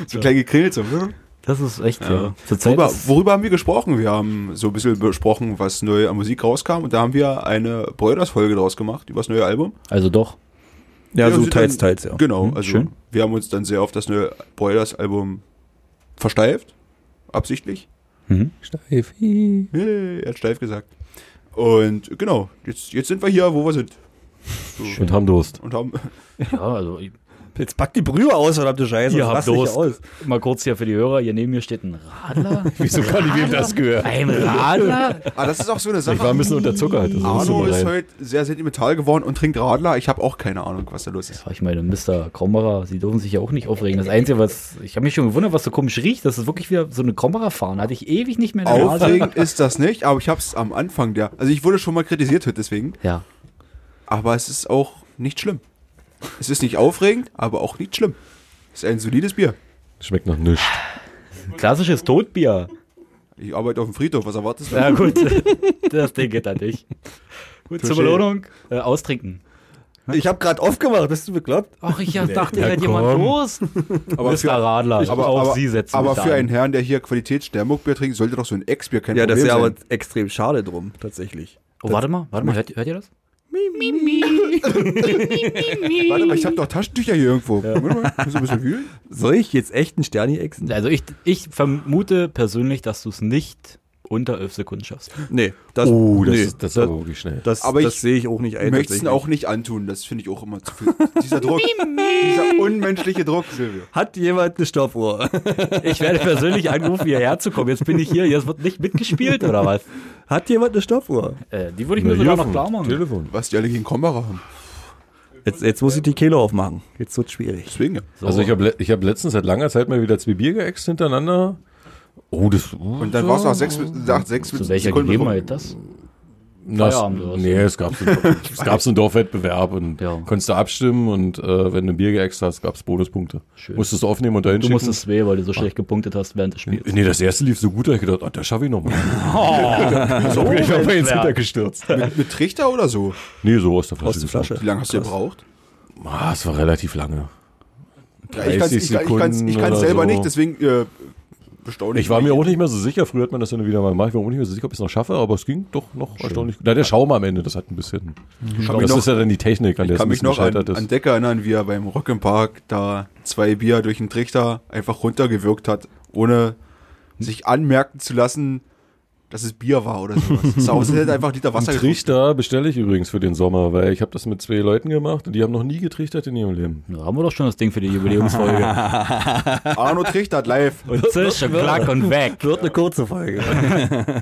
Speaker 1: so klein gekrillt. So. ne?
Speaker 7: das ist echt, ja. Zur Zeit
Speaker 1: Worüber,
Speaker 7: ist,
Speaker 1: worüber haben wir gesprochen? Wir haben so ein bisschen besprochen, was neu an Musik rauskam. Und da haben wir eine Broilers-Folge draus gemacht, über das neue Album.
Speaker 7: also doch.
Speaker 3: Ja,
Speaker 8: also
Speaker 3: so
Speaker 1: sie
Speaker 3: teils,
Speaker 1: dann-
Speaker 3: teils, ja.
Speaker 1: Genau, also
Speaker 7: schön.
Speaker 1: wir haben uns dann sehr auf das neue Broilers-Album versteift. Absichtlich.
Speaker 2: Steif. hi.
Speaker 1: Hey, er hat steif gesagt. Und genau, jetzt, jetzt sind wir hier, wo wir sind.
Speaker 2: Und haben Durst.
Speaker 1: Und haben
Speaker 7: Ja, also ich
Speaker 8: Jetzt packt die Brühe aus oder habt du Scheiße?
Speaker 7: Ihr
Speaker 8: das
Speaker 7: habt
Speaker 8: rastet hier aus.
Speaker 7: Durst. Mal kurz hier für die Hörer. Hier neben mir steht ein Radler.
Speaker 2: Wieso kann ich wem das gehört?
Speaker 7: Ein Radler?
Speaker 1: Ah, das ist auch so eine Sache.
Speaker 2: Ich war ein bisschen unterzuckert. Das muss
Speaker 1: Arno
Speaker 2: tut mir
Speaker 1: ist
Speaker 2: leid.
Speaker 1: heute sehr sentimental geworden und trinkt Radler. Ich habe auch keine Ahnung, was da los ist.
Speaker 7: Ach, Ich meine, Mr. Krombacher, Sie dürfen sich ja auch nicht aufregen. Das Einzige, was. Ich habe mich schon gewundert, was so komisch riecht. Das ist wirklich wieder so eine Krombacher-Fahren. Hatte ich ewig nicht mehr in der Nase.
Speaker 1: Aufregend ist das nicht, aber ich habe es am Anfang der. Also ich wurde schon mal kritisiert heute deswegen,
Speaker 7: Ja.
Speaker 1: aber es ist auch nicht schlimm. Es ist nicht aufregend, aber auch nicht schlimm. Es ist ein solides Bier.
Speaker 2: Schmeckt nach nichts.
Speaker 7: Ein klassisches Totbier.
Speaker 1: Ich arbeite auf dem Friedhof, was erwartest du?
Speaker 7: Ja, gut. das Ding geht an dich. Gut, zur
Speaker 1: Touché.
Speaker 7: Belohnung. Äh, austrinken.
Speaker 8: Ich habe gerade aufgemacht, bist du bekloppt?
Speaker 7: Ach, ich dachte, ihr
Speaker 2: Na
Speaker 7: hättet jemand
Speaker 2: komm.
Speaker 7: los.
Speaker 1: Aber
Speaker 7: Mr. Radler.
Speaker 1: aber,
Speaker 7: auch
Speaker 1: aber,
Speaker 7: Sie setzen
Speaker 1: aber
Speaker 7: sich da
Speaker 1: für
Speaker 7: ein.
Speaker 1: einen Herrn, der hier Qualitätssternmuckbier trinkt, sollte doch so ein Ex-Bier kein
Speaker 8: Ja, das
Speaker 1: Problem
Speaker 8: ist ja aber
Speaker 1: sein.
Speaker 8: extrem schade drum, tatsächlich.
Speaker 7: Oh, warte mal, warte mal, hört, hört ihr das?
Speaker 1: Warte mal, ich habe doch Taschentücher hier irgendwo. Moment mal, kannst du ein bisschen wühlen?
Speaker 8: Soll ich jetzt echt einen Sterni exen?
Speaker 7: Also ich, ich vermute persönlich, dass du es nicht unter 11 Sekunden schaffst.
Speaker 8: Nee, das,
Speaker 2: Oh, das
Speaker 8: nee,
Speaker 2: ist, das ist
Speaker 8: das,
Speaker 2: aber wirklich schnell.
Speaker 8: das,
Speaker 1: Aber
Speaker 8: das
Speaker 1: ich
Speaker 8: sehe ich auch nicht ein.
Speaker 1: Ich möchte es ihnen
Speaker 8: tatsächlich.
Speaker 1: auch nicht antun, das finde ich auch immer zu viel. Dieser Druck, dieser unmenschliche Druck, Silvio.
Speaker 8: Hat jemand eine Stoppuhr?
Speaker 7: Ich werde persönlich angerufen, hierher zu kommen. Jetzt bin ich hier, jetzt wird nicht mitgespielt oder was?
Speaker 8: Hat jemand eine Stoppuhr?
Speaker 7: Äh, die würde ich mir sogar noch klar machen.
Speaker 2: Telefon.
Speaker 1: Was die alle gegen Kombacher haben.
Speaker 8: Jetzt, jetzt muss ich die Kehle aufmachen. Jetzt wird's schwierig.
Speaker 1: Deswegen ja.
Speaker 2: Also ich habe ich hab letztens seit langer Zeit mal wieder zwei Bier geäxt hintereinander. Oh, das.
Speaker 1: Und dann war es nach sechs, nach sechs
Speaker 7: Zu welcher
Speaker 1: Sekunden
Speaker 7: Gegebenheit
Speaker 1: betrunken.
Speaker 7: das?
Speaker 2: Das-
Speaker 7: Feierabend oder was?
Speaker 2: Nee, es gab, es gab so einen Dorfwettbewerb und
Speaker 7: Ja.
Speaker 2: konntest du abstimmen und äh, wenn du ein Bier geäxt hast, gab es Bonuspunkte.
Speaker 7: Schön.
Speaker 2: Musstest du aufnehmen und dahin
Speaker 7: Du
Speaker 2: schicken.
Speaker 7: musstest zwei, weil du
Speaker 1: Ah.
Speaker 7: so schlecht gepunktet hast während des Spiels.
Speaker 2: Nee, das erste lief so gut, da hab ich gedacht, oh, das schaffe ich Oh. nochmal.
Speaker 7: So,
Speaker 2: ich habe ins
Speaker 7: Menschwerk.
Speaker 2: Hinter gestürzt.
Speaker 1: Mit, mit Trichter oder so?
Speaker 2: Nee, so aus der Flasche.
Speaker 8: Aus der
Speaker 2: gesoffen.
Speaker 8: Flasche.
Speaker 1: Wie lange hast du gebraucht?
Speaker 2: Ah, es war relativ lange.
Speaker 1: Ja, ich kann
Speaker 2: 30
Speaker 1: ich, kann- ich, kann's- ich
Speaker 2: Sekunden
Speaker 1: kann's
Speaker 2: oder
Speaker 1: selber
Speaker 2: so.
Speaker 1: nicht, deswegen äh, bestaune
Speaker 2: Ich war mir auch nicht mehr so sicher, früher hat man das dann wieder mal gemacht, ich war auch nicht mehr so sicher, ob ich es noch schaffe, aber es ging doch noch erstaunlich gut. Na, der Schaum am Ende, das hat ein bisschen.
Speaker 1: mich
Speaker 2: Das
Speaker 1: noch-
Speaker 2: ist ja dann die Technik, an der
Speaker 1: Ich
Speaker 2: es ein
Speaker 1: kann mich
Speaker 2: bisschen
Speaker 1: noch an,
Speaker 2: gescheitert
Speaker 1: an
Speaker 2: ist.
Speaker 1: Decker erinnern, wie er beim Rock im Park da zwei Bier durch den Trichter einfach runtergewirkt hat, ohne sich anmerken zu lassen, dass es Bier war oder sowas. Es sah aus, als hätte er einfach einen Liter
Speaker 2: Einen
Speaker 1: Wasser getrunken.
Speaker 2: Trichter bestelle ich übrigens für den Sommer, weil ich habe das mit zwei Leuten gemacht und die haben noch nie getrichtert in ihrem Leben.
Speaker 7: Da haben wir doch schon das Ding für die Jubiläumsfolge.
Speaker 1: Arno Trichter hat live.
Speaker 7: Und zisch und klack und weg.
Speaker 8: Wird eine kurze Folge.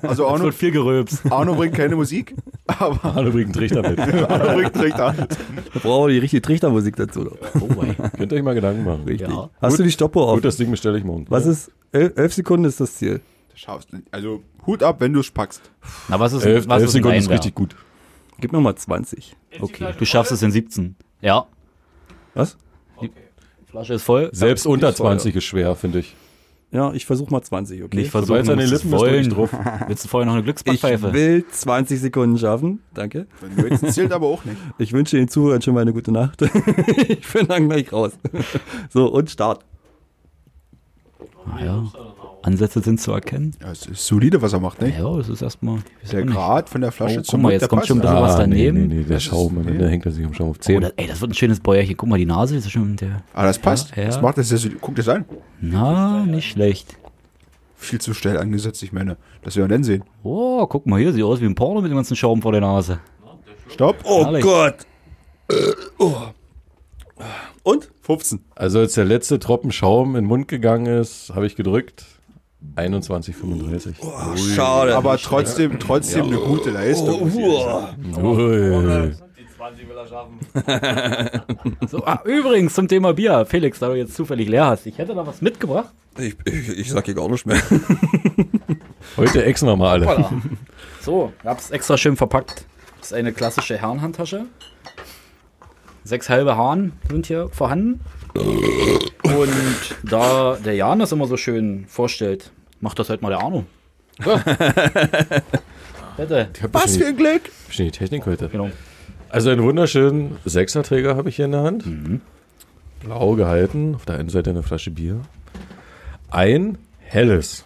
Speaker 1: Also
Speaker 7: Es
Speaker 1: Arno,
Speaker 7: wird viel gerülpst.
Speaker 1: Arno bringt keine Musik, aber
Speaker 2: Hallo, bringt einen Trichter mit.
Speaker 1: Arno bringt Trichter.
Speaker 8: Da brauchen wir die richtige Trichtermusik dazu. noch.
Speaker 7: Oh, wei.
Speaker 2: Könnt ihr euch mal Gedanken machen.
Speaker 8: Richtig.
Speaker 7: Ja.
Speaker 8: Hast du die Stoppuhr auf?
Speaker 2: Gut, das Ding bestelle ich morgen.
Speaker 8: Was ist? el- Elf Sekunden ist das Ziel.
Speaker 1: Schaffst du nicht. Also Hut ab, wenn du es packst.
Speaker 7: Na, was ist,
Speaker 2: Elf,
Speaker 7: was
Speaker 2: elf
Speaker 7: ist ein
Speaker 2: Sekunden ist
Speaker 7: Einwehr?
Speaker 2: richtig gut.
Speaker 8: Gib mir mal 20.
Speaker 7: Okay, du schaffst es in 17. Ja.
Speaker 8: Was?
Speaker 7: Flasche ist voll.
Speaker 2: Selbst unter
Speaker 8: ist voll,
Speaker 2: 20 ist schwer, finde ich.
Speaker 8: Ja, ich versuche mal 20, okay?
Speaker 7: Nicht versuchen,
Speaker 2: Sobald's an den
Speaker 7: musst
Speaker 2: Lippen ist, drück ich
Speaker 7: wollen. Willst du vorher noch eine
Speaker 8: ich
Speaker 7: Glücksbackpfeife?
Speaker 8: will 20 Sekunden schaffen. Danke.
Speaker 1: Wenn du willst, zählt aber auch nicht.
Speaker 8: Ich wünsche den Zuhörern schon mal eine gute Nacht. ich bin dann gleich raus. So, und Start.
Speaker 7: Ah, ja. Ansätze sind zu erkennen.
Speaker 1: Ja, es ist solide, was er macht, ne?
Speaker 7: Ja, das ist erstmal. ich weiß
Speaker 1: Der
Speaker 7: auch nicht.
Speaker 1: Grad von der Flasche
Speaker 7: Oh,
Speaker 1: zum
Speaker 7: guck mal,
Speaker 1: Mund,
Speaker 7: jetzt
Speaker 1: der
Speaker 7: kommt
Speaker 1: passt.
Speaker 7: schon ein bisschen- was daneben?
Speaker 2: Ah, Nee, nee, nee, der Schaum, am Ende hängt er sich am Schaum auf 10.
Speaker 7: Oh, das, ey, das wird ein schönes Bäuerchen. Guck mal, die Nase ist schon der.
Speaker 1: Ah, das passt.
Speaker 7: Ja, ja.
Speaker 1: Das macht das sehr solide. Guck das an.
Speaker 7: Na, nicht schlecht.
Speaker 1: Viel zu schnell angesetzt, ich meine. Das werden wir dann sehen.
Speaker 7: Oh, guck mal hier, sieht aus wie ein Porno mit dem ganzen Schaum vor der Nase.
Speaker 1: Stopp.
Speaker 8: Oh
Speaker 7: Herrlich.
Speaker 8: Gott. Äh, Oh. Und?
Speaker 1: 15.
Speaker 2: Also als der letzte Tropfen Schaum in den Mund gegangen ist, habe ich gedrückt. 21,35.
Speaker 8: Ach, schade.
Speaker 1: Aber trotzdem, trotzdem eine gute Leistung. muss ich ehrlich sagen.
Speaker 7: Genau.
Speaker 2: Ui.
Speaker 7: So, ah, übrigens zum Thema Bier. Felix, da du jetzt zufällig leer hast, ich hätte da was mitgebracht.
Speaker 8: ich, ich, ich sag hier gar nichts mehr.
Speaker 2: Heute exen wir mal alle.
Speaker 7: Voilà. So, ich hab's extra schön verpackt. Das ist eine klassische Herrenhandtasche. Sechs halbe Hahn sind hier vorhanden. Und da der Jan das immer so schön vorstellt, macht das halt mal der Arno. So. Bitte.
Speaker 2: Ich hab Was für ein Glück! Bestimmt die Technik heute.
Speaker 7: Genau.
Speaker 2: Also einen wunderschönen Sechserträger habe ich hier in der Hand.
Speaker 7: Mhm.
Speaker 2: Blau gehalten. Auf der einen Seite eine Flasche Bier. Ein helles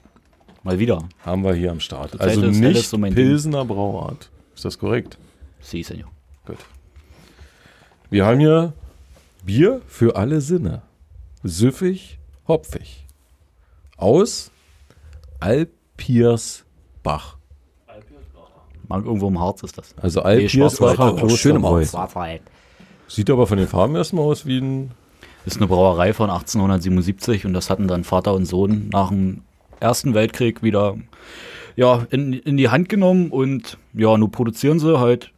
Speaker 7: Mal wieder.
Speaker 2: haben wir hier am Start. Also
Speaker 7: ist helles
Speaker 2: nicht
Speaker 7: so mein Ding.
Speaker 2: Pilsener Brauart. Ist das korrekt?
Speaker 7: Sie, Senor.
Speaker 2: Gut. Wir haben hier Bier für alle Sinne. Süffig, hopfig. Aus Alpiersbach.
Speaker 7: Mag irgendwo im Harz ist das.
Speaker 2: Also
Speaker 7: Nee, Schwarzwald.
Speaker 2: Alpiersbacher
Speaker 7: Schön im
Speaker 2: Klosterboy.
Speaker 7: halt. Harz. Schwarzwald.
Speaker 2: Sieht aber von den Farben erstmal aus wie ein
Speaker 7: ist eine Brauerei von 1877 und das hatten dann Vater und Sohn nach dem Ersten Weltkrieg wieder ja, in, in die Hand genommen und ja, nun produzieren sie halt,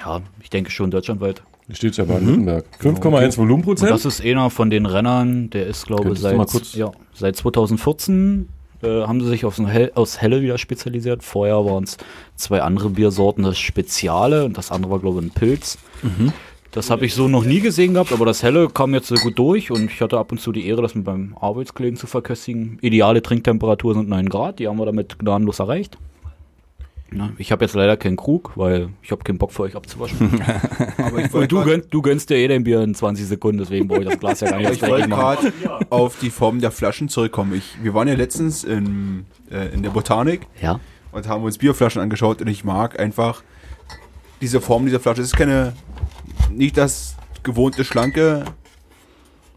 Speaker 7: ja, ich denke schon deutschlandweit.
Speaker 2: Hier steht ja Baden-Württemberg. 5,1
Speaker 7: Mhm. Genau. Und
Speaker 2: Volumenprozent.
Speaker 7: Also das ist einer von den Rennern, der ist, glaube ich,
Speaker 2: Könntest du mal
Speaker 7: seit,
Speaker 2: kurz-
Speaker 7: ja, seit 2014 äh, haben sie sich auf ein Hell, aus Helle wieder spezialisiert. Vorher waren es zwei andere Biersorten, das Speziale und das andere war, glaube ich, ein Pilz.
Speaker 2: Mhm.
Speaker 7: Das habe ich so noch nie gesehen gehabt, aber das Helle kam jetzt sehr gut durch und ich hatte ab und zu die Ehre, das mit meinem Arbeitskollegen zu verköstigen. Ideale Trinktemperatur sind 9 Grad, die haben wir damit gnadenlos erreicht. Na, ich habe jetzt leider keinen Krug, weil ich habe keinen Bock für euch abzuwaschen.
Speaker 1: Aber ich
Speaker 7: Und
Speaker 1: wollte
Speaker 7: du,
Speaker 1: grad-
Speaker 7: gönnst, du gönnst dir eh dein Bier in 20 Sekunden, deswegen brauche ich das Glas ja gar
Speaker 1: ich
Speaker 7: nicht
Speaker 1: wollte gerade auf die Form der Flaschen zurückkommen. Ich, wir waren ja letztens in, äh, in der Botanik
Speaker 7: Ja.
Speaker 1: und haben uns Bierflaschen angeschaut und ich mag einfach diese Form dieser Flasche. Es ist keine, nicht das gewohnte schlanke,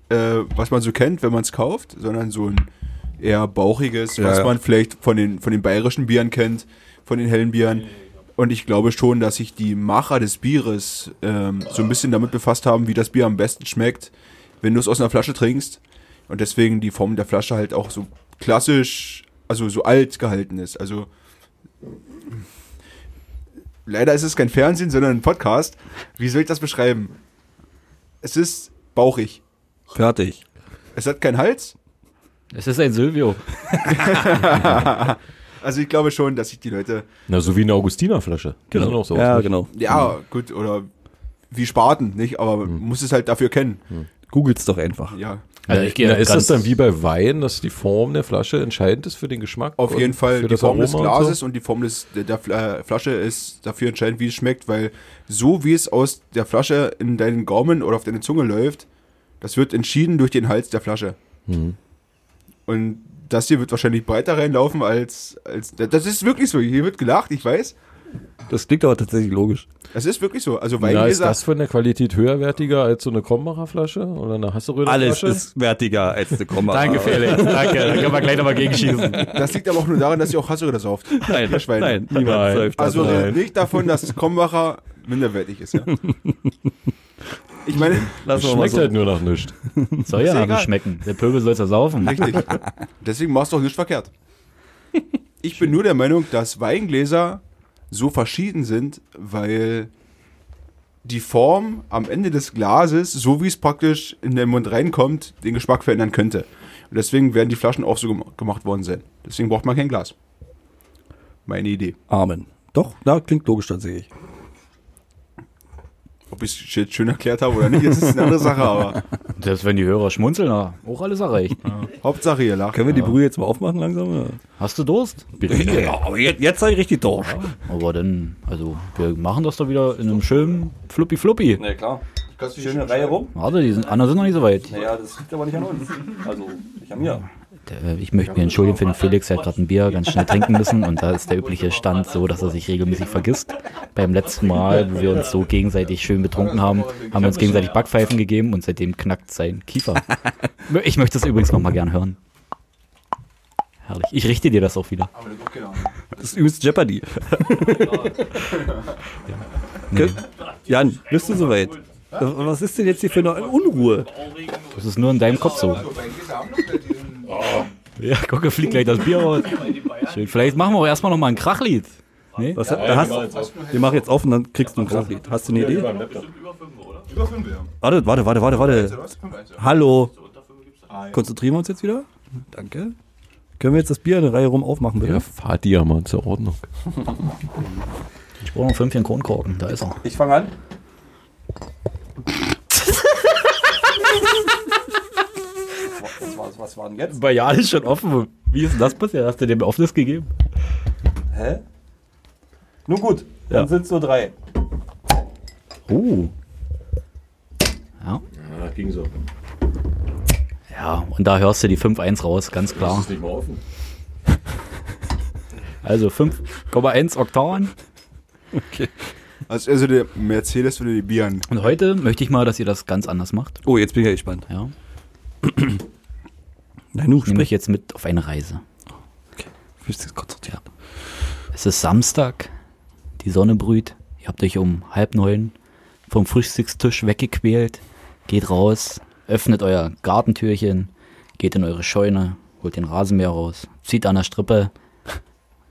Speaker 1: äh, was man so kennt, wenn man es kauft, sondern so ein eher bauchiges, was
Speaker 3: ja.
Speaker 1: man vielleicht von den, von den bayerischen Bieren kennt, von den hellen Bieren. Und ich glaube schon, dass sich die Macher des Bieres ähm, so ein bisschen damit befasst haben, wie das Bier am besten schmeckt, wenn du es aus einer Flasche trinkst. Und deswegen die Form der Flasche halt auch so klassisch, also so alt gehalten ist. Also leider ist es kein Fernsehen, sondern ein Podcast. Wie soll ich das beschreiben? Es ist bauchig.
Speaker 3: Fertig.
Speaker 1: Es hat keinen Hals.
Speaker 7: Es ist ein Silvio.
Speaker 1: Also ich glaube schon, dass sich die Leute.
Speaker 2: Na, so wie eine Augustinerflasche. Genau. Auch so
Speaker 3: Ja,
Speaker 2: aus.
Speaker 3: genau.
Speaker 1: Ja,
Speaker 2: Mhm.
Speaker 1: gut, oder wie Spaten, nicht? Aber man muss es halt dafür kennen.
Speaker 3: Googelt's doch einfach.
Speaker 2: Mhm.
Speaker 1: Ja.
Speaker 7: Also
Speaker 2: Na,
Speaker 7: ich gehe
Speaker 2: na,
Speaker 7: ganz-
Speaker 2: ist das dann wie bei Wein, dass die Form der Flasche entscheidend ist für den Geschmack?
Speaker 1: Auf jeden
Speaker 2: und
Speaker 1: Fall
Speaker 2: für
Speaker 1: die
Speaker 2: das
Speaker 1: Form des
Speaker 2: Aroma und
Speaker 1: Glases
Speaker 2: So?
Speaker 1: und die Form des, der, der Fla- Flasche ist dafür entscheidend, wie es schmeckt, weil so wie es aus der Flasche in deinen Gaumen oder auf deine Zunge läuft, das wird entschieden durch den Hals der Flasche.
Speaker 2: Mhm.
Speaker 1: Und das hier wird wahrscheinlich breiter reinlaufen als, als. Das ist wirklich so. Hier wird gelacht, ich weiß.
Speaker 3: Das klingt aber tatsächlich logisch.
Speaker 1: Das ist wirklich so. Also
Speaker 2: Na, ist
Speaker 1: Weingläser.
Speaker 2: das von der Qualität höherwertiger als so eine Krombacher Flasche oder eine Hasseröder
Speaker 3: Alles
Speaker 2: Flasche?
Speaker 3: ist wertiger als eine Komma.
Speaker 7: Danke, Felix. Danke. Da können wir gleich nochmal gegenschießen.
Speaker 1: Das liegt aber auch nur daran, dass ihr auch Hasseröder sauft.
Speaker 3: Nein,
Speaker 1: Ihr Schweine.
Speaker 3: nein, niemand säuft das.
Speaker 1: Also
Speaker 3: Nein.
Speaker 1: redet nicht davon, dass Kombacher minderwertig ist, ja? Ich meine,
Speaker 3: Lass mal
Speaker 2: Schmeckt
Speaker 3: so.
Speaker 2: halt nur nach nichts.
Speaker 7: Soll ja
Speaker 1: Ist
Speaker 7: nach dem
Speaker 1: egal.
Speaker 7: schmecken. Der Pöbel soll ja saufen.
Speaker 1: richtig. Deswegen machst du auch nichts verkehrt. Ich bin nur der Meinung, dass Weingläser so verschieden sind, weil die Form am Ende des Glases, so wie es praktisch in den Mund reinkommt, den Geschmack verändern könnte. Und deswegen werden die Flaschen auch so gem- gemacht worden sein. Deswegen braucht man kein Glas. Meine Idee.
Speaker 3: Amen. Doch, da klingt logisch tatsächlich.
Speaker 1: Ob ich es jetzt schön erklärt habe oder nicht, das ist eine andere Sache, aber
Speaker 7: Selbst wenn die Hörer schmunzeln, na, auch alles erreicht.
Speaker 1: Hauptsache ihr lacht.
Speaker 3: Können wir die Brühe jetzt mal aufmachen langsam? Ja.
Speaker 7: Hast du Durst?
Speaker 3: Ja, aber jetzt, jetzt sei ich richtig durch.
Speaker 7: Aber dann, also, wir machen das doch wieder in einem schönen Fluppi-Fluppi.
Speaker 8: Na klar. Schöne Reihe rum.
Speaker 7: Warte, die sind, anderen sind noch nicht so weit.
Speaker 8: Naja, das liegt aber nicht an uns. Also, ich an mir.
Speaker 7: Äh, Ich möchte mich entschuldigen für den Felix, er hat gerade ein Bier ganz schnell trinken müssen und da ist der übliche Stand so, dass er sich regelmäßig vergisst. Beim letzten Mal, wo wir uns so gegenseitig schön betrunken haben, haben wir uns gegenseitig Backpfeifen gegeben und seitdem knackt sein Kiefer. Ich möchte das übrigens nochmal gern hören. Herrlich. Ich richte dir das auch wieder.
Speaker 3: Das ist übelst Jeopardy. Kön- Jan, bist du soweit? Was ist denn jetzt hier für eine Unruhe?
Speaker 7: Das ist nur in deinem Kopf so. Ja, gucke, fliegt gleich das Bier raus. Schön. Vielleicht machen wir auch erstmal nochmal ein Krachlied. Nee?
Speaker 3: Was hat, da hast, wir machen jetzt auf und dann kriegst du ein Krachlied. Hast du eine Idee? Warte, warte, warte, warte, warte. Hallo. Konzentrieren wir uns jetzt wieder? Danke. Können wir jetzt das Bier eine Reihe rum aufmachen, bitte?
Speaker 2: Ja, fahrt die ja mal zur Ordnung.
Speaker 7: Ich brauche noch fünf Jahre Kronkorken, da ist er.
Speaker 8: Ich fange an. was, was, was war denn jetzt?
Speaker 7: Bei Jan ist schon offen. Wie ist denn das passiert? Hast du dem Offenes gegeben?
Speaker 8: Hä? Nun gut,
Speaker 7: Ja.
Speaker 8: dann sind es nur drei.
Speaker 7: Oh. Ja.
Speaker 2: Ja, ging so.
Speaker 7: Ja, und da hörst du die 5-1 raus, ganz
Speaker 3: Ah.
Speaker 7: klar.
Speaker 2: nicht mehr offen.
Speaker 7: Also 5,1 Oktaven.
Speaker 1: Also, also der Mercedes würde die Bieren.
Speaker 7: Und heute möchte ich mal, dass ihr das ganz anders macht.
Speaker 3: Oh, jetzt bin ich ja gespannt.
Speaker 7: Ja.
Speaker 3: Na nun,
Speaker 7: Nehme ich
Speaker 3: sprich.
Speaker 7: jetzt mit auf eine Reise.
Speaker 3: Jetzt. Konzentrieren.
Speaker 7: Es ist Samstag, die Sonne brüht, ihr habt euch um halb neun vom Frühstückstisch weggequält, geht raus, öffnet euer Gartentürchen, geht in eure Scheune, holt den Rasenmäher raus, zieht an der Strippe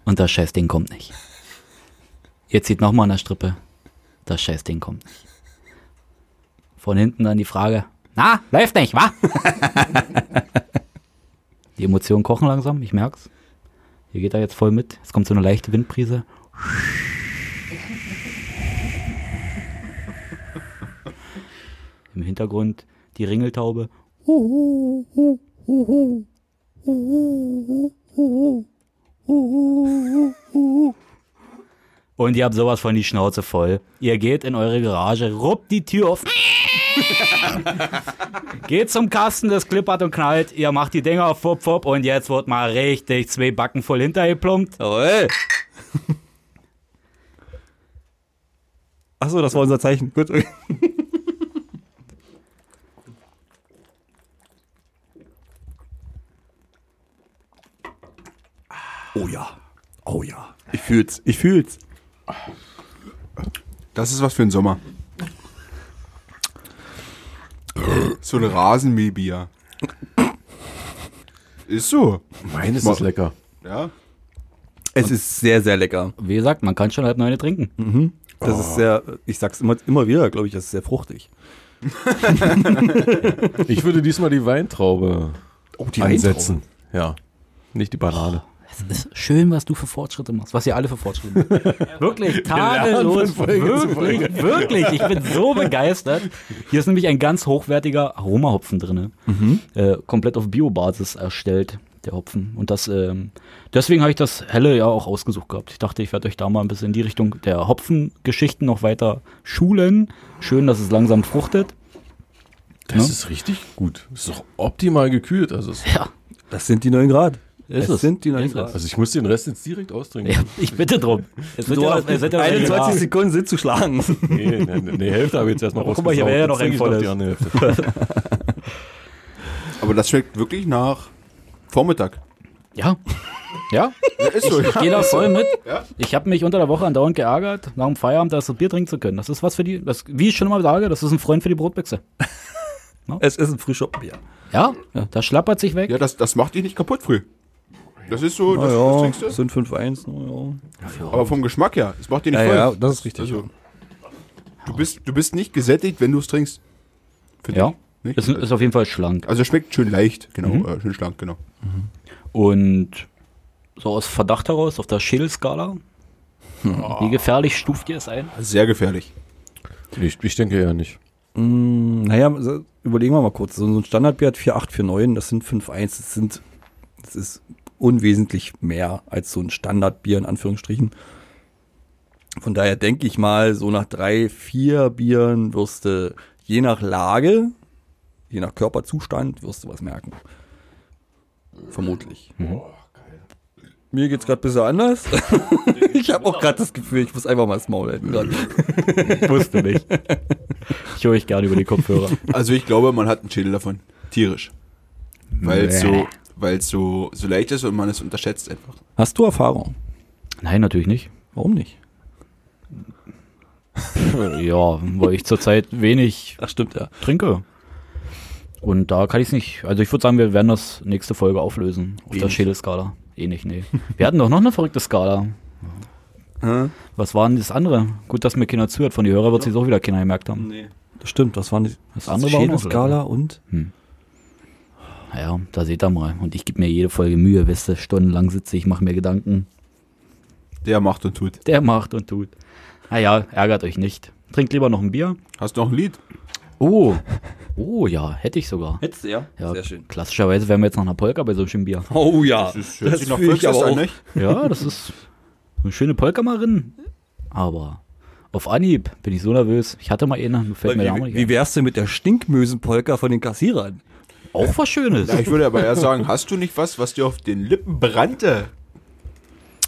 Speaker 7: und das Scheißding kommt nicht. Ihr zieht nochmal an der Strippe, das Scheißding kommt nicht. Von hinten dann die Frage, na, läuft nicht, wa? die Emotionen kochen langsam, ich merk's. Ihr geht da jetzt voll mit, es kommt so eine leichte Windbrise. Im Hintergrund die Ringeltaube. Und ihr habt sowas von die Schnauze voll. Ihr geht in eure Garage, ruppt die Tür auf. geht zum Kasten, das klippert und knallt. Ihr macht die Dinger auf Fupp Fupp und jetzt wird mal richtig zwei Backen voll hintergeplumpt.
Speaker 8: Jawohl. Achso, das war unser Zeichen. Gut. okay.
Speaker 3: Oh ja. Oh ja. Ich fühl's. Ich fühl's.
Speaker 1: Das ist was für den Sommer. So ein Rasenmähbier. Ist so.
Speaker 2: Meines
Speaker 1: Ma-
Speaker 2: ist lecker.
Speaker 1: Ja.
Speaker 3: Es ist sehr, sehr lecker.
Speaker 7: Wie gesagt, man kann schon halb neune trinken.
Speaker 3: Das
Speaker 2: Ah.
Speaker 3: ist sehr, ich sag's immer, immer wieder, glaube ich, das ist sehr fruchtig.
Speaker 2: Ich würde diesmal die Weintraube
Speaker 1: Oh, die
Speaker 2: einsetzen. Ja. Nicht die Banane.
Speaker 7: Es ist schön, was du für Fortschritte machst, was ihr alle für Fortschritte macht. wirklich tadellos. Wirklich, wirklich. Ich bin so begeistert. Hier ist nämlich ein ganz hochwertiger Aromahopfen drin. Äh, komplett auf Biobasis erstellt, der Hopfen. Und das, ähm, deswegen habe ich das Helle ja auch ausgesucht gehabt. Ich dachte, ich werde euch da mal ein bisschen in die Richtung der Hopfengeschichten noch weiter schulen. Schön, dass es langsam fruchtet.
Speaker 2: Das
Speaker 7: Ne?
Speaker 2: ist richtig gut. Das ist doch optimal gekühlt. Also, es-
Speaker 7: Ja,
Speaker 3: Das sind die 9 Grad.
Speaker 7: ist
Speaker 3: Es sind die neuen
Speaker 7: Ist
Speaker 3: Grad.
Speaker 7: es.
Speaker 2: also ich muss den Rest jetzt direkt austrinken.
Speaker 7: Ja, ich bitte drum. Es wird ja noch- es wird ja noch-
Speaker 3: Sekunden sind zu schlagen.
Speaker 2: Nee, nee, nee, die Hälfte habe ich jetzt erstmal
Speaker 7: Aber guck mal, hier wäre ja noch ein
Speaker 2: rausgesaugt. Jetzt trinke ich noch die andere Hälfte.
Speaker 1: Aber das schmeckt wirklich nach Vormittag.
Speaker 7: Ja. Ja,
Speaker 1: Ist so.
Speaker 7: Ich gehe da voll mit. Ich habe mich unter der Woche andauernd geärgert, nach dem Feierabend das Bier trinken zu können. Das ist was für die, das, wie ich schon immer sage, das ist ein Freund für die Brotbüchse.
Speaker 3: Es ist ein frischer Bier.
Speaker 7: Ja, das schlappert sich weg.
Speaker 1: Ja, das, das macht dich nicht kaputt früh. Das ist so, das, das
Speaker 3: Naja,
Speaker 1: trinkst du.
Speaker 3: sind ne? 5-1. Naja.
Speaker 1: Aber vom Geschmack her, es macht dir nicht voll.
Speaker 3: das ist richtig.
Speaker 1: Also, du, bist, du bist nicht gesättigt, wenn du es trinkst. Finde
Speaker 7: Ja,
Speaker 1: ich. Nicht?
Speaker 7: ist, ist auf jeden Fall schlank.
Speaker 1: also es schmeckt schön leicht, genau, äh, schön schlank, genau.
Speaker 7: Und so aus Verdacht heraus, auf der Schädelskala, wie gefährlich stuft ihr es ein?
Speaker 1: Also Sehr gefährlich.
Speaker 2: Ja. Ich, ich denke ja nicht.
Speaker 3: Naja, so- überlegen wir mal kurz. So so ein Standardbier hat 4,8, 4,9, das sind 5,1. Das, sind, das ist unwesentlich mehr als so ein Standardbier in Anführungsstrichen. Von daher denke ich mal, so nach drei, vier Bieren wirst du je nach Lage, je nach Körperzustand, wirst du was merken. Vermutlich. Mir geht's gerade ein bisschen anders. ich habe auch gerade das Gefühl, ich muss einfach mal das Maul halten. grad.
Speaker 7: Wusste nicht. ich höre euch gerne über die Kopfhörer.
Speaker 1: Also ich glaube, man hat einen Schädel davon. Tierisch. Weil es so, weil's so, so leicht ist und man es unterschätzt einfach.
Speaker 3: Hast du Erfahrung?
Speaker 7: Nein, natürlich nicht.
Speaker 3: Warum nicht?
Speaker 7: Ja, weil ich zurzeit wenig
Speaker 3: Ach stimmt, ja.
Speaker 7: trinke. Und da kann ich es nicht. Also ich würde sagen, wir werden das nächste Folge auflösen. Auf der Schädelskala. Ähnlich, nee. Wir hatten doch noch eine verrückte Skala. Was war denn das andere? Gut, dass mir keiner zuhört. Von den Hörern wird sich auch wieder keiner gemerkt haben.
Speaker 3: Das stimmt, das waren die
Speaker 7: Das andere war auch noch
Speaker 3: Schädelskala und
Speaker 7: Naja, da seht ihr mal. Und ich gebe mir jede Folge Mühe, weißt du, stundenlang sitze ich, mache mir Gedanken.
Speaker 1: Der macht und tut.
Speaker 7: Der macht und tut. Naja, ärgert euch nicht. Trinkt lieber noch ein Bier.
Speaker 1: Hast du noch ein Lied?
Speaker 7: Oh. Oh ja, hätte ich sogar.
Speaker 3: Hättest du, ja.
Speaker 7: Ja,
Speaker 3: Sehr schön.
Speaker 7: Klassischerweise wären wir jetzt nach einer Polka bei so einem schönen Bier.
Speaker 3: Oh ja.
Speaker 1: Das hört sich nach
Speaker 3: fühl ich
Speaker 1: Volksfest
Speaker 3: aber
Speaker 1: an,
Speaker 3: auch.
Speaker 1: nicht?
Speaker 7: Ja, das ist eine schöne Polkammerin. Aber auf Anhieb bin ich so nervös. Ich hatte mal eine, nur fällt mir der Name
Speaker 3: Wie, wie
Speaker 7: nicht
Speaker 3: wär's denn mit der Stinkmösenpolka von den Kassierern?
Speaker 7: ein. Auch was Schönes.
Speaker 1: Ja, ich würde aber eher sagen, hast du nicht was, was dir auf den Lippen brannte?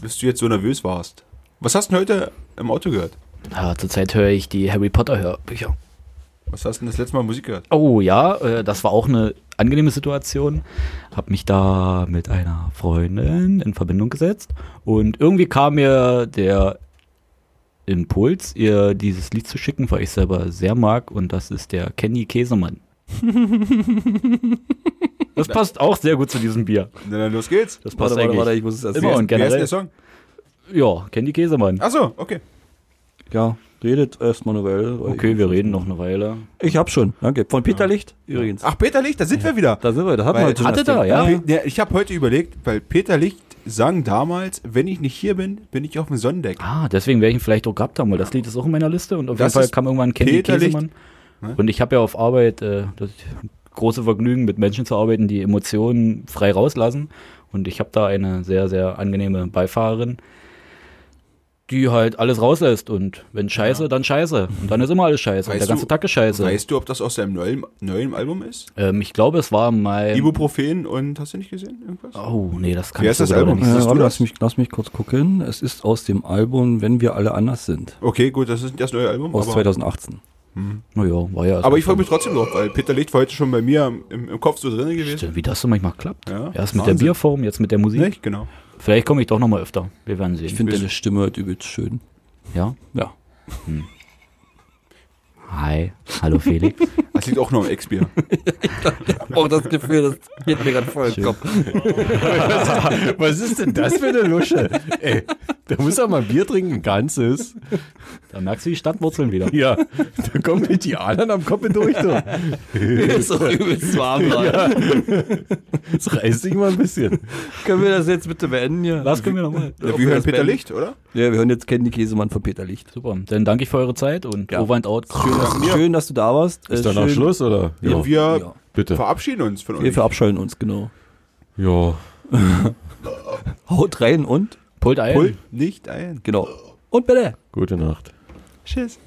Speaker 1: Bis du jetzt so nervös warst. Was hast du denn heute im Auto gehört?
Speaker 7: Ja, zurzeit höre ich die Harry Potter Hörbücher.
Speaker 1: Was hast du denn das letzte Mal Musik gehört?
Speaker 7: Oh ja, äh, das war auch eine angenehme Situation. Hab mich da mit einer Freundin in Verbindung gesetzt und irgendwie kam mir der Impuls, ihr dieses Lied zu schicken, weil ich selber sehr mag und das ist der Kenny Käsemann. Das passt auch sehr gut zu diesem Bier.
Speaker 1: Na dann los geht's.
Speaker 7: Das
Speaker 3: Warte,
Speaker 7: passt
Speaker 3: warte,
Speaker 7: eigentlich.
Speaker 3: warte, ich muss es erst
Speaker 7: Immer
Speaker 3: sehen.
Speaker 7: und
Speaker 1: Wer ist denn
Speaker 7: generell.
Speaker 1: der Song?
Speaker 7: Ja, Candy Käsemann.
Speaker 1: Achso, okay.
Speaker 3: Ja, redet erst Manuel.
Speaker 7: Okay, wir reden noch eine Weile.
Speaker 3: Ich hab schon, danke. Von Peter Licht übrigens.
Speaker 1: Ach, Peter Licht, da sind wir wieder.
Speaker 3: Da sind wir, da hatten
Speaker 1: Weil-
Speaker 3: wir heute schon
Speaker 7: Hatte
Speaker 3: das Thema.
Speaker 7: da, ja.
Speaker 1: Pe- ja, ich habe heute überlegt, weil Peter Licht sang damals, wenn ich nicht hier bin, bin ich auf dem Sonnendeck.
Speaker 7: Ah, deswegen wäre ich ihn vielleicht auch gehabt haben, weil das Lied ist auch in meiner Liste und auf
Speaker 1: Das
Speaker 7: jeden Fall
Speaker 1: ist ne?
Speaker 7: kam irgendwann Candy
Speaker 1: Peter Licht.
Speaker 7: Käsemann. Und ich habe ja auf Arbeit äh, das große Vergnügen, mit Menschen zu arbeiten, die Emotionen frei rauslassen. Und ich habe da eine sehr, sehr angenehme Beifahrerin, die halt alles rauslässt. Und wenn scheiße, dann scheiße. Und dann ist immer alles scheiße. und
Speaker 1: Weißt
Speaker 7: der ganze
Speaker 1: du-
Speaker 7: Tag ist scheiße.
Speaker 1: Weißt du, ob das aus seinem neuen, neuen Album ist?
Speaker 7: Ähm, ich glaube, es war mein.
Speaker 1: Ibuprofen und hast du nicht gesehen? Irgendwas?
Speaker 7: Ähm. Oh, nee, das kann
Speaker 1: Wer
Speaker 7: ich
Speaker 1: ist das
Speaker 7: so gerade
Speaker 1: Album?
Speaker 7: nicht
Speaker 1: Siehst
Speaker 3: Ja,
Speaker 1: du
Speaker 3: warte,
Speaker 1: das?
Speaker 3: lass, mich, lass mich kurz gucken. Es ist aus dem Album Wenn wir alle anders sind.
Speaker 1: Okay, gut, das ist nicht das neue Album.
Speaker 3: Aus
Speaker 1: aber,
Speaker 3: 2018.
Speaker 7: Naja, war ja.
Speaker 1: aber ich freue mich trotzdem drauf, weil Peter Licht war heute schon bei mir im, im- im Kopf so drin gewesen.
Speaker 7: Wie das so manchmal klappt.
Speaker 1: Ja,
Speaker 7: Erst mit der
Speaker 1: Wahnsinn.
Speaker 7: Bierform, jetzt mit der Musik.
Speaker 1: Nicht? Genau.
Speaker 7: Vielleicht komme ich doch nochmal öfter. Wir werden sehen.
Speaker 3: Ich finde deine Stimme heute übelst schön.
Speaker 7: ja. Hm.
Speaker 3: Ja.
Speaker 7: Hi. Hallo Felix.
Speaker 1: Das liegt auch nur am Ex-Bier.
Speaker 3: Oh, das Gefühl, das geht mir gerade voll im Kopf.
Speaker 2: Was ist denn das für eine Lusche? Ey, da muss doch mal Bier trinken, ein ganzes.
Speaker 7: da merkst du die Stadtwurzeln wieder.
Speaker 2: Ja, da kommen mir die Adern am Kopf durch. Du.
Speaker 3: ist doch übelst warm gerade.
Speaker 2: Jetzt reiß dich mal ein bisschen.
Speaker 3: Können wir das jetzt bitte beenden hier?
Speaker 7: Was können wir nochmal?
Speaker 1: Ja, wir hören Peter Licht, oder?
Speaker 3: Ja, wir hören jetzt Candy Käsemann von Peter Licht.
Speaker 7: Super. Dann danke ich für eure Zeit und
Speaker 3: Ja.
Speaker 7: over and out. genau.
Speaker 3: Schön, dass du da warst.
Speaker 2: Ist
Speaker 3: Äh,
Speaker 2: danach
Speaker 3: schön-
Speaker 2: Schluss, oder?
Speaker 1: Und wir
Speaker 3: Ja.
Speaker 2: bitte.
Speaker 1: verabschieden uns von
Speaker 3: Wir
Speaker 1: euch.
Speaker 3: verabscheuen uns, genau.
Speaker 2: Ja.
Speaker 3: Haut rein und
Speaker 7: Pult ein.
Speaker 1: Holt nicht ein.
Speaker 3: genau. Und bitte.
Speaker 2: Gute Nacht.
Speaker 1: Tschüss.